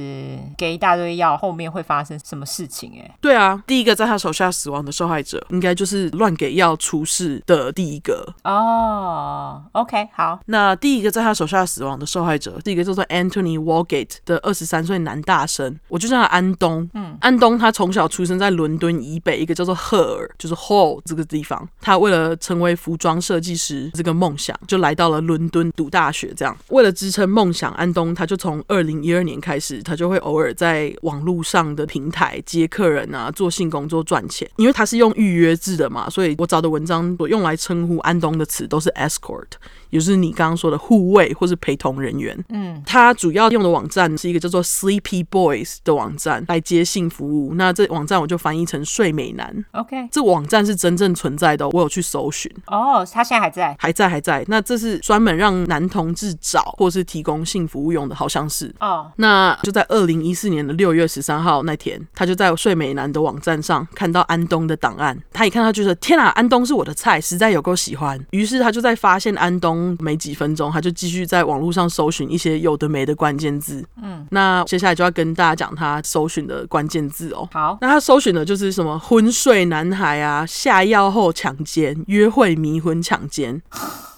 [SPEAKER 2] 给一大堆药，后面会发生什么事情哎。
[SPEAKER 1] 对啊，第一个在他手下死亡的受害者，应该就是乱给药出事的第一个。
[SPEAKER 2] 哦、o k 好，
[SPEAKER 1] 那第一个在他手下死亡的受害者，第一个叫做 Anthony Walgate 的二十三岁男大生，我就叫他安东。嗯，安东他从小出生在伦敦以北一个叫做赫尔，就是 Hull 这个地方。他为了成为服装设计师这个梦想，就来到了伦敦读大学。这样，为了支撑梦想，安东他就从二零一二年开始，他就会偶尔在网络上的平台接客人啊，做性工作赚钱。因为他是用预约制的嘛，所以我找的文章所用来称呼安东的词都是 escort。也就是你刚刚说的护卫或是陪同人员。嗯，他主要用的网站是一个叫做 Sleepy Boys 的网站来接性服务。那这网站我就翻译成睡美男。
[SPEAKER 2] OK，
[SPEAKER 1] 这网站是真正存在的哦、我有去搜寻，
[SPEAKER 2] 哦、他现在还在
[SPEAKER 1] 还在还在。那这是专门让男同志找或是提供性服务用的，好像是。
[SPEAKER 2] 哦
[SPEAKER 1] 那就在二零一四年的六月十三号那天，他就在睡美男的网站上看到安东的档案，他一看他就说：“天啊，安东是我的菜，实在有够喜欢。”于是他就在发现安东没几分钟，他就继续在网络上搜寻一些有的没的关键字。嗯，那接下来就要跟大家讲他搜寻的关键字哦。
[SPEAKER 2] 好，
[SPEAKER 1] 那他搜寻的就是什么昏睡男孩啊，下药后强奸、约会迷昏强奸、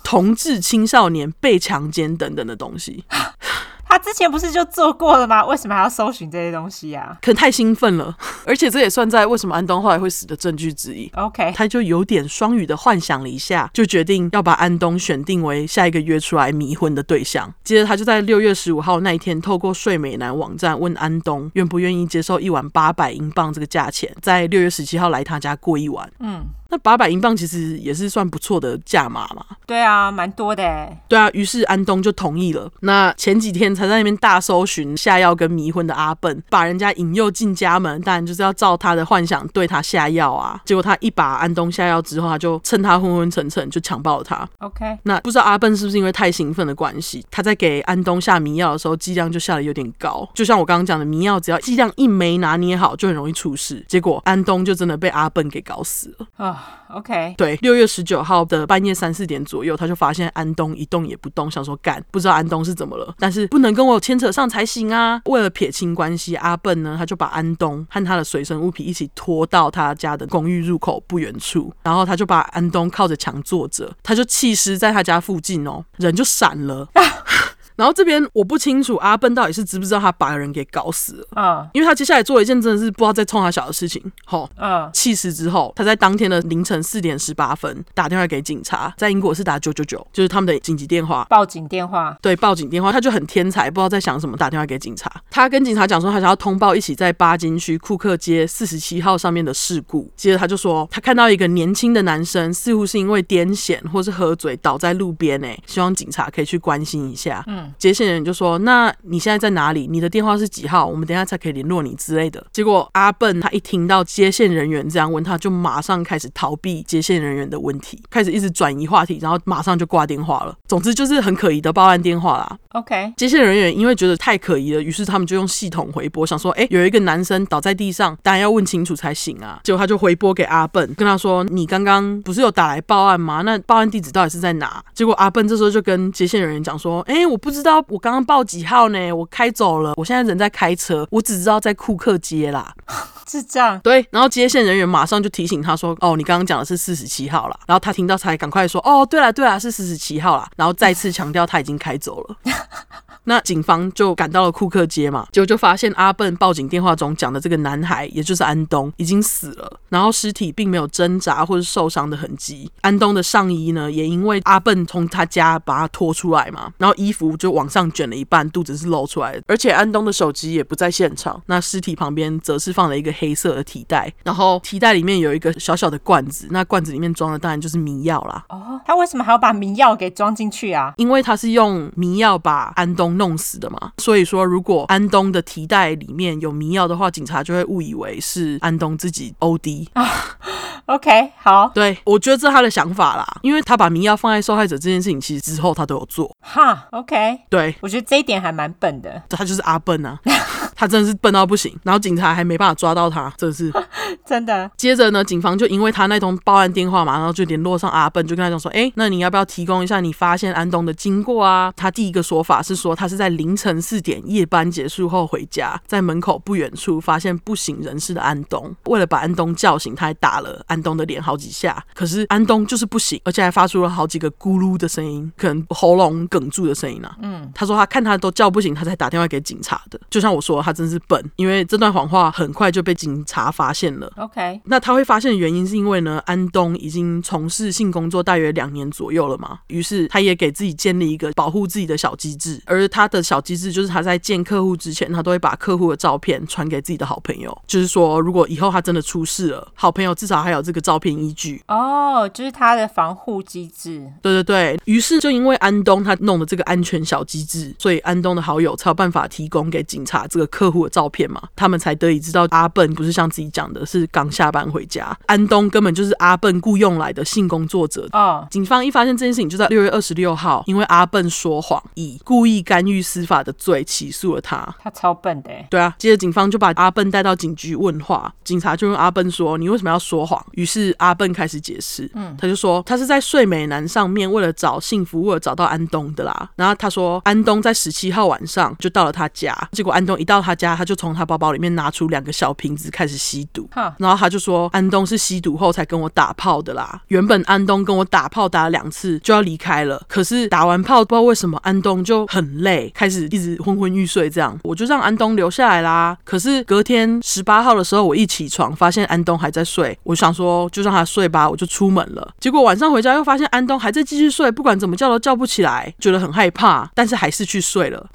[SPEAKER 1] 同志青少年被强奸等等的东西。
[SPEAKER 2] 他之前不是就做过了吗？为什么还要搜寻这些东西啊呀、
[SPEAKER 1] 可能太兴奋了，而且这也算在为什么安东后来会死的证据之一。
[SPEAKER 2] 啊？OK，
[SPEAKER 1] 他就有点双语的幻想了一下，就决定要把安东选定为下一个约出来迷婚的对象。接着，他就在六月十五号那一天，透过睡美男网站问安东愿不愿意接受一晚八百英镑这个价钱，在六月十七号来他家过一晚。
[SPEAKER 2] 嗯，
[SPEAKER 1] 那八百英镑其实也是算不错的价码嘛。
[SPEAKER 2] 对啊，蛮多的欸。
[SPEAKER 1] 对啊，于是安东就同意了。那前几天才在那边大搜寻下药跟迷昏的阿笨，把人家引诱进家门，当然就是要照他的幻想对他下药啊。结果他一把安东下药之后，他就趁他昏昏沉沉就强暴了他。
[SPEAKER 2] OK，
[SPEAKER 1] 那不知道阿笨是不是因为太兴奋的关系，他在给安东下迷药的时候，剂量就下的有点高。就像我刚刚讲的，迷药只要剂量一没拿捏好，就很容易出事。结果安东就真的被阿笨给搞死了。
[SPEAKER 2] 啊、o k
[SPEAKER 1] 对，六月十九号的半夜三四点左右，他就发现安东一动也不动，想说干，不知道安东是怎么了，但是不能跟我牵扯上才行啊。为了撇清关系，阿笨呢，他就把安东和他的随身物品一起拖到他家的公寓入口不远处，然后他就把安东靠着墙坐着，他就弃尸在他家附近哦，人就闪了。 然后这边我不清楚阿笨到底是知不知道他把人给搞死了，
[SPEAKER 2] 嗯
[SPEAKER 1] 因为他接下来做了一件真的是不知道在冲他小的事情。好、
[SPEAKER 2] 嗯
[SPEAKER 1] 气死之后，他在当天的凌晨四点十八分打电话给警察，在英国是打九九九，就是他们的紧急电话。
[SPEAKER 2] 报警电话，
[SPEAKER 1] 对报警电话，他就很天才，不知道在想什么，打电话给警察。他跟警察讲说，他想要通报一起在巴金区库克街四十七号上面的事故。接着他就说，他看到一个年轻的男生，似乎是因为癫痫或是喝醉倒在路边，诶，希望警察可以去关心一下。嗯，接线人就说，那你现在在哪里？你的电话是几号？我们等一下才可以联络你之类的。结果阿笨他一听到接线人员这样问他，就马上开始逃避接线人员的问题，开始一直转移话题，然后马上就挂电话了。总之就是很可疑的报案电话啦。
[SPEAKER 2] OK，
[SPEAKER 1] 接线人员因为觉得太可疑了，于是他们就用系统回拨，想说，哎，有一个男生倒在地上，当然要问清楚才行啊。结果他就回拨给阿笨，跟他说，你刚刚不是有打来报案吗？那报案地址到底是在哪？结果阿笨这时候就跟接线人员讲说，哎，我不知道，我刚刚报几号呢？我开走了，我现在人在开车，我只知道在库克街啦。
[SPEAKER 2] 智障，
[SPEAKER 1] 对，然后接线人员马上就提醒他说：“哦，你刚刚讲的是四十七号啦。”然后他听到才赶快说：“哦，对了对了，是四十七号啦。”然后再次强调他已经开走了。那警方就赶到了库克街嘛，结果就发现阿笨报警电话中讲的这个男孩，也就是安东，已经死了，然后尸体并没有挣扎或是受伤的痕迹。安东的上衣呢，也因为阿笨从他家把他拖出来嘛，然后衣服就往上卷了一半，肚子是露出来的，而且安东的手机也不在现场。那尸体旁边则是放了一个黑色的提袋，然后提袋里面有一个小小的罐子，那罐子里面装的当然就是迷药啦。
[SPEAKER 2] 哦，他为什么还要把迷药给装进去啊？
[SPEAKER 1] 因为他是用迷药把安东弄死的嘛，所以说如果安东的提袋里面有迷药的话，警察就会误以为是安东自己 OD。
[SPEAKER 2] OK，好，
[SPEAKER 1] 对，我觉得这是他的想法啦，因为他把迷药放在受害者这件事情，其实之后他都有做。
[SPEAKER 2] 哈，OK，
[SPEAKER 1] 对，
[SPEAKER 2] 我觉得这一点还蛮笨的，
[SPEAKER 1] 他就是阿笨啊，他真的是笨到不行，然后警察还没办法抓到他，真的是。
[SPEAKER 2] 真的，
[SPEAKER 1] 接着呢，警方就因为他那通报案电话嘛，然后就联络上阿笨，就跟他讲说，哎，那你要不要提供一下你发现安东的经过啊？他第一个说法是说，他是在凌晨四点夜班结束后回家，在门口不远处发现不省人事的安东，为了把安东叫醒，他还打了安东的脸好几下，可是安东就是不醒，而且还发出了好几个咕噜的声音，可能喉咙哽住的声音啊。嗯，他说他看他都叫不醒，他才打电话给警察的。就像我说，他真是笨，因为这段谎话很快就被警察发现了。
[SPEAKER 2] OK，
[SPEAKER 1] 那他会发现的原因是因为呢，安东已经从事性工作大约两年左右了嘛，于是他也给自己建立一个保护自己的小机制，而他的小机制就是他在见客户之前，他都会把客户的照片传给自己的好朋友，就是说如果以后他真的出事了，好朋友至少还有这个照片依据。
[SPEAKER 2] 哦就是他的防护机制，
[SPEAKER 1] 对对对，于是就因为安东他弄的这个安全小机制，所以安东的好友才有办法提供给警察这个客户的照片嘛，他们才得以知道阿笨不是像自己讲的是刚下班回家，安东根本就是阿笨雇佣来的性工作者。
[SPEAKER 2] 哦，
[SPEAKER 1] 警方一发现这件事情，就在六月二十六号，因为阿笨说谎，以故意干预司法的罪起诉了他。
[SPEAKER 2] 他超笨的欸，
[SPEAKER 1] 对啊，接着警方就把阿笨带到警局问话，警察就问阿笨说：“你为什么要说谎？”于是阿笨开始解释，嗯，他就说他是在睡美男上面为了找性服务而找到安东的啦。然后他说安东在十七号晚上就到了他家，结果安东一到他家，他就从他包包里面拿出两个小瓶子开始吸毒，
[SPEAKER 2] 哈，
[SPEAKER 1] 然后他就说安东是吸毒后才跟我打炮的啦。原本安东跟我打炮打了两次就要离开了，可是打完炮不知道为什么安东就很累，开始一直昏昏欲睡这样，我就让安东留下来啦。可是隔天十八号的时候，我一起床发现安东还在睡，我想说就让他睡吧，我就出门了。结果晚上回家又发现安东还在继续睡，不管怎么叫都叫不起来，觉得很害怕，但是还是去睡了。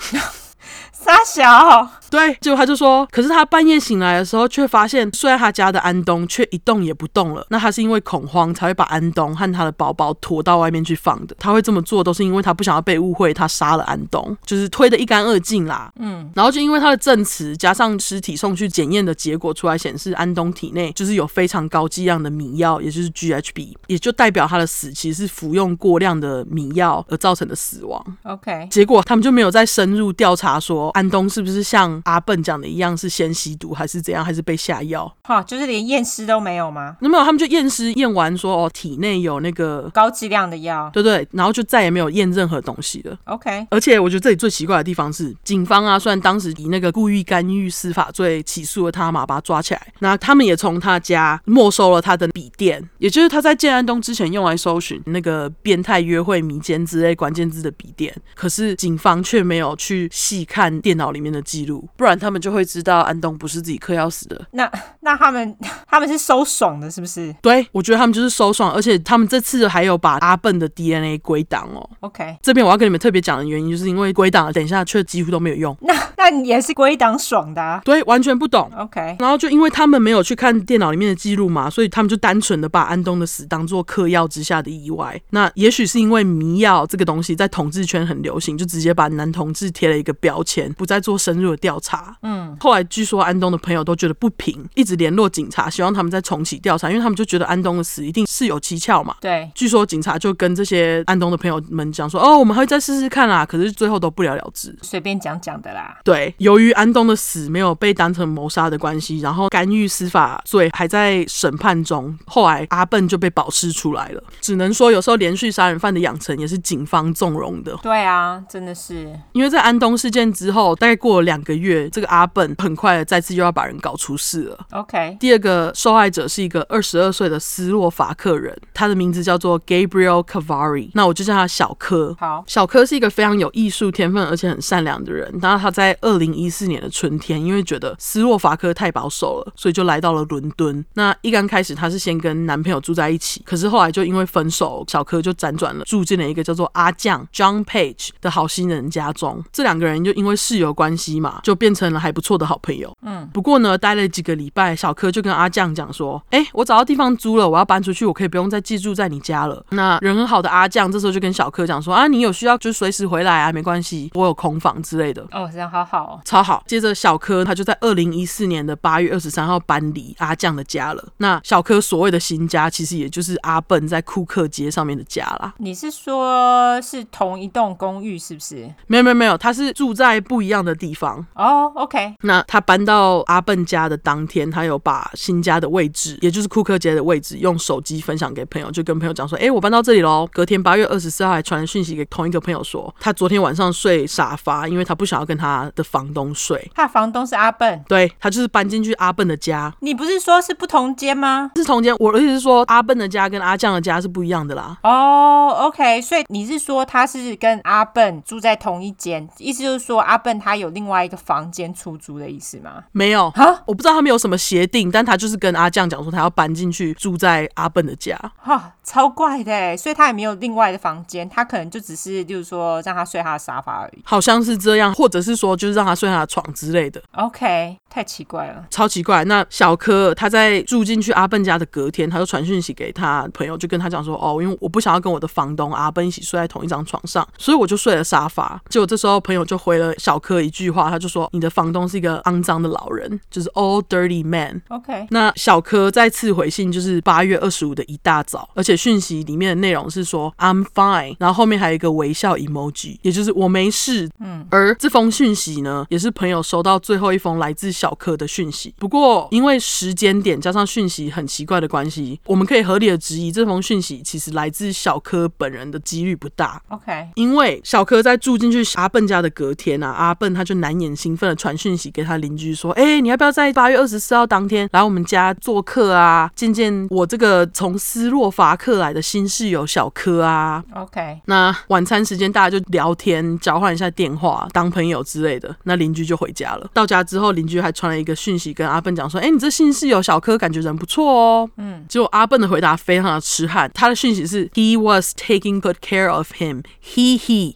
[SPEAKER 2] 傻小，
[SPEAKER 1] 对，结果他就说，可是他半夜醒来的时候，却发现睡在他家的安东却一动也不动了。那他是因为恐慌才会把安东和他的包包拖到外面去放的。他会这么做，都是因为他不想要被误会他杀了安东，就是推得一干二净啦。嗯，然后就因为他的证词加上尸体送去检验的结果出来显示，安东体内就是有非常高剂量的迷药，也就是 GHB，也就代表他的死其实是服用过量的迷药而造成的死亡。
[SPEAKER 2] ，OK，
[SPEAKER 1] 结果他们就没有再深入调查说安东是不是像像阿笨讲的一样，是先吸毒还是怎样，还是被下药？
[SPEAKER 2] 哈，就是连验尸都没有吗？
[SPEAKER 1] 那没有，他们就验尸验完说哦，体内有那个，
[SPEAKER 2] 高剂量的药
[SPEAKER 1] 对对，然后就再也没有验任何东西了。
[SPEAKER 2] ，OK，
[SPEAKER 1] 而且我觉得这里最奇怪的地方是，警方啊，虽然当时以那个故意干预司法罪起诉了他嘛，把他抓起来，那他们也从他家没收了他的笔电，也就是他在建安东之前用来搜寻那个变态约会迷奸之类关键字的笔电，可是警方却没有去细看电脑里面的记录，不然他们就会知道安东不是自己嗑药死的。
[SPEAKER 2] 那那他们他们是收爽的，是不是
[SPEAKER 1] 对，我觉得他们就是收爽，而且他们这次还有把阿笨的 DNA 归档哦。
[SPEAKER 2] ？OK，
[SPEAKER 1] 这边我要跟你们特别讲的原因，就是因为归档了，等一下却几乎都没有用。
[SPEAKER 2] 那那你也是归档爽的、啊、
[SPEAKER 1] 对，完全不懂。
[SPEAKER 2] ，OK，
[SPEAKER 1] 然后就因为他们没有去看电脑里面的记录嘛，所以他们就单纯的把安东的死当做嗑药之下的意外。那也许是因为迷药这个东西在同志圈很流行，就直接把男同志贴了一个标签，不再做深入的调查。嗯，后来据说安东的朋友都觉得不平，一直联络警察，希望他们再重启调查，因为他们就觉得安东的死一定是有蹊跷嘛。
[SPEAKER 2] 对，
[SPEAKER 1] 据说警察就跟这些安东的朋友们讲说，哦，我们还会再试试看啊啦，可是最后都不了了之。
[SPEAKER 2] 随便讲讲的啦。
[SPEAKER 1] 对，由于安东的死没有被当成谋杀的关系，然后干预司法罪还在审判中，后来阿笨就被保释出来了。只能说，有时候连续杀人犯的养成也是警方纵容的，
[SPEAKER 2] 对啊，真的是
[SPEAKER 1] 因为在安东事件之后，大概过了两个月，这个阿笨很快的再次又要把人搞出事了。
[SPEAKER 2] OK，
[SPEAKER 1] 第二个受害者是一个二十二岁的斯洛伐克人，他的名字叫做 Gabriel Cavari，那我就叫他小柯。
[SPEAKER 2] 好，
[SPEAKER 1] 小柯是一个非常有艺术天分而且很善良的人。然后他在二零一四年的春天，因为觉得斯洛伐克太保守了，所以就来到了伦敦。那一刚开始，他是先跟男朋友住在一起，可是后来就因为分手，小柯就辗转了住进了一个叫做阿酱 John Page 的好心人家中。这两个人就因为室友关系嘛，就变成了还不错的好朋友。不过呢，待了几个礼拜，小柯就跟阿酱讲说：“哎，我找到地方租了，我要搬出去，我可以不用再寄住在你家了。”那人很好的阿酱这时候就跟小柯讲说：“啊，你有需要就随时回来啊，没关系，我有空房之类的。”
[SPEAKER 2] 哦，这样好好、哦，
[SPEAKER 1] 超好。接着小柯他就在二零一四年的八月二十三号搬离阿酱的家了。那小柯所谓的新家，其实也就是阿笨在库克街上面的家啦。
[SPEAKER 2] 你是说是同一栋公寓是不是？
[SPEAKER 1] 没有没有没有，他是住在不一样的地方。
[SPEAKER 2] 哦，OK，
[SPEAKER 1] 那他搬到阿笨家的当天，他有把新家的位置，也就是库克街的位置，用手机分享给朋友，就跟朋友讲说：“诶，我搬到这里喽。”隔天八月二十四号还传讯息给同一个朋友说，他昨天晚上睡沙发，因为他不想要跟他的房东睡。
[SPEAKER 2] 他的房东是阿笨，
[SPEAKER 1] 对他就是搬进去阿笨的家，
[SPEAKER 2] 你不是说是不同间吗？
[SPEAKER 1] 是同间。我的意思是说，阿笨的家跟阿酱的家是不一样的啦。
[SPEAKER 2] 哦、o k 所以你是说他是跟阿笨住在同一间，意思就是说阿笨他有另外一个房间出租的意思吗？
[SPEAKER 1] 没有
[SPEAKER 2] 啊，
[SPEAKER 1] 我不知道他们有什么协定，但他就是跟阿酱讲说，他要搬进去住在阿笨的家。
[SPEAKER 2] 哈、啊超怪的耶，所以他也没有另外的房间，他可能就只是，例如说让他睡他的沙发而已。
[SPEAKER 1] 好像是这样，或者是说就是让他睡他的床之类的。
[SPEAKER 2] OK，太奇怪了。
[SPEAKER 1] 超奇怪。那小柯他在住进去阿笨家的隔天，他就传讯息给他朋友，就跟他讲说：“哦，因为我不想要跟我的房东阿笨一起睡在同一张床上，所以我就睡了沙发。”结果这时候朋友就回了小柯一句话，他就说：“你的房东是一个肮脏的老人，就是 old dirty man。”
[SPEAKER 2] OK，
[SPEAKER 1] 那小柯再次回信就是八月二十五的一大早，而且讯息里面的内容是说 I'm fine，然后后面还有一个微笑 emoji，也就是我没事。嗯，而这封讯息呢，也是朋友收到最后一封来自小柯的讯息。不过因为时间点加上讯息很奇怪的关系，我们可以合理的质疑这封讯息其实来自小柯本人的几率不大。
[SPEAKER 2] OK，
[SPEAKER 1] 因为小柯在住进去阿笨家的隔天啊，阿笨他就难掩兴奋的传讯息给他邻居说：“哎、你要不要在八月二十四号当天来我们家做客啊？见见我这个从斯洛伐克来的新室友小柯啊。”
[SPEAKER 2] OK，
[SPEAKER 1] 那晚餐时间大家就聊天，交换一下电话，当朋友之类的。那邻居就回家了。到家之后，邻居还传了一个讯息跟阿笨讲说：“哎、你这新室友小柯感觉人不错哦。”嗯，结果阿笨的回答非常的痴汉，他的讯息是：“He was taking good care of him. He he，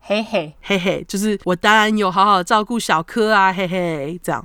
[SPEAKER 2] 嘿嘿，
[SPEAKER 1] 嘿嘿，就是我当然有好好照顾小柯啊，嘿嘿，这样。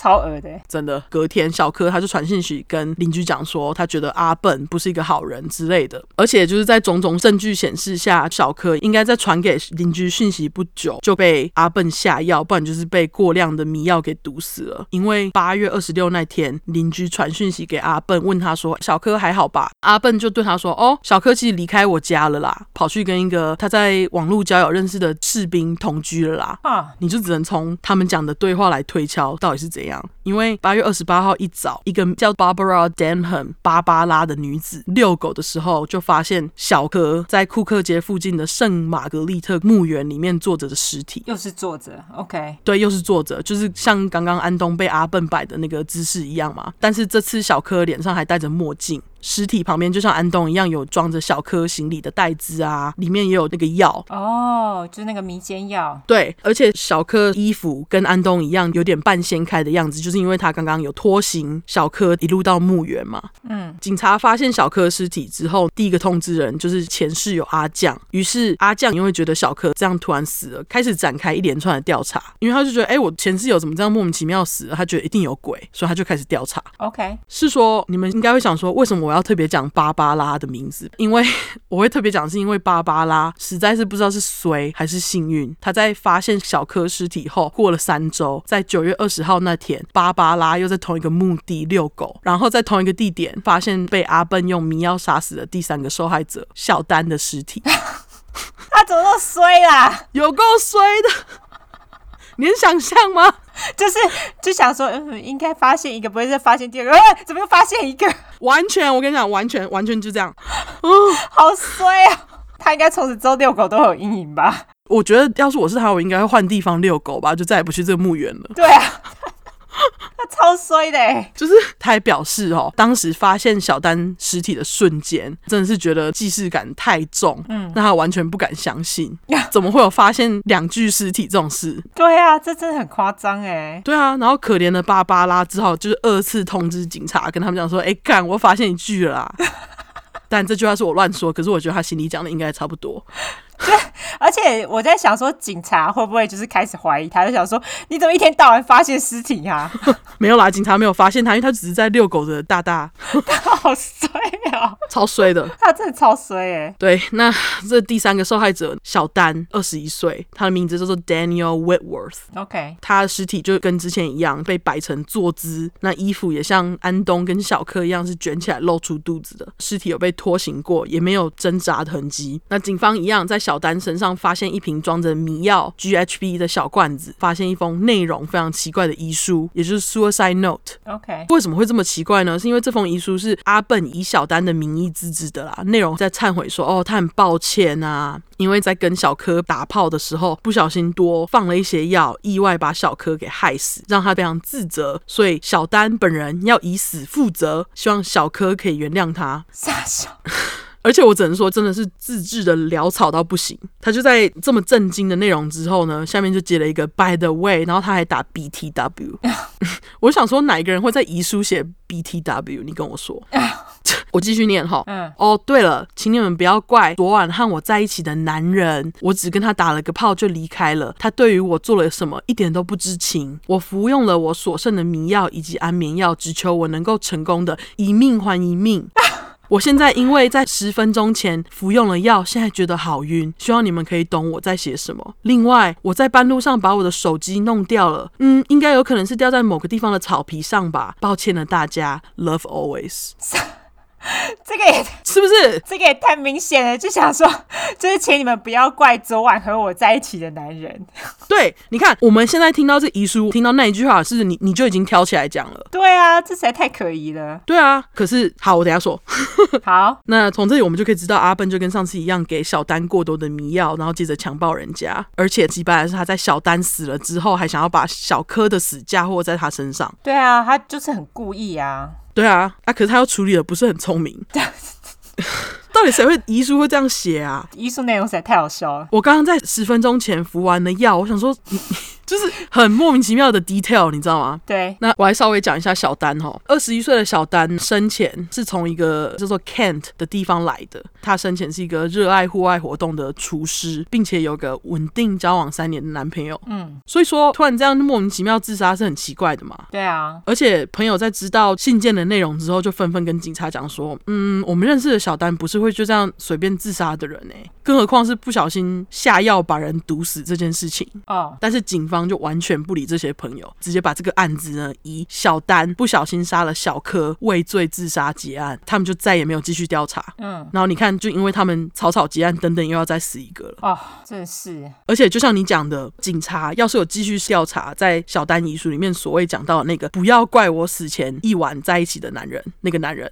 [SPEAKER 2] 超恶的欸、
[SPEAKER 1] 真的，隔天小柯他就传信息跟邻居讲说，他觉得阿笨不是一个好人之类的。而且就是在种种证据显示下，小柯应该在传给邻居讯息不久就被阿笨下药，不然就是被过量的迷药给毒死了。因为八月二十六那天，邻居传讯息给阿笨，问他说：“哦小柯还好吧？”阿笨就对他说：“哦，小柯其实离开我家了啦，跑去跟一个他在网络交友认识的士兵同居了啦。”
[SPEAKER 2] 啊！
[SPEAKER 1] 你就只能从他们讲的对话来推敲到底是怎样。因为八月二十八号一早，一个叫 Barbara Denham 芭芭拉的女子遛狗的时候，就发现小柯在库克街附近的圣玛格丽特墓园里面坐着的尸体。
[SPEAKER 2] 又是作者，OK，
[SPEAKER 1] 对，又是坐着，就是像刚刚安东被阿笨摆的那个姿势一样嘛。但是这次小柯脸上还戴着墨镜，尸体旁边就像安东一样有装着小柯行李的袋子啊，里面也有那个药，
[SPEAKER 2] 哦、就是那个迷奸药，
[SPEAKER 1] 对，而且小柯衣服跟安东一样，有点半掀开的样子，就是因为他刚刚有拖行小柯一路到墓园嘛。
[SPEAKER 2] 嗯，
[SPEAKER 1] 警察发现小柯尸体之后，第一个通知人就是前室友阿酱。于是阿酱因为觉得小柯这样突然死了，开始展开一连串的调查，因为他就觉得，哎、我前室友怎么这样莫名其妙死了？他觉得一定有鬼，所以他就开始调查。
[SPEAKER 2] OK，
[SPEAKER 1] 是说你们应该会想说，为什么我要特别讲芭芭拉的名字？因为 我会特别讲，是因为芭芭拉实在是不知道是谁还是幸运。她在发现小柯尸体后，过了三周，在九月二十号那天，芭芭拉又在同一个墓地遛狗，然后在同一个地点发现被阿笨用迷药杀死的第三个受害者小丹的尸体，
[SPEAKER 2] 他怎么那么衰啊啦？
[SPEAKER 1] 有够衰的， 你能想象吗？
[SPEAKER 2] 就是就想说，嗯，应该发现一个，不会再发现第二个，哎，怎么又发现一个？
[SPEAKER 1] 完全，我跟你讲，完全完全就这样。
[SPEAKER 2] 好衰啊！他应该从此之后遛狗都有阴影吧？
[SPEAKER 1] 我觉得要是我是他，我应该会换地方遛狗吧，就再也不去这个墓园了。
[SPEAKER 2] 对啊， 他超衰的、欸，
[SPEAKER 1] 就是他还表示哦，当时发现小丹尸体的瞬间，真的是觉得既视感太重，嗯，那他完全不敢相信， 怎么会有发现两具尸体这种事？
[SPEAKER 2] 对啊，这真的很夸张哎。
[SPEAKER 1] 对啊，然后可怜的芭芭拉只好就是二次通知警察，跟他们讲说，哎，干，我发现一具了啦。 但这句话是我乱说，可是我觉得他心里讲的应该差不多。
[SPEAKER 2] 而且我在想说，警察会不会就是开始怀疑他，就想说你怎么一天到晚发现尸体啊？
[SPEAKER 1] 没有啦，警察没有发现他，因为他只是在遛狗的大大，
[SPEAKER 2] 他好衰啊、
[SPEAKER 1] 超衰的。
[SPEAKER 2] 他真的超衰哎、
[SPEAKER 1] 对，那这第三个受害者小丹，二十一岁，他的名字叫做 Daniel Whitworth。
[SPEAKER 2] OK，
[SPEAKER 1] 他的尸体就跟之前一样被摆成坐姿，那衣服也像安东跟小柯一样是卷起来露出肚子的。尸体有被拖行过，也没有挣扎的痕迹。那警方一样在小丹身上发现一瓶装着迷药 GHB 的小罐子，发现一封内容非常奇怪的遗书，也就是 suicide note。
[SPEAKER 2] OK，
[SPEAKER 1] 为什么会这么奇怪呢？是因为这封遗书是阿笨以小丹的名义自制的啦，内容在忏悔说，哦，他很抱歉啊，因为在跟小柯打炮的时候不小心多放了一些药，意外把小柯给害死，让他非常自责，所以小丹本人要以死负责，希望小柯可以原谅他。
[SPEAKER 2] 傻笑。
[SPEAKER 1] 而且我只能说，真的是自制的潦草到不行。他就在这么震惊的内容之后呢，下面就接了一个 By the way，然后他还打 BTW。我 想说，哪一个人会在遗书写 BTW？你跟我说。我继续念哈。
[SPEAKER 2] 嗯
[SPEAKER 1] 哦，对了，请你们不要怪昨晚和我在一起的男人，我只跟他打了个炮就离开了。他对于我做了什么一点都不知情。我服用了我所剩的迷药以及安眠药，只求我能够成功的以命还一命。我现在因为在十分钟前服用了药，现在觉得好晕，希望你们可以懂我在写什么。另外，我在半路上把我的手机弄掉了，嗯，应该有可能是掉在某个地方的草皮上吧。抱歉了大家，Love always，
[SPEAKER 2] 这个也
[SPEAKER 1] 是不是？
[SPEAKER 2] 这个也太明显了，就想说， 就是请你们不要怪昨晚和我在一起的男人。
[SPEAKER 1] 对，你看，我们现在听到这遗书，听到那一句话，是你你就已经挑起来讲了。
[SPEAKER 2] 对啊，这实在太可疑了。
[SPEAKER 1] 对啊，可是好，我等一下说。
[SPEAKER 2] 好，
[SPEAKER 1] 那从这里我们就可以知道，阿笨就跟上次一样，给小丹过多的迷药，然后接着强暴人家。而且击败的是，他在小丹死了之后，还想要把小柯的死嫁祸在他身上。
[SPEAKER 2] 对啊，他就是很故意啊。
[SPEAKER 1] 对啊，啊，可是他又处理的不是很聪明。到底谁会遗书会这样写啊？
[SPEAKER 2] 艺术内容实在太好笑了。
[SPEAKER 1] 我刚刚在十分钟前服完了药，我想说，你嗯就是很莫名其妙的 detail，你知道吗？
[SPEAKER 2] 对，
[SPEAKER 1] 那我还稍微讲一下小丹哈，二十一岁的小丹生前是从一个叫做 Kent 的地方来的，他生前是一个热爱户外活动的厨师，并且有个稳定交往三年的男朋友。嗯，所以说突然这样莫名其妙自杀是很奇怪的嘛。
[SPEAKER 2] 对啊，
[SPEAKER 1] 而且朋友在知道信件的内容之后，就纷纷跟警察讲说：“嗯，我们认识的小丹不是会就这样随便自杀的人呢、更何况是不小心下药把人毒死这件事情。”
[SPEAKER 2] 哦，
[SPEAKER 1] 但是警方就完全不理这些朋友，直接把这个案子呢以小丹不小心杀了小柯畏罪自杀结案，他们就再也没有继续调查。
[SPEAKER 2] 嗯，
[SPEAKER 1] 然后你看，就因为他们草草结案，等等又要再死一个了。
[SPEAKER 2] 哦，真是，
[SPEAKER 1] 而且就像你讲的，警察要是有继续调查，在小丹遗书里面所谓讲到的那个“不要怪我死前一晚在一起的男人”，那个男人，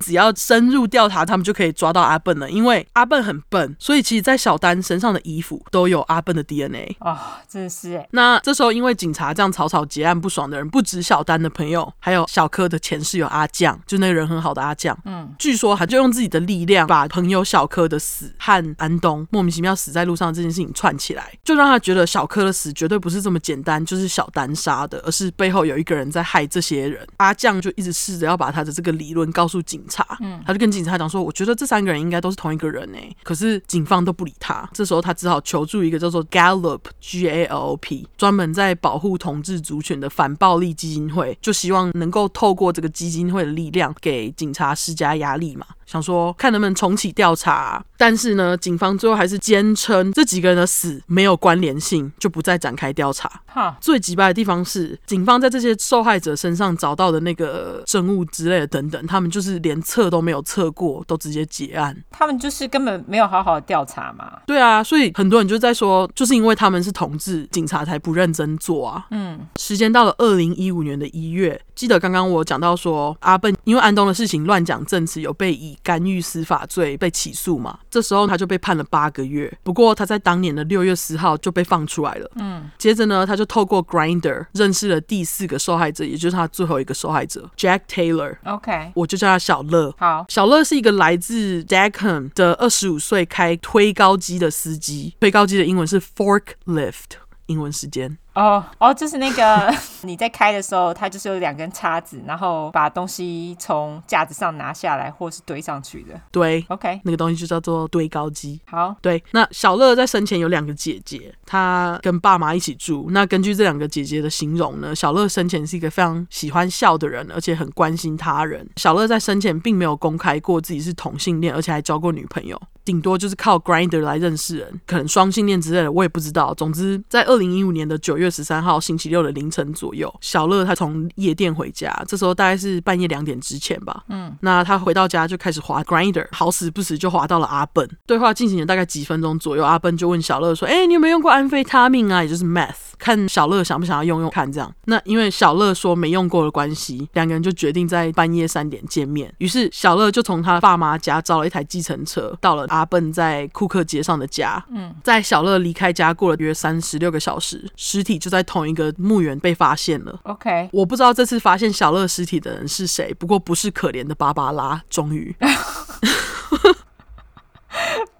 [SPEAKER 1] 只要深入调查，他们就可以抓到阿笨了。因为阿笨很笨，所以其实在小丹身上的衣服都有阿笨的 DNA。
[SPEAKER 2] 哦，真是欸，
[SPEAKER 1] 那这时候，因为警察这样草草结案不爽的人，不止小丹的朋友，还有小柯的前室友阿酱，就那个人很好的阿酱。
[SPEAKER 2] 嗯，
[SPEAKER 1] 据说他就用自己的力量把朋友小柯的死和安东莫名其妙死在路上这件事情串起来，就让他觉得小柯的死绝对不是这么简单，就是小丹杀的，而是背后有一个人在害这些人。阿酱就一直试着要把他的这个理论告诉警察，嗯，他就跟警察讲说，我觉得这三个人应该都是同一个人呢、可是警方都不理他，这时候他只好求助一个叫做 Gallup G A L O P 专门在保护同志族群的反暴力基金会，就希望能够透过这个基金会的力量给警察施加压力嘛。想说看能不能重启调查、但是呢，警方最后还是坚称这几个人的死没有关联性，就不再展开调查。
[SPEAKER 2] 哈，
[SPEAKER 1] 最急败的地方是，警方在这些受害者身上找到的那个证物之类的等等，他们就是连测都没有测过，都直接结案。
[SPEAKER 2] 他们就是根本没有好好地调查嘛，
[SPEAKER 1] 对啊，所以很多人就在说，就是因为他们是同志，警察才不认真做啊。
[SPEAKER 2] 嗯，
[SPEAKER 1] 时间到了二零一五年的一月，记得刚刚我讲到说，阿笨因为安东的事情乱讲证词，有被以干预司法罪被起诉嘛？这时候他就被判了八个月，不过他在当年的六月十号就被放出来了。嗯，接着呢，他就透过 Grinder 认识了第四个受害者，也就是他最后一个受害者 Jack Taylor，
[SPEAKER 2] OK，
[SPEAKER 1] 我就叫他小乐。
[SPEAKER 2] 好，
[SPEAKER 1] 小乐是一个来自 Deckham 的二十五岁开推高机的司机，推高机的英文是 forklift，英文时间。
[SPEAKER 2] 哦哦，就是那个你在开的时候，它就是有两根叉子，然后把东西从架子上拿下来或是堆上去的。
[SPEAKER 1] 对，
[SPEAKER 2] OK，
[SPEAKER 1] 那个东西就叫做堆高机。
[SPEAKER 2] 好，
[SPEAKER 1] 对，那小乐在生前有两个姐姐，她跟爸妈一起住。那根据这两个姐姐的形容呢，小乐生前是一个非常喜欢笑的人，而且很关心他人。小乐在生前并没有公开过自己是同性恋，而且还交过女朋友。顶多就是靠 Grinder 来认识人，可能双性恋之类的，我也不知道。总之，在二零一五年的九月十三号星期六的凌晨左右，小乐他从夜店回家，这时候大概是半夜两点之前吧。那他回到家就开始滑 Grinder，好死不死就滑到了阿笨。对话进行了大概几分钟左右，阿笨就问小乐说：“哎、你有没有用过安非他命啊？也就是 meth，看小乐想不想要用用看。”这样，那因为小乐说没用过的关系，两个人就决定在半夜三点见面。于是小乐就从他爸妈家找了一台计程车，到了阿笨在库克街上的家。在小乐离开家过了约三十六个小时，尸体就在同一个墓园被发现了。
[SPEAKER 2] OK，
[SPEAKER 1] 我不知道这次发现小乐尸体的人是谁，不过不是可怜的芭芭拉。终于，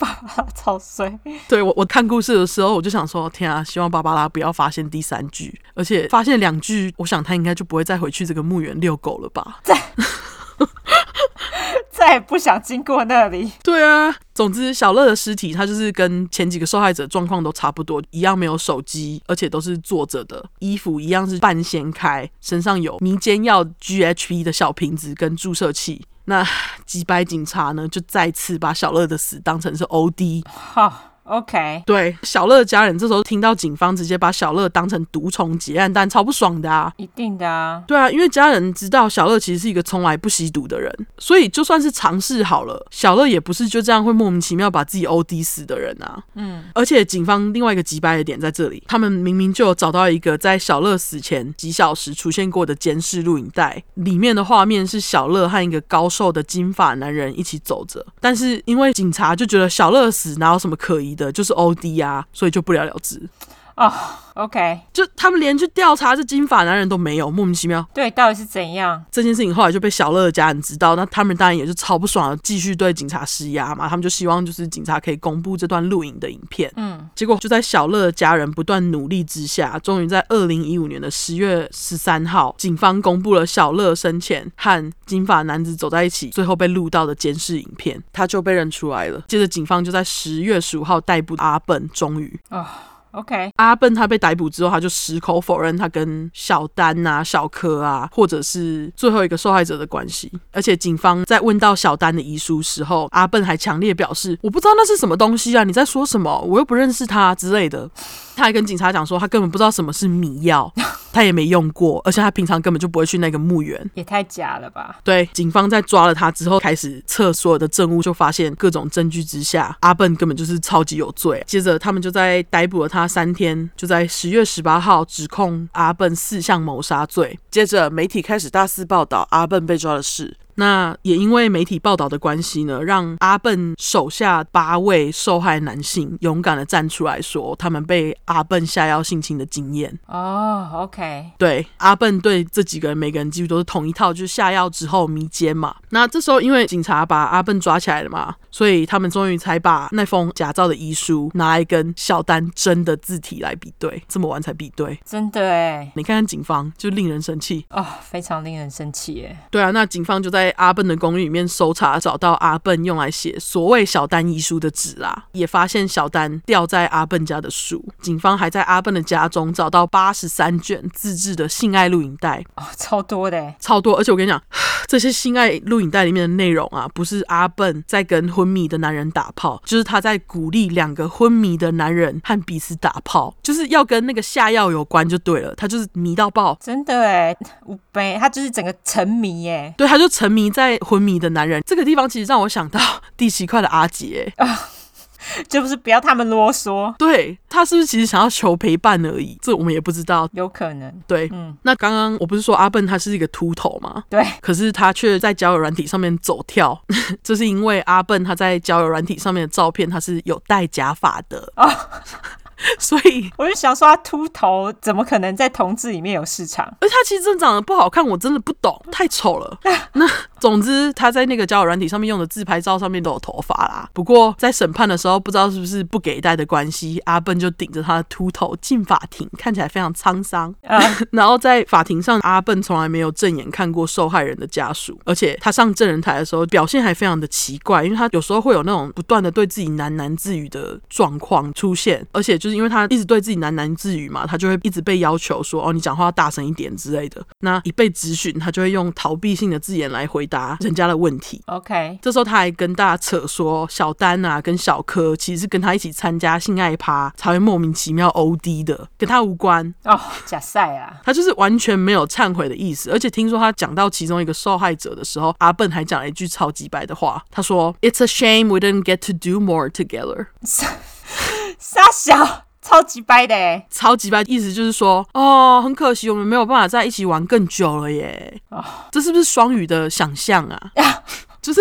[SPEAKER 2] 超衰。
[SPEAKER 1] 对我我看故事的时候，我就想说，天啊，希望芭芭拉不要发现第三句，而且发现两句，我想他应该就不会再回去这个墓园遛狗了吧？
[SPEAKER 2] 再也不想经过那里。
[SPEAKER 1] 对啊，总之小乐的尸体，他就是跟前几个受害者状况都差不多，一样没有手机，而且都是坐着的，衣服一样是半掀开，身上有迷奸药 GHB 的小瓶子跟注射器。那 几百警察呢，就再次把小乐的死当成是 OD，
[SPEAKER 2] 好、o k
[SPEAKER 1] 对，小乐的家人这时候听到警方直接把小乐当成毒虫结案，但超不爽的啊。
[SPEAKER 2] 一定的啊。
[SPEAKER 1] 对啊，因为家人知道小乐其实是一个从来不吸毒的人，所以就算是尝试好了，小乐也不是就这样会莫名其妙把自己 OD 死的人啊。嗯，而且警方另外一个击败的点在这里，他们明明就有找到一个在小乐死前几小时出现过的监视录影带，里面的画面是小乐和一个高瘦的金发男人一起走着，但是因为警察就觉得小乐死哪有什么可疑的，就是 OD 啊，所以就不了了之。
[SPEAKER 2] 哦，OK，
[SPEAKER 1] 就他们连去调查这金发男人都没有，莫名其妙。
[SPEAKER 2] 对，到底是怎样？
[SPEAKER 1] 这件事情后来就被小乐的家人知道，那他们当然也是超不爽的，继续对警察施压嘛。他们就希望就是警察可以公布这段录影的影片。
[SPEAKER 2] 嗯，
[SPEAKER 1] 结果就在小乐的家人不断努力之下，终于在二零一五年的十月十三号，警方公布了小乐生前和金发男子走在一起，最后被录到的监视影片，他就被认出来了。接着警方就在十月十五号逮捕阿笨，终于。
[SPEAKER 2] 哦，OK，
[SPEAKER 1] 阿笨他被逮捕之后，他就矢口否认他跟小丹啊、小柯啊，或者是最后一个受害者的关系。而且警方在问到小丹的遗书时候，阿笨还强烈表示：“我不知道那是什么东西啊，你在说什么？我又不认识他之类的。”他还跟警察讲说，他根本不知道什么是迷药，他也没用过，而且他平常根本就不会去那个墓园。
[SPEAKER 2] 也太假了吧？
[SPEAKER 1] 对，警方在抓了他之后，开始测所有的证物，就发现各种证据之下，阿笨根本就是超级有罪。接着，他们就在逮捕了他三天，就在十月十八号指控阿笨四项谋杀罪。接着，媒体开始大肆报道阿笨被抓的事。那也因为媒体报道的关系呢，让阿笨手下八位受害男性勇敢的站出来说，他们被阿笨下药性侵的经验。
[SPEAKER 2] 哦，OK，
[SPEAKER 1] 对，阿笨对这几个人，每个人几乎都是同一套，就是下药之后迷奸嘛。那这时候因为警察把阿笨抓起来了嘛，所以他们终于才把那封假造的遗书拿来跟小丹真的字体来比对，这么晚才比对。
[SPEAKER 2] 真的哎，
[SPEAKER 1] 你看看警方，就令人生气。
[SPEAKER 2] 哦，非常令人生气耶。
[SPEAKER 1] 对啊，那警方就在阿笨的公寓里面搜查，找到阿笨用来写所谓小丹遗书的纸啦，也发现小丹掉在阿笨家的书。警方还在阿笨的家中找到八十三卷自制的性爱录影带，
[SPEAKER 2] 哦，超多的耶，
[SPEAKER 1] 超多，而且我跟你讲， 这些性爱录影带里面的内容啊，不是阿笨在跟昏迷的男人打炮，就是他在鼓励两个昏迷的男人和彼此打炮，就是要跟那个下药有关就对了，他就是迷到爆。
[SPEAKER 2] 真的哎，五杯，他就是整个沉迷耶。
[SPEAKER 1] 对，他就沉迷在昏迷的男人这个地方，其实让我想到第七块的阿杰，
[SPEAKER 2] 就是不要他们啰嗦，
[SPEAKER 1] 对他是不是其实想要求陪伴而已？这我们也不知道。
[SPEAKER 2] 有可能，
[SPEAKER 1] 对，
[SPEAKER 2] 嗯，
[SPEAKER 1] 那刚刚我不是说阿笨他是一个秃头吗？
[SPEAKER 2] 对，
[SPEAKER 1] 可是他却在交友软体上面走跳， 这是因为阿笨他在交友软体上面的照片，他是有戴假发的
[SPEAKER 2] 哦
[SPEAKER 1] 所以
[SPEAKER 2] 我就想说他秃头怎么可能在同志里面有市场？
[SPEAKER 1] 而且他其实真的长得不好看，我真的不懂，太丑了。那总之他在那个交友软体上面用的自拍照上面都有头发啦。不过在审判的时候，不知道是不是不给戴的关系，阿笨就顶着他的秃头进法庭，看起来非常沧桑。
[SPEAKER 2] 啊、
[SPEAKER 1] 然后在法庭上，阿笨从来没有正眼看过受害人的家属，而且他上证人台的时候表现还非常的奇怪，因为他有时候会有那种不断的对自己喃喃自语的状况出现，而且就是因为他一直对自己喃喃自语嘛，他就会一直被要求说哦你讲话要大声一点之类的。那一被质询，他就会用逃避性的字眼来回答人家的问题。
[SPEAKER 2] o k
[SPEAKER 1] 这时候他还跟大家扯说，小丹啊跟小柯其实是跟他一起参加性爱趴才会莫名其妙 OD 的，跟他无关。
[SPEAKER 2] 哦，假赛啊，
[SPEAKER 1] 他就是完全没有忏悔的意思，而且听说他讲到其中一个受害者的时候，阿笨还讲了一句超级白的话，他说：“It's a shame we didn't get to do more together。
[SPEAKER 2] 傻小，超级掰的欸耶”，
[SPEAKER 1] 超级白，意思就是说，哦，很可惜我们没有办法在一起玩更久了耶。
[SPEAKER 2] 哦
[SPEAKER 1] 这是不是双语的想象啊？就是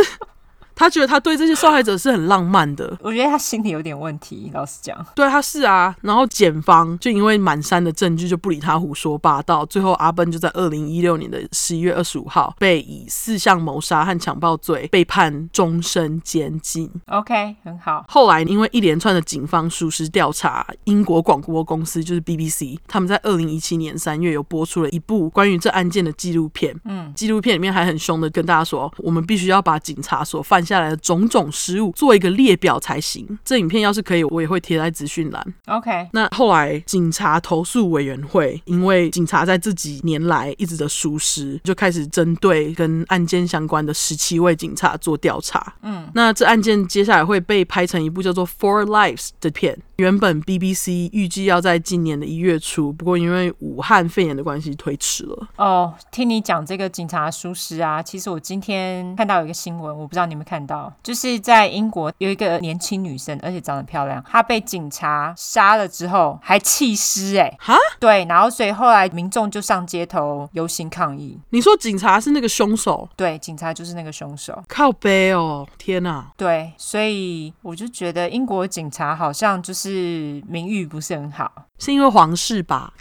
[SPEAKER 1] 他觉得他对这些受害者是很浪漫的，
[SPEAKER 2] 我觉得他心里有点问题，老实讲，
[SPEAKER 1] 对，他是啊。然后检方就因为满山的证据，就不理他胡说八道。最后，阿笨就在二零一六年的十一月二十五号被以四项谋杀和强暴罪被判终身监禁。
[SPEAKER 2] OK，很好，
[SPEAKER 1] 后来，因为一连串的警方疏失调查，英国广播公司就是 BBC，他们在二零一七年三月有播出了一部关于这案件的纪录片。
[SPEAKER 2] 嗯，
[SPEAKER 1] 纪录片里面还很凶的跟大家说，我们必须要把警察所犯下来的种种失误做一个列表才行。这影片要是可以，我也会贴在资讯栏。
[SPEAKER 2] OK，
[SPEAKER 1] 那后来，警察投诉委员会因为警察在这几年来一直的疏失，就开始针对跟案件相关的十七位警察做调查。
[SPEAKER 2] 嗯，
[SPEAKER 1] 那这案件接下来会被拍成一部叫做《Four Lives》的片。原本 BBC 预计要在今年的一月初，不过因为武汉肺炎的关系推迟了。
[SPEAKER 2] 哦，听你讲这个警察疏失啊，其实我今天看到有一个新闻，我不知道你们看到，就是在英国有一个年轻女生，而且长得漂亮，她被警察杀了之后还弃尸、欸，哎，
[SPEAKER 1] 哈，
[SPEAKER 2] 对，然后所以后来民众就上街头游行抗议，
[SPEAKER 1] 你说警察是那个凶手？
[SPEAKER 2] 对，警察就是那个凶手，
[SPEAKER 1] 靠背哦，天哪、
[SPEAKER 2] 对，所以我就觉得英国警察好像就是是名誉不是很 好，
[SPEAKER 1] 是因为皇室吧？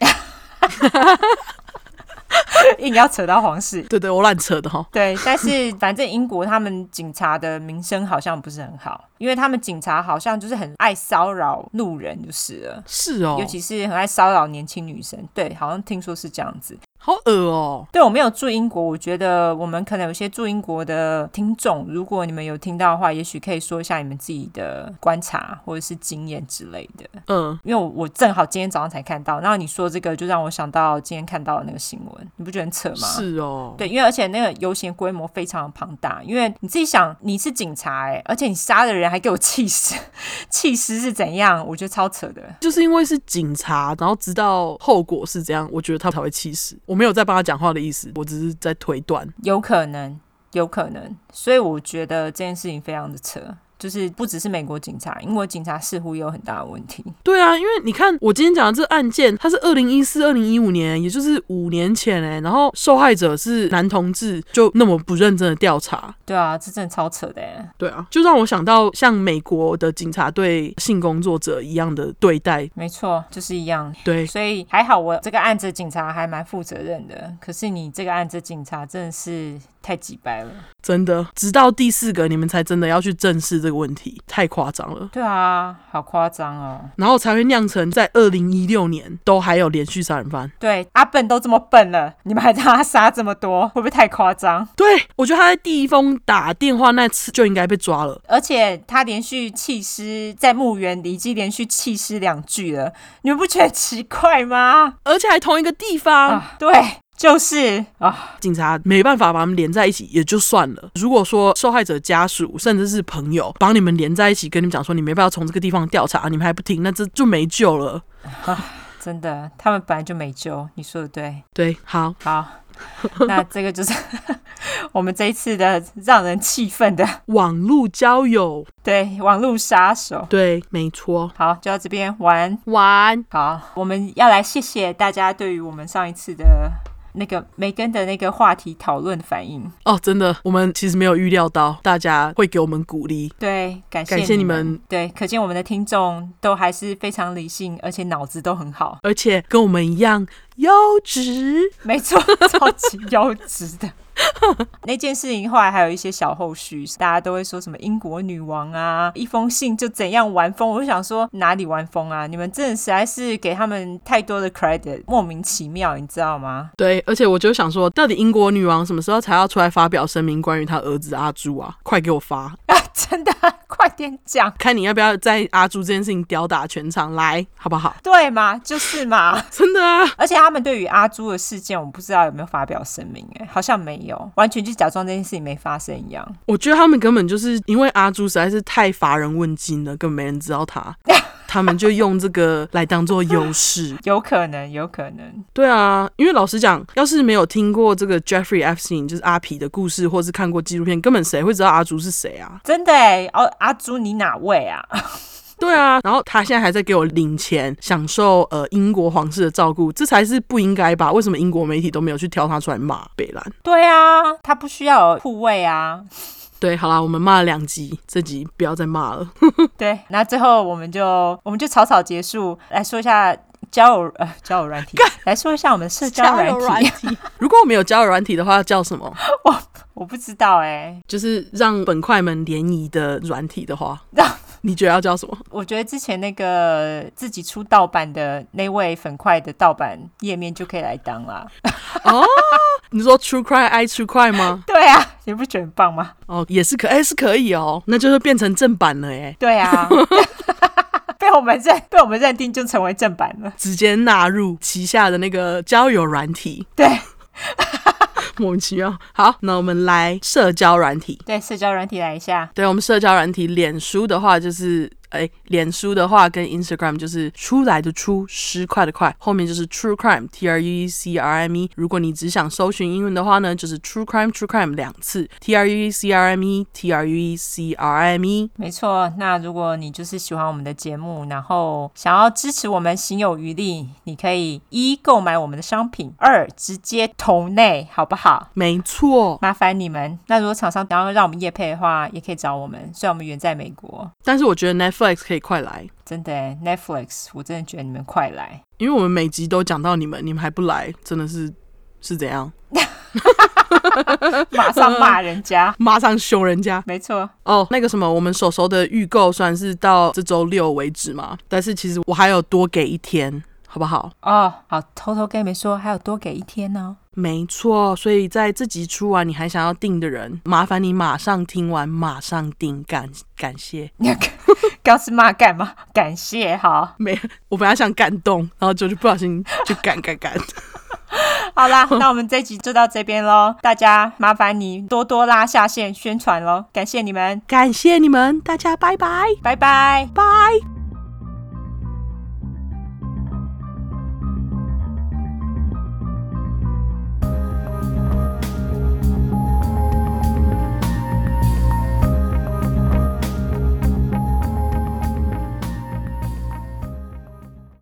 [SPEAKER 2] 硬要扯到皇室。
[SPEAKER 1] 对对，我乱扯的哈、哦。
[SPEAKER 2] 对，但是反正英国他们警察的名声好像不是很好，因为他们警察好像就是很爱骚扰路人，就是了，
[SPEAKER 1] 是哦
[SPEAKER 2] 尤，其是很爱骚扰年轻女生。对，好像听说是这样子。
[SPEAKER 1] 好恶哦。
[SPEAKER 2] 对我没有住英国，我觉得我们可能有些住英国的听众，如果你们有听到的话，也许可以说一下你们自己的观察或者是经验之类的。
[SPEAKER 1] 嗯，
[SPEAKER 2] 因为我我正好今天早上才看到，然后你说这个就让我想到今天看到的那个新闻，你不觉得很扯吗？
[SPEAKER 1] 是哦，
[SPEAKER 2] 对，因为而且那个游行规模非常的庞大，因为你自己想，你是警察哎、而且你杀的人还给我气死， 气死是怎样？我觉得超扯的。
[SPEAKER 1] 就是因为是警察，然后知道后果是这样，我觉得他才会气死。我没有在帮他讲话的意思，我只是在推断。
[SPEAKER 2] 有可能，有可能，所以我觉得这件事情非常的扯，就是不只是美国警察，英国警察似乎也有很大的问题。
[SPEAKER 1] 对啊，因为你看我今天讲的这个案件，它是二零一四、二零一五年，也就是五年前哎、然后受害者是男同志，就那么不认真的调查，
[SPEAKER 2] 对啊，这真的超扯的欸，
[SPEAKER 1] 对啊，就让我想到像美国的警察对性工作者一样的对待，
[SPEAKER 2] 没错，就是一样。
[SPEAKER 1] 对，
[SPEAKER 2] 所以还好，我这个案子的警察还蛮负责任的。可是你这个案子的警察真的是太鸡掰了。
[SPEAKER 1] 真的，直到第四个你们才真的要去正视这个问题，太夸张了。
[SPEAKER 2] 对啊，好夸张哦。
[SPEAKER 1] 然后才会酿成在二零一六年都还有连续杀人犯。
[SPEAKER 2] 对，阿笨都这么笨了，你们还让他杀这么多，会不会太夸张？
[SPEAKER 1] 对我觉得他在第一封打电话那次就应该被抓了。
[SPEAKER 2] 而且他连续弃尸，在墓园里已经连续弃尸两具了，你们不觉得奇怪 吗？
[SPEAKER 1] 而且还同一个地方，
[SPEAKER 2] 啊，对，就是啊，
[SPEAKER 1] 警察没办法把他们连在一起也就算了。如果说受害者家属甚至是朋友把你们连在一起，跟你们讲说你没办法从这个地方调查，你们还不听，那这就没救了。
[SPEAKER 2] 真的，他们本来就没救，你说的对。
[SPEAKER 1] 对，好，
[SPEAKER 2] 好，那这个就是 我们这一次的让人气愤的
[SPEAKER 1] 网络交友，
[SPEAKER 2] 对网络杀手。
[SPEAKER 1] 对，没错，
[SPEAKER 2] 好，就到这边完。
[SPEAKER 1] 晚安。
[SPEAKER 2] 好，我们要来谢谢大家对于我们上一次的那个梅根的那个话题讨论反应。
[SPEAKER 1] 哦，真的，我们其实没有预料到大家会给我们鼓励，
[SPEAKER 2] 对，感谢
[SPEAKER 1] 感谢
[SPEAKER 2] 你
[SPEAKER 1] 你们，
[SPEAKER 2] 对，可见我们的听众都还是非常理性，而且脑子都很好。
[SPEAKER 1] 而且跟我们一样优质。
[SPEAKER 2] 没错，超级优质的。 那件事情后来还有一些小后续，大家都会说什么英国女王啊，一封信就怎样玩疯。我就想说哪里玩疯啊？你们真的实在是给他们太多的 credit，莫名其妙，你知道吗？
[SPEAKER 1] 对，而且我就想说，到底英国女王什么时候才要出来发表声明关于她儿子阿朱啊？快给我发！
[SPEAKER 2] 啊，真的，快点讲，
[SPEAKER 1] 看你要不要在阿朱这件事情吊打全场，来好不好？
[SPEAKER 2] 对嘛，就是嘛。
[SPEAKER 1] 真的啊，
[SPEAKER 2] 而且他们对于阿朱的事件，我不知道有没有发表声明、哎，好像没有，完全就假装这件事情没发生一样。
[SPEAKER 1] 我觉得他们根本就是因为阿朱实在是太乏人问津了，根本没人知道他，他们就用这个来当做优 势。
[SPEAKER 2] 有可能，有可能，
[SPEAKER 1] 对啊，因为老实讲，要是没有听过这个 Jeffrey Epstein 就是阿皮的故事，或是看过纪录片，根本谁会知道阿朱是谁啊？
[SPEAKER 2] 真的哎、哦，阿朱你哪位 啊？
[SPEAKER 1] 对啊，然后他现在还在给我领钱，享受呃英国皇室的照顾，这才是不应该吧？为什么英国媒体都没有去挑他出来骂北兰？
[SPEAKER 2] 对啊，他不需要有护卫啊。
[SPEAKER 1] 对，好啦，我们骂了两集，这集不要再骂了。
[SPEAKER 2] 对，那最后我们就我们就草草结束，来说一下交友呃交友软体，来说一下我们的社交软体。
[SPEAKER 1] 体，如果我们有交友软体的话，叫什么？
[SPEAKER 2] 我不知道哎、
[SPEAKER 1] 就是让本快们联谊的软体的 话
[SPEAKER 2] 让，
[SPEAKER 1] 你觉得要叫什么？
[SPEAKER 2] 我觉得之前那个自己出盗版的那位粉块的盗版页面就可以来当啦。
[SPEAKER 1] 哦，你说 True Cry I True Cry 吗？
[SPEAKER 2] 对啊，你不觉得很棒吗？
[SPEAKER 1] 哦，也是可，哎、是可以哦，那就是变成正版了哎，
[SPEAKER 2] 对啊， 被我们认被我们认定就成为正版了。
[SPEAKER 1] 直接纳入旗下的那个交友软体。
[SPEAKER 2] 对
[SPEAKER 1] 莫名其妙。好，那我们来社交软体。
[SPEAKER 2] 对，社交软体来一下。
[SPEAKER 1] 对我们社交软体，脸书的话就是，哎，脸书的话跟 Instagram 就是出来的出，失快的快，后面就是 True Crime T R U E C R M E。如果你只想搜寻英文的话呢，就是 True Crime True Crime 两次，T R U E C R M E T R U E C R M E。
[SPEAKER 2] 没错，那如果你就是喜欢我们的节目，然后想要支持我们行有余力，你可以一购买我们的商品，二直接投内，好不好？
[SPEAKER 1] 没错，
[SPEAKER 2] 麻烦你们。那如果厂商想要让我们业配的话，也可以找我们，虽然我们远在美国。
[SPEAKER 1] 但是我觉得 Netflix 可以快来，
[SPEAKER 2] 真的耶 Netflix，我真的觉得你们快来，
[SPEAKER 1] 因为我们每集都讲到你们，你们还不来，真的是是怎样？。
[SPEAKER 2] 马上骂人家
[SPEAKER 1] 马上凶人家
[SPEAKER 2] 没错，
[SPEAKER 1] 哦！那个什么，我们手手的预购虽然是到这周六为止嘛，但是其实我还有多给一天，好不好？
[SPEAKER 2] 哦，好，偷偷跟你们说，还有多给一天哦呢、
[SPEAKER 1] 没错，所以在这集出完，你还想要订的人，麻烦你马上听完，马上订，感感谢。
[SPEAKER 2] 你 刚是骂干嘛？感谢，好，
[SPEAKER 1] 没，我本来想感动，然后就就不小心就感感 感。
[SPEAKER 2] 好啦，那我们这集就到这边喽，大家麻烦你多多拉下线宣传喽，感谢你们，
[SPEAKER 1] 感谢你们，大家拜拜
[SPEAKER 2] 拜拜。
[SPEAKER 1] 拜。